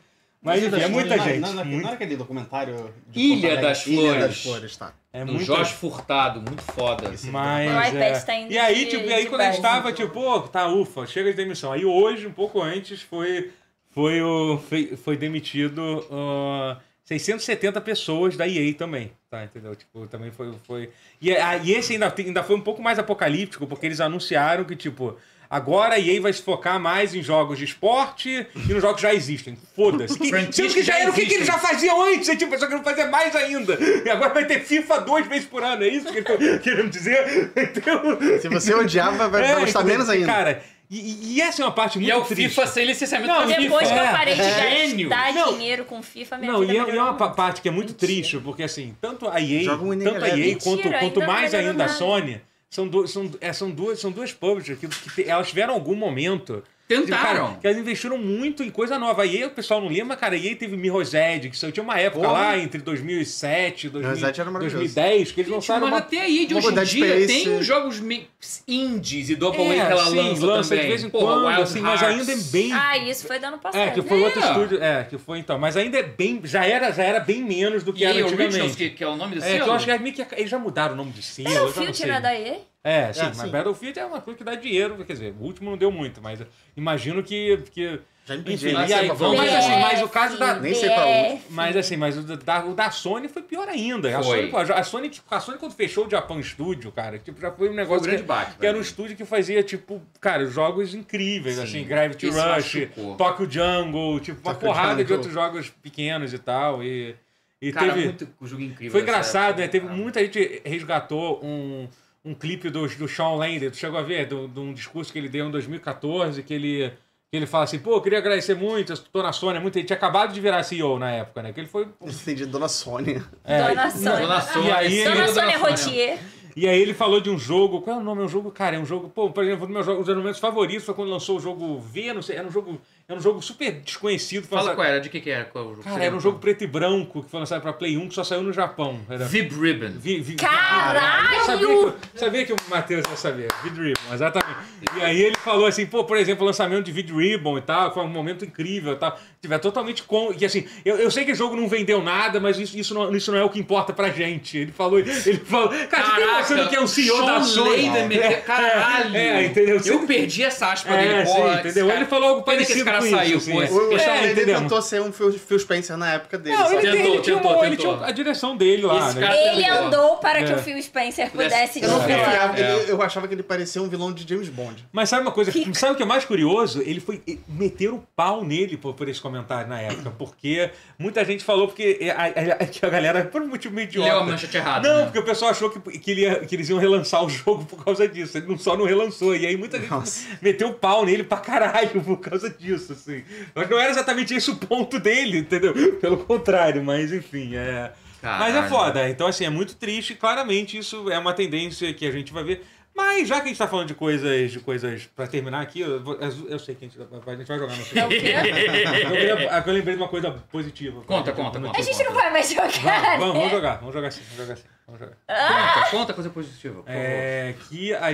Mas tá enfim, é muita Na- gente. Na, na, muito- na hora que é de documentário. de Ilha Porto Alegre, das Ilha Flores. das Flores, tá. É O muita Jorge Furtado, muito foda. Esse Mas, O iPad é. tá indo E aí, de- tipo, e aí de quando a gente base. tava, tipo, pô, tá, ufa, chega de demissão. Aí hoje, um pouco antes, foi, foi, o, foi, foi demitido ah, 670 pessoas da EA também, tá, entendeu? Tipo, também foi... foi... E, ah, e esse ainda, tem- ainda foi um pouco mais apocalíptico, porque eles anunciaram que, tipo... Agora a EA vai se focar mais em jogos de esporte e nos jogos que já existem. Foda-se. Que- Franquias Sendo que que já já era o que, que eles existem. já faziam antes. É tipo, só que não fazia mais ainda. E agora vai ter FIFA duas vezes por ano. É isso que eles estão querendo dizer? Então, Se você odiava, vai vai gostar então, menos ainda. Cara, e, e essa é uma parte muito E é o triste. FIFA sem licenciamento Não, pra FIFA. Depois que eu É, parei de é. Gênio. gastar Não. dinheiro com FIFA, minha Não, vida um- e é, e é melhorou uma pa- muito. parte que é muito Mentira. triste, porque assim, tanto a EA, Joga um Winning tanto a EA Eleven. quanto, Mentira, quanto ainda mais não melhorou ainda a nada. Sony, são, do, são, é, são duas, são duas publishers que, que te- elas tiveram algum momento Tentaram. Então, Cara, que elas investiram muito em coisa nova. A EA, o pessoal não lembra, cara, a EA teve Mirror's Edge, que só tinha uma época Porra. lá entre 2007 e Mirror's Edge era maravilhoso. 2010, que eles Gente, lançaram mas uma até aí, de uma hoje em Dead dia, Space. tem os jogos mi- indies e double É, A que ela sim, lança, também. de vez em Porra, quando, Wild assim, mas Hearts. ainda é bem Ah, isso foi dando passado. né? É, que foi outro É. estúdio. É, que foi então. Mas ainda é bem. Já era, já era bem menos do que E era aí, Originals, antigamente. que, que é o nome desse É, que eu acho que é meio que- eles já mudaram o nome de selo, eu já não Battlefield né, sei. era da EA? É, sim, É, mas sim. Battlefield é uma coisa que dá dinheiro, quer dizer, o último não deu muito, mas imagino que... que Já me enfim, pedi. lá, e aí, sei qual foi. mas assim, mas o BF, caso da... Nem sei qual é o BF. Mas assim, mas o da, o da Sony foi pior ainda. A Foi. Sony, pô, a Sony, tipo, a Sony quando fechou o Japan Studio, cara, tipo, já foi um Foi um negócio... grande que- baque. que era um velho. estúdio que fazia, tipo, cara, jogos incríveis, Sim. assim, Gravity Esse Rush, machucou. Tokyo Jungle, tipo, uma Tokyo porrada de Jungle. outros jogos pequenos e tal. E, e Cara, teve. muito jogo incrível. foi dessa engraçado, época, Ah. né? Teve cara. muita gente resgatou um, um clipe do, do Sean Lander, tu chegou a ver, do- de um discurso que ele deu em 2014, que ele. que Ele fala assim, pô, eu queria agradecer muito, eu tô na Sony, há muito. Ele tinha acabado de virar CEO na época, né? Que ele foi. é, Entendi, assim, Dona Sônia. Dona Sônia. Dona Sônia. E aí- esse Dona jogo da Sônia Rotier. E aí ele falou de um jogo. Qual é o nome? É um jogo, cara, é um jogo. Pô, por exemplo, um dos meus jogos, um dos meus favoritos foi quando lançou o jogo V, não sei, era um jogo. Era um jogo super desconhecido. foi Fala lançado- qual era, de que que era? Qual é o jogo? Cara, era um jogo preto e branco que foi lançado pra Play 1 que só saiu no Japão. Era... Vib Ribbon. Vi, vi- Caralho! Eu Sabia que, eu- sabia que o Matheus ia saber. Vid Ribbon, exatamente. E aí ele falou assim, pô, por exemplo, o lançamento de Vid Ribbon e tal, foi um momento incrível e tal. Tiver totalmente com. E assim, eu, eu sei que o jogo não vendeu nada, mas isso, isso, não, isso não é o que importa pra gente. Ele falou. Ele falou. Cara, você tem Caraca, pensando que é o CEO Sean da Sony. Layden meteu- Caralho! é, entendeu? Eu perdi essa aspa É, dele, sim, porra. esse entendeu? cara- Ele falou algo Pena que parecido esse cara com isso, saiu, assim. pô. O, o É, Sean Layden entendemos. tentou ser um Phil, Phil Spencer na época dele, Não, sabe? ele, tem- ele Tentou, tinha tentou, uma- ele tentou. tinha a direção dele lá, Esse né? cara- Ele Entendeu? andou para que É. o Phil Spencer Pudesse- pudesse Eu não É. confiava, É. ele- eu achava que ele parecia um vilão de James Bond. Mas sabe uma coisa? Sabe o que é mais curioso? Ele foi eh, meter o pau nele por, por esse comentário na época, porque muita gente falou porque é, a, é, é que a galera por um motivo meio Leu a idiota. manchete errada. Não, né? porque o pessoal achou que, que, ele ia- que eles iam relançar o jogo por causa disso. Ele não, só não relançou. E aí muita gente Nossa. meteu o pau nele pra caralho por causa disso, assim. Mas não era exatamente esse o ponto dele, entendeu? Pelo contrário, mas enfim, é. Mas é Caralho. foda. Então, assim, é muito triste. Claramente, isso é uma tendência que a gente vai ver. Mas já que a gente tá falando de coisas, de coisas pra terminar aqui, eu, vou- eu sei que a gente, vai- a gente vai jogar no É o quê? eu, queria- é eu lembrei de uma coisa positiva. Conta, Pra gente- conta, A conta. gente não vai mais jogar. Vamos, vamos, vamos né? jogar, vamos jogar sim, vamos jogar sim. Vamos jogar. Conta, conta coisa positiva. por É, que a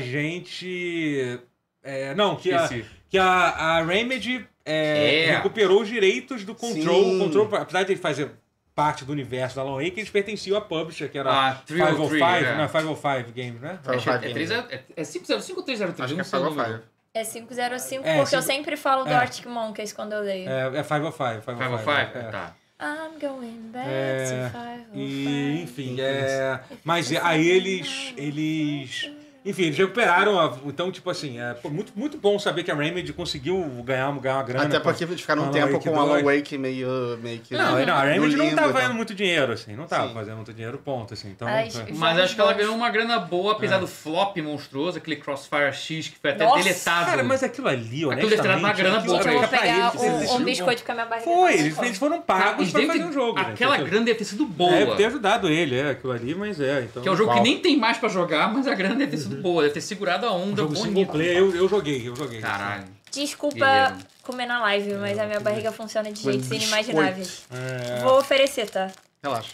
gente. é, não, que favor. a, Esqueci. que a, a Remedy é, É. recuperou os direitos do Control. Sim. O Control, apesar de ele fazer parte do universo da Alan Wake, eles pertenciam à publisher, que era Ah, 505, 303. é. não, 505 Games, né? Five Acho que É Five 3 é- é 505 ou 303? Acho Eu que não é sei o Five número. Five. É 505, É, porque eu cinco- sempre falo do é. Arctic Monkeys quando eu leio. É, é 505, 505. 505? é. Tá. I'm going back É, to 505. E, enfim, é, mas aí eles, eles, enfim, eles recuperaram, a- então, tipo assim, é pô, muito, muito bom saber que a Remedy conseguiu ganhar, ganhar uma grana. Até com- porque eles ficaram um Alan tempo Wake com o Alan dois. Wake meio, meio que. Não, não, a no Remedy não limbo tava e tal. ganhando muito dinheiro, assim, não tava é né? Sim. fazendo muito dinheiro, ponto, assim, então... Mas- é. Mas Jogos acho que ela bons. ganhou uma grana boa, apesar do flop monstruoso, aquele Crossfire X que foi até Nossa, deletado. Cara, mas aquilo ali, Aquilo honestamente... deve ter dado uma grana aquilo boa Gente, eu era vou pra pegar eles, um- eles um, existiam. biscoito com a minha barriga. Foi, tá eles, com eles foram Cara, pagos eles pra devem fazer ter- um jogo. né? Aquela Entendeu? grana deve ter sido boa. Deve ter ajudado ele, é, aquilo ali, mas é, então... Que é um jogo Qual? que nem tem mais pra jogar, mas a grana deve ter sido boa. Deve ter segurado a Um onda jogo single bonita. player, eu, eu joguei, eu joguei. Caralho. Desculpa Guerreiro. comer na live, mas a minha barriga funciona de Foi jeitos biscoito. inimagináveis. um É. Vou oferecer, tá? Relaxa.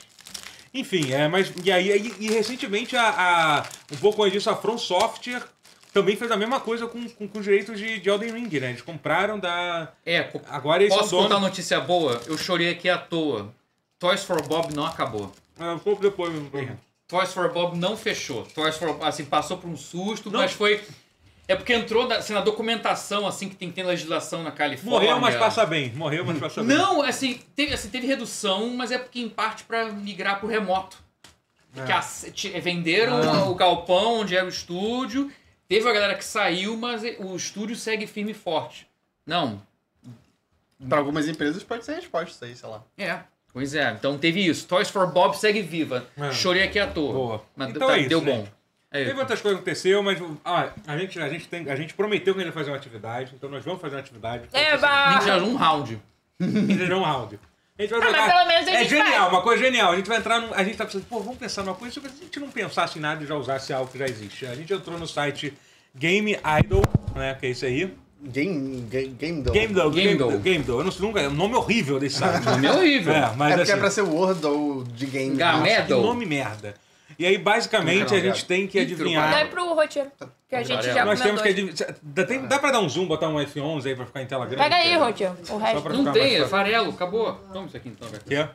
Enfim, é, mas e aí e, e recentemente a, a- um pouco antes disso a From Software também fez a mesma coisa com, com, com os direitos de, de Elden Ring, né? Eles compraram da É, co- agora eles posso são contar donos. uma notícia boa? Eu chorei aqui à toa. Toys for Bob não acabou. Ah, um pouco depois. É. Toys for Bob não fechou. Toys for assim passou por um susto, Não. mas foi é porque entrou na, assim, na documentação assim que tem que ter legislação na Califórnia. Morreu, mas passa bem. Morreu, mas passa bem. Não, assim teve, assim, teve redução, mas é porque em parte pra migrar pro remoto. É. Porque a- te- venderam Ah. o galpão onde era o estúdio, teve a galera que saiu, mas eh, o estúdio segue firme e forte. Não, Pra algumas empresas pode ser resposta aí, sei lá. é. Pois é, então teve isso. Toys for Bob segue viva. É. Chorei aqui à toa. Boa. Mas Então tá- é isso, deu gente. bom. É isso. Teve outras coisas que aconteceu, mas ah, a, gente, a, gente tem, a gente prometeu que a gente ia fazer uma atividade, então nós vamos fazer uma atividade. É, Eba! Ninja um round. Ninja um round. A gente vai Ah, jogar. mas pelo menos a é gente genial, faz. uma coisa genial. A gente vai entrar num. A gente tá pensando, pô, vamos pensar numa coisa. Se a gente não pensasse em nada e já usasse algo que já existe. A gente entrou no site Game Idol, né? Que é isso aí. Game. Game, game Dome. Game Idol, Game Gamedol. Idol. Game Idol. Eu não sei nunca. É um nome horrível desse site. É horrível. é, É mas porque assim. é pra ser Word ou de game. né? Gamé? que nome merda. E aí, basicamente, a gente tem que Ih, trocou. adivinhar. Dá pro roteiro, que a gente já é Nós temos comeu que dois. adivinhar. Dá, tem- dá pra dar um zoom, botar um F11 aí pra ficar em tela grande? Pega aí, roteiro, o Só resto. pra Não ficar tem, mais é fácil. farelo, acabou. Toma isso aqui então, velho. Quê? É,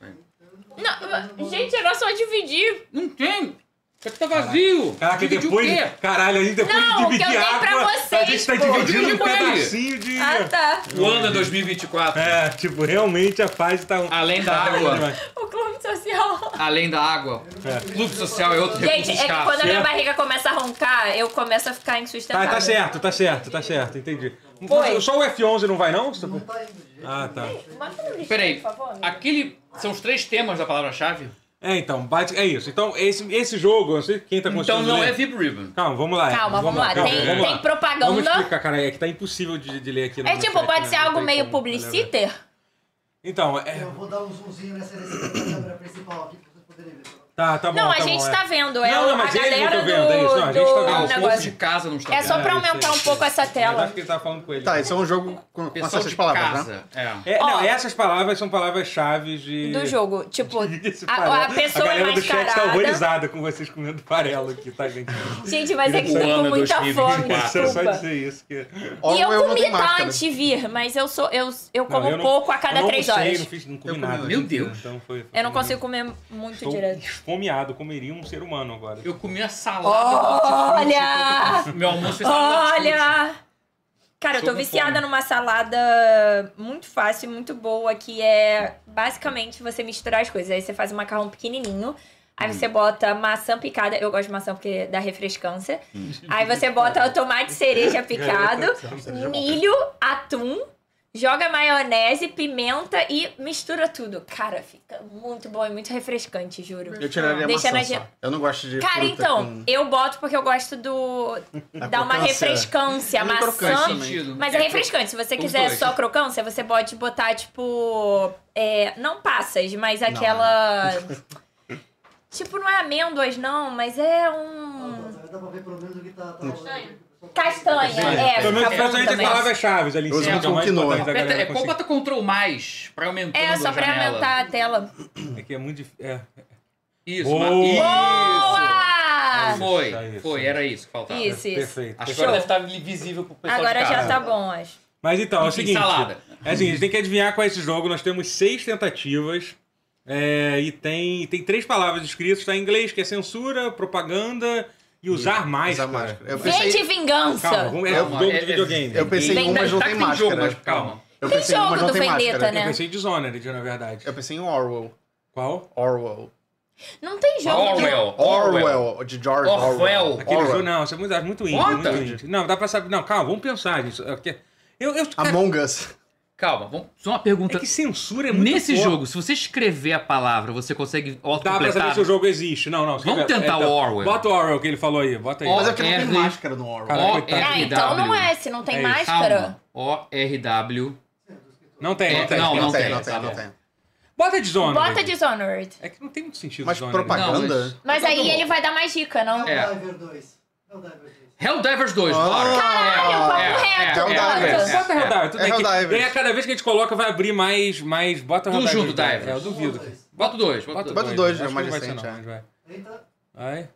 vai. Não, gente, era só dividir. Não tem! Isso aqui tá vazio! Caraca, Dividir depois. o de- quê? Caralho, a gente depois Não, de o que dividir eu dei pra água. a vocês, gente tá pô. Eu dividindo um dividi com ele. pedacinho de. Ah, tá. O ano é 2024. É, tipo, realmente a fase tá um. Além da água. O clube social. Além da água. É. Clube social é outro Gente, recurso é que quando a escasso. É. minha barriga começa a roncar, eu começo a ficar Tá, insustentável. tá certo, tá certo, tá certo, entendi. Então, Foi. Só o F11 não vai, não? Não tá indo de jeito Ah, tá. Bota no lixo, Peraí, um por favor. amigo. aquele. São os três temas da palavra-chave. É, então, bate, é isso. Então, esse, esse jogo, eu não sei quem tá Então conseguindo não ler. é Vib Ribbon. Calma, vamos lá. Calma, vamos lá. calma, Tem- vamos tem lá. propaganda. Vamos explicar, cara, é que tá impossível de, de ler aqui. no É meu tipo, site, pode né? ser Não algo tem meio como, galera. Tá publiciter? Então, é, Eu vou dar um zoomzinho nessa nessa câmera principal aqui pra vocês poderem ver. tá, tá bom. Não, a tá gente bom, tá é. vendo. É Não, não, a mas ele galera não tá vendo, é isso. Não, a gente tá do- vendo. Ah, do o povo de negócio. casa não está É só vendo. pra É, isso aumentar aí, um pouco essa Eu acho tela. que ele tá falando com ele. Tá, isso é um jogo com, com Pessoal essas de palavras, né? casa. É. É, não, Ó. essas palavras são palavras-chave de... Do jogo. Tipo, Esse farelo. a, a pessoa é galera do chat tá mascarada. horrorizada com vocês comendo farelo aqui, tá, gente? Gente, mas é que um eu O ano tô com é muita 2024. fome, Isso é só desculpa. dizer isso. Que... E eu comi tenho tá é máscara. antivir, mas eu sou eu, eu Não, como eu não- pouco a eu cada não três almocei, horas. Não, fiz, não comi Eu comi nada. hoje. Meu Deus. Então foi, foi Eu não comigo. consigo comer muito Estou direto. esfomeado, comeria um ser humano agora. Eu comi a um salada. Olha! Meu almoço foi salada. Oh! Olha! Cara, eu Tô tô com viciada fome. numa salada muito fácil e muito boa, que é basicamente você misturar as coisas. Aí você faz um macarrão pequenininho, aí Hum. você bota maçã picada. Eu gosto de maçã porque dá refrescância. Hum. Aí você bota o tomate cereja picado, milho, atum, joga maionese, pimenta e mistura tudo. Cara, fica muito bom e muito refrescante, juro. Eu tiraria a Deixa maçã na só. Eu não gosto de Cara, fruta então, com... eu boto porque eu gosto do. Da dá uma crocância. refrescância. É E Maçã. crocância. Faz sentido. Mas é refrescante. Se você Os quiser dois. só crocância, você pode botar, tipo. é, não passas, mas aquela. tipo, não é amêndoas, não, mas é um. Dá pra ver pelo menos o que tá... tá Castanha, é. Pelo menos fica bom essa gente é também. palavra-chave ali em Eu uso cima, muito que é o mais quinoa. importante da Aperta- galera é, conseguir. bota Ctrl mais pra aumentar É, só pra aumentar a tela. É que é muito difícil. É. Isso, Boa! ma- isso. Boa! Isso, Foi, tá isso. foi, era isso que faltava. Isso, isso. Perfeito. Acho que perfeito. agora deve estar visível pro pessoal Agora de casa. já tá bom, acho. Mas então, é o Enfim, seguinte. salada. É assim, a gente tem que adivinhar qual é esse jogo. Nós temos seis tentativas. é, e tem, tem três palavras escritas, tá em inglês, que é censura, propaganda e usar mais. Usar cara. máscara. Eu pensei, Gente, vingança! Calma, vamos, é Eu- um jogo é- de é- videogame. eu pensei em Vem, um, vem, mas não tá tem que tem jogo, máscara. mas calma. Eu Tem pensei em um, mas jogo não do tem Vendetta, máscara. Eu né? pensei em Dishonored, na verdade. Eu pensei em Orwell. Qual? Orwell. Não tem jogo. Orwell. Orwell. Orwell, de George Orwell. Orwell. Aquele jogo, não, isso é muito, muito indie, Bota. muito indie. Não, dá pra saber. Não, calma, vamos pensar nisso. É que- Eu, eu, cara, Among Us. Calma, vamos. Só uma pergunta. é que censura é muito Nesse forte. jogo, se você escrever a palavra, você consegue Dá pra saber autocompletar? se o jogo existe. Não, não. Vamos tentar o Orwell. então, Bota o Orwell que ele falou aí. Bota aí. Mas é porque não tem R. máscara no Orwell. Cara, O coitado. É, R então não W. é. Se não tem É isso. máscara. Calma. O R W. Não tem, não É, tem. não, Não tem, tem, não tem, tá não bom. tem. Bota Dishonored. Bota Dishonored. É que não tem muito sentido Mas Dishonored. propaganda? Mas aí ele vai dar mais dica, não? É É. o Diver 2. É o Diver 2. Helldivers 2, Ah, bora. Caralho, papo é, reto, é, é, bota. Não. Bota Helldivers, tudo É bem. que- Helldivers. E aí, a cada vez que a gente coloca, vai abrir mais. mais bota Tudo Helldivers. junto, Divers. É, eu duvido. que- Bota o 2, bota o Bota 2. o dois, dois, acho é mais que não vai ser, recente, não, é. mas vai. Eita. Aí.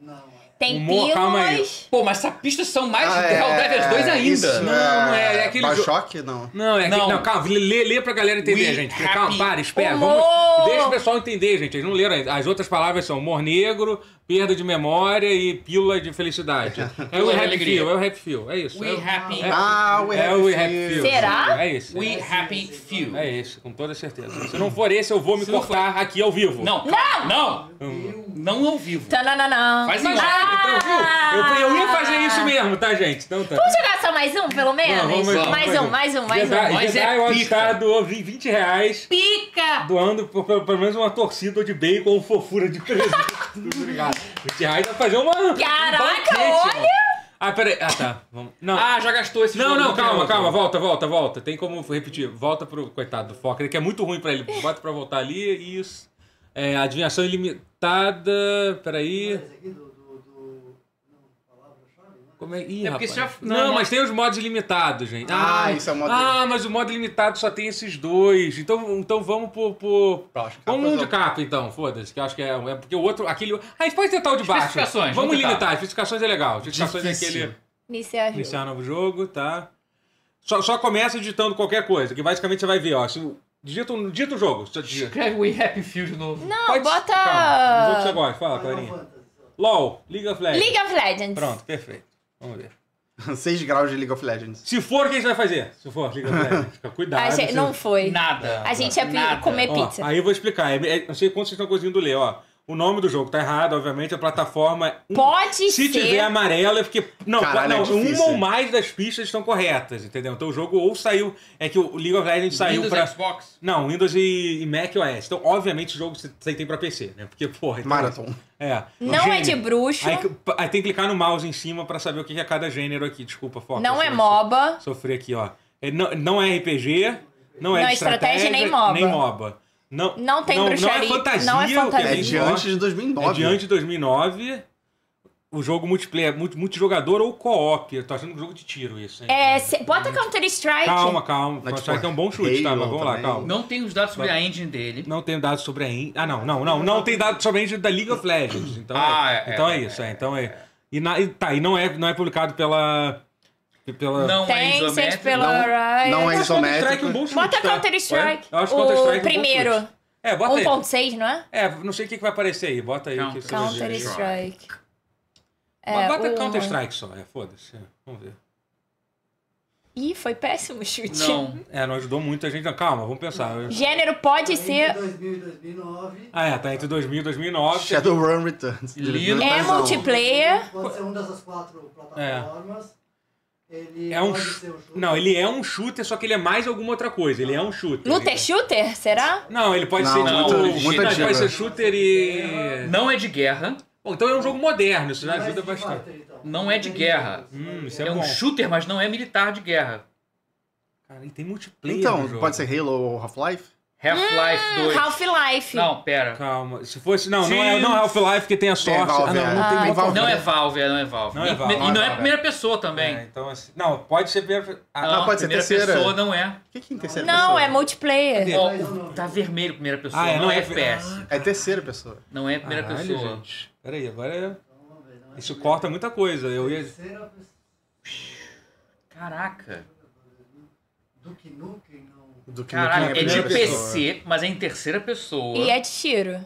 Não, é. Tem Humor, calma aí. pílulas. Pô, mas essas pistas são mais Ah, é, Helldivers 2 ainda. isso, né? Não, não é, é aquele jogo- Bioshock? Não. Não, é que- Não. não. calma, lê, lê pra galera entender, We gente. happy Calma, para, espera. humor. Vamos, deixa o pessoal entender, gente. Eles não leram. ainda. As outras palavras são humor negro, perda de memória e pílula de felicidade. É o Pílula de Happy alegria. Feel, é o Happy Feel. É isso. We é o- happy, É. Ah, We É Happy o We Few. Happy Few. Será? É isso. we happy few. É isso, com toda certeza. Se não for esse, eu vou me Se não cortar aqui ao vivo. Não, não, não, não ao vivo. Tá. Tananana. Faz mais. Então, viu? Eu, eu ia fazer isso Ah. mesmo, tá, gente? Então tá. Vamos jogar só mais um, pelo menos? Não, vamos mais, um, mais um, mais Jedi, um. Mas Jedi é All pica. Star doou 20 reais, Pica! doando por- por- pelo menos uma torcida de bacon ou fofura de presente. Muito Obrigado. 20 reais vai fazer uma. um Caraca, banquete, olha! mano. Ah, peraí. Ah, tá. Vamos. Não. Ah, já gastou esse não, jogo, não, tem calma, outro. calma, volta, volta, volta. Tem como repetir. Volta pro coitado do Fokker, que é muito ruim pra ele. Bota pra voltar ali. Isso. É, adivinhação ilimitada. Peraí. Esse aqui do... do, do... Não, palavra-chave, né? Como é? Ih, É porque rapaz. você já- Não, mas tem os modos ilimitados, gente. Ah, isso é o modo- Ah, mas o modo limitado só tem esses dois. Então, então vamos por. por... Acho que é uma Vamos um coisa- de capa, então, foda-se, que eu acho que é, é porque o outro, aquele... Ah, pode tentar o de baixo. Especificações, Vamos vamos tentar. limitar, especificações é legal. Especificações Difícil. é aquele... Iniciar. Iniciar novo jogo, tá. Só, só começa digitando qualquer coisa, que basicamente você vai ver, ó. Se, o- digita, um- digita o jogo. Só digita. Escreve We Happy Few de novo. Não, Pode- Calma, um jogo que você gosta. bota. Fala, Final Clarinha. Fantasy. só. LOL, League of Legends. League of Legends. Pronto, perfeito. Vamos ver. 6 graus de League of Legends. Se for, o que a gente vai fazer? Se for, League of Legends. Fica cuidado. A gente- Tá, você- não foi. Nada. A gente ia pe- Nada. comer Ó, pizza. aí eu vou explicar. É- é- não sei quanto vocês estão conseguindo ler, ó. O nome do jogo tá errado, obviamente, a plataforma. é um- Pode Se ser. tiver amarelo, é porque. Não, Caralho, é não uma difícil. ou mais das pistas estão corretas, entendeu? Então o jogo ou saiu. É que o League of Legends saiu Windows, pra. Xbox. Não, Windows e, e Mac OS. Então, obviamente, o jogo você você tem pra PC, né? Porque, porra. então- Marathon. É. Não é de bruxo. Aí, aí tem que clicar no mouse em cima pra saber o que é cada gênero aqui. Desculpa, foco. não é mó MOBA. sofrer aqui, ó. É, não, não é RPG, não, é Não é de estratégia, estratégia, nem MOBA. nem MOBA. Não, Não tem não, bruxaria, Não é fantasia. não é o que fantasia. É bem de forte. antes de É 2009. de antes de 2009. O jogo multiplayer, multi- multijogador ou co-op. Eu tô achando um jogo de tiro isso, hein? É, se- bota Counter-Strike. Calma, calma. Mas, Mas, tipo, é um bom chute, tá? Halo Mas vamos lá, também. calma. Não tem os dados sobre a engine dele. Não tenho dados sobre a Ind- Ah, não, não, não. Não tem dados sobre a Ind da League of Legends. Então, Ah, é, é, então é, é, isso. É, então é. E, na- e tá, e não é, não é publicado pela. pela... Não é Tem, sente isométrico. pela Não- Riot. não é Eu acho Counter-Strike isométrico. um bom chute, Bota tá? Counter-Strike. Eu acho O Counter-Strike um bom primeiro. chute. É, bota aí. 1.6, não é? É, não sei o que que vai aparecer aí. Bota aí. Counter. que você vai ver. Counter Strike. Mas bota É, o- Counter Strike só, é, foda-se. é, Vamos ver. Ih, foi péssimo o chute. Não. É, não ajudou muito a gente. não, Calma, vamos pensar. Gênero pode Entre ser 2000 e 2009. Ah, é, tá entre 2000 e 2009. Shadowrun Returns. Lilo. é multiplayer. Pode ser uma dessas quatro plataformas. Ele É um pode ch- ser um chute. Não, ele é um shooter, só que ele é mais alguma outra coisa. Ele é um shooter. Looter Ele- shooter, será? Não, ele pode Não, ser muito- tipo. muito não, ele antigo, pode né? ser shooter e. Não é de guerra, Bom, então é um jogo moderno, isso já Não é ajuda Street bastante. Fighter, então. Não é de Tem guerra. jogos, Hum, né? isso é, É um bom. shooter, mas não é militar de guerra. Cara, e tem multiplayer. no Então, jogo. pode ser Halo ou Half-Life? Half-Life 2. Hum, Half-Life. Não, pera. Calma. Se fosse. Não, não é, Sim. não é Half-Life que tem a sorte. Valve, ah, não, não é. tem Ah, nem então. Valve. Não é Valve, é, não é Valve. Não é E- Valve, E não é não é Valve. primeira pessoa também. É, então, assim, não, pode ser. primeira- Ah, não, pode ser primeira terceira. pessoa não é. O que, que é em terceira Não, pessoa? é multiplayer. Cadê? Ó, Mas o- não. tá vermelho primeira pessoa, Ah, é, não, não é é- FPS. É terceira pessoa. Não é primeira caralho, pessoa. gente. Peraí, agora é- Então, vamos ver, não é Isso primeira- corta muita coisa. Eu ia. Terceira pessoa. Caraca. é Duke Nukem, não. Do que Caraca, do que é de primeira pessoa. PC, mas é em terceira pessoa. E é de tiro.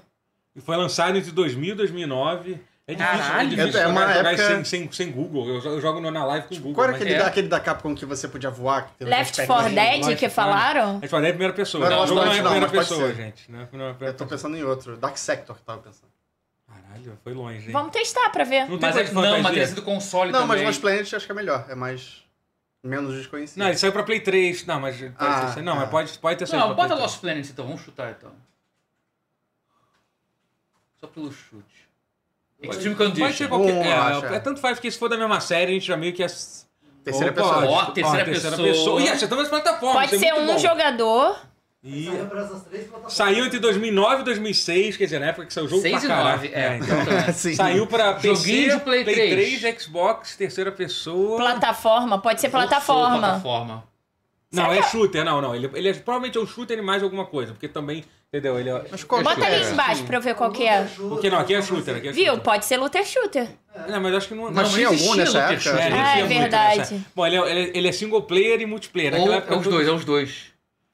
E foi lançado entre 2000 e 2009. É difícil, Caralho. é difícil É, é uma jogar, jogar época- Tipo, sem, sem, sem Google. Eu, jo- eu jogo no- na live com o Google. Qual era mas- aquele, É. da, aquele da Capcom que você podia voar? Que tem os Left aspectos? 4 Dead, que falaram? A gente fala, é primeira pessoa. Não, Não, não, o jogo não é não, primeira mas pode pessoa, ser. gente. Não é primeira Eu tô pessoa. pensando em outro. Dark Sector que eu tava pensando. Caralho, foi longe, hein? Vamos testar pra ver. Não tem Mas coisa é, de não, mas tem fantasia. sido console Não, mas também. Lost Planet eu acho que é melhor. É mais... Menos desconhecido. Não, ele saiu pra Play 3. Não, mas pode Ah, ser- não, mas ah. pode, pode ter saído Não, pra bota Play Lost Planet então, vamos chutar então. Só pelo chute. Extreme três. Pode ser Condition. qualquer... Bom, eu acho, é, é. é, tanto faz, porque se for da mesma série, a gente já meio que... As... Terceira Opa, pessoa. Ó, terceira pessoa. E acertamos as plataformas. Pode isso é ser um muito bom. jogador. E... Saiu para é essas três plataformas. Saiu entre 2009 e 2006, quer dizer, na época que saiu o jogo 6 pra e caralho. 9, é. então. Sim. Saiu pra PC, Joguinho de Play 3. Xbox, terceira pessoa. Plataforma, pode ser plataforma. plataforma. Não, é shooter, não, não. Ele, ele é, provavelmente é um shooter e mais alguma coisa, porque também, entendeu? Ele é... Mas qual Bota ali é? embaixo pra eu ver qual que é. Porque não, aqui é shooter, aqui é Viu? shooter. Pode ser looter shooter. Não, mas eu acho que não... Mas não, não tinha existia algum nessa Looter época? ele Shooter. É, existia é muito verdade. nessa- Bom, ele é, ele é- ele é single player e multiplayer. Ou Naquela é época os todo- dois, é os dois.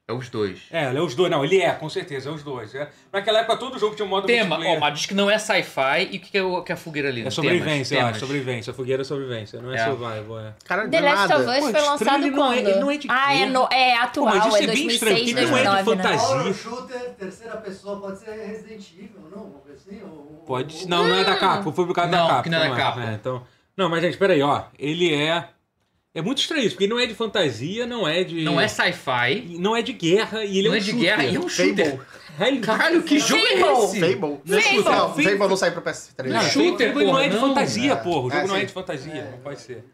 É os dois. É, ele é os dois. Não, ele é, com certeza, é os dois. É. Naquela época todo jogo tinha um modo Tema, ó, multiplayer. mas diz que não é sci-fi e o que, que, é o- que é a fogueira ali? É sobrevivência, eu temas, acho. Sobrevivência. Fogueira é sobrevivência. Não é, É. survival, é. Caralho, The do Last nada. of Us Pô, foi estranho, lançado ele não é- quando? ele não é de ah, é, guerra. no- é Pô, atual, mas isso é é bem estranho, 2006, porque não é de 2009, né? fantasia. Horror shooter, terceira pessoa, pode ser Resident Evil, não? Uma coisa assim? Ou, Pode. ou- Não, não é da Capcom, foi publicado Não, da Capcom. que não é da mas- Capcom. então... Não, mas gente, peraí, ó. Ele é. É muito estranho isso, porque não é de fantasia, não é de. Não é sci-fi, Não é de guerra e ele não é é um de shooter. guerra e é um shooter. Fable. Caralho, Caralho, que jogo é Fable. esse? Fable. Não é Fable. shooter, Não, Fable. Fable não saiu pra PS3. Não, shooter, shooter, Fable não porra, é de não. fantasia, É. porra. O jogo É, não é sim. de fantasia, É. não pode ser.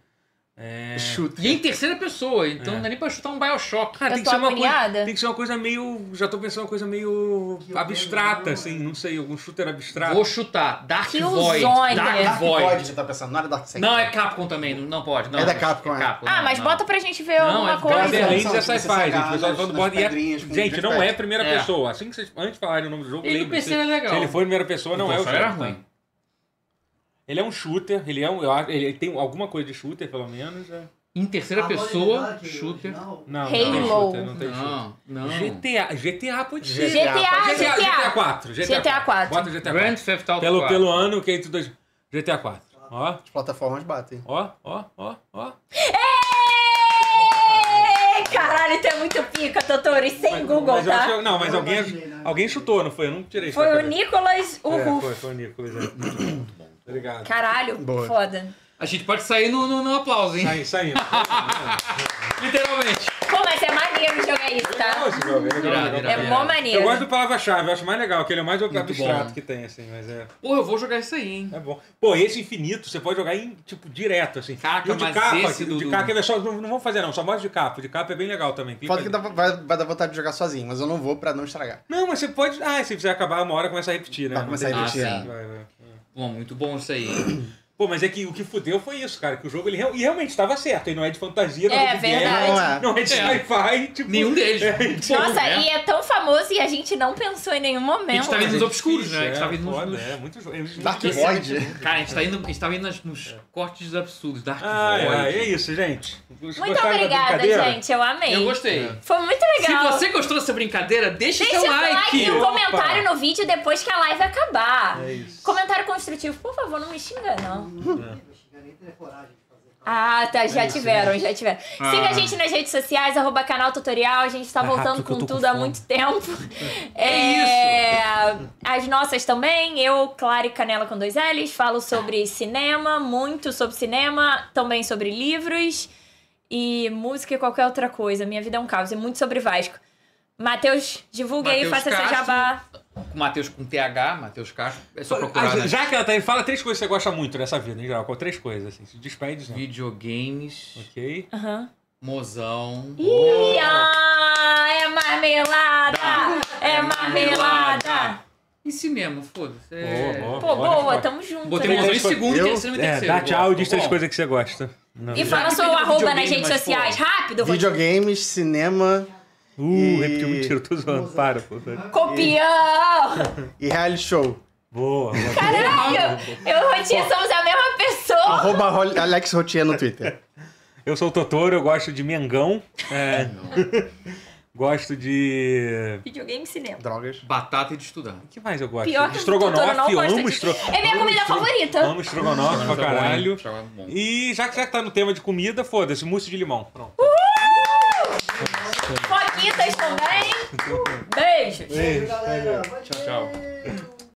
É... Shooter. E é em terceira pessoa, então não é nem pra chutar um Bioshock. Cara, Eu tem que ser tô uma agoniada. coisa, tem que ser uma coisa meio, já tô pensando uma coisa meio Que eu abstrata não- assim, não sei, algum shooter abstrato. Vou chutar Dark Void. Dark, Killzone. Dark Void. Void, você tá pensando. Não era Dark Sector. Não, é Capcom também, não- não pode. Não, É da Capcom, é. Ah, não, mas não. bota pra gente ver Não, alguma é coisa. Borderlands São- é são- sci-fi, gente. são- O pessoal são- todo são- borda. e é- pedrinhas com Gente, não é jetpack. primeira É. pessoa. Assim que vocês. Antes de falarem o nome do jogo, Ele lembrem. PC se, era legal. se ele for primeira pessoa, não O é o console jogo. Então era tá? ruim. Ele é um shooter, ele é um. eu acho- Ele tem alguma coisa de shooter, pelo menos. é. Em terceira A pessoa, modalidade shooter. original, Não, não tem Halo. shooter, não tem shooter. Não, não. GTA, GTA pode ser. GTA, GTA, GTA, GTA GTA. 4. GTA 4. Bota GTA 4. Grand Theft Auto Pelo, 4. pelo ano que é entre dois. GTA 4. Ó, As plataformas batem. ó, ó, ó, ó. Ê, Caralho, tu é muito pica, Totores, sem Mas- Google, mas eu tá? acho que- não, mas Eu alguém, imaginei, né? alguém chutou, não foi? Eu não tirei isso da Foi o cabeça. Nicolas, o É, Rufo. foi, foi o Nicolas. é. Muito bom. Obrigado. Caralho, Boa. foda. A gente pode sair no, no, no aplauso, hein? Saindo, saindo. Tá. Literalmente. Pô, mas é maneiro jogar isso, Legal tá? esse jogo, é legal, Irado, legal. irado. É mó maneiro. Eu gosto do palavra-chave, eu acho mais legal, que ele é o mais abstrato bom. que tem, assim, mas é, Pô, eu vou jogar isso aí, hein? é bom. Pô, esse infinito, você pode jogar em, tipo, direto, assim. Caraca, E o de mas capa, esse o do- de do- capa, quer ver só, não, não vamos fazer não, só mostra de capa, o de capa é bem legal também. tem Foda que fazer. dá- vai, vai dar vontade de jogar sozinho, mas eu não vou pra não estragar. Não, mas você pode, ah, se você acabar uma hora, começa a repetir, né? Vai começar Tá, a Não tem repetir, jeito. né? Vai, vai, vai. Bom, muito bom isso aí. Pô, mas é que o que fudeu foi isso, cara. Que o jogo ele real- e realmente estava certo. Ele não é de fantasia, não é, É, de guerra, verdade. Não é. não é de É. sci-fi. Tipo, Nenhum deles. É, tipo, Nossa, né? e é tão famoso e a gente não pensou em nenhum A gente momento. tá vendo nos é obscuros, né? A difícil, gente tá vendo nos- foda, nos. É, muito jo- é muito Dark difícil. Void. Cara, a gente tá indo, a gente tá indo nas- nos cortes absurdos, Dark Ai, ai, é Void. isso, gente. Gostaram Muito da obrigada, brincadeira? gente. Eu amei. Eu gostei. Foi muito legal. Se você gostou dessa brincadeira, deixa, Deixa o seu like, like. e um Opa. comentário no vídeo depois que a live acabar. É isso. Comentário construtivo, por favor, não me xinga, não. Não chegar nem a ter coragem de fazer. Ah, É tá, já tiveram, né? já tiveram. Ah. Siga a gente nas redes sociais, arroba canal tutorial, a gente tá Vai rápido, voltando que eu com tô com tudo há fome. muito tempo. É As nossas também, eu, Clara e Canela com dois L's, falo sobre cinema, muito sobre cinema, também sobre livros e música e qualquer outra coisa. Minha vida é um caos, é muito sobre Vasco. Matheus, divulgue aí, Matheus faça seu Castro. jabá. Com Matheus com TH, Matheus Castro. É só procurar. Ah, né? Já que ela tá aí, fala três coisas que você gosta muito dessa vida, em geral. Qual três coisas, assim? Se despede, né? Videogames, Ok. Aham. mozão. Ih, ah, é marmelada! É marmelada! E cinema, foda-se. Boa, É... boa. Pô, boa, Ótimo. tamo junto. Botei né? mozão em Eu- segundo e cinema em É, terceiro. dá tchau Boa, Tá e diz boa. três coisas que você gosta. Não. E fala Já seu que tem arroba né, nas videogame, redes mas, sociais, pô. é rápido, Rodrigo. Videogames, cinema Uh, E- repetiu mentira, tô zoando. Para, pô. tá. para. Copião! e reality show. Boa. boa. Caralho! Eu e o Rotinha somos a mesma Ah. pessoa! Arroba Ro- Alex Rotier no Twitter. Eu sou o Totoro, eu gosto de Mengão. É, gosto de. Videogame e cinema. Drogas. Batata e de estudar. O que mais eu gosto? Pior que de o Totoro não estrogonofe, eu gosta amo de- estrogonofe. É minha comida favorita! Amo estrogonofe é pra caralho. Joga bom. E já que, já que tá no tema de comida, foda-se, mousse de limão. Pronto. Foquitas também! Beijos! Beijo, galera. Tchau. Valeu.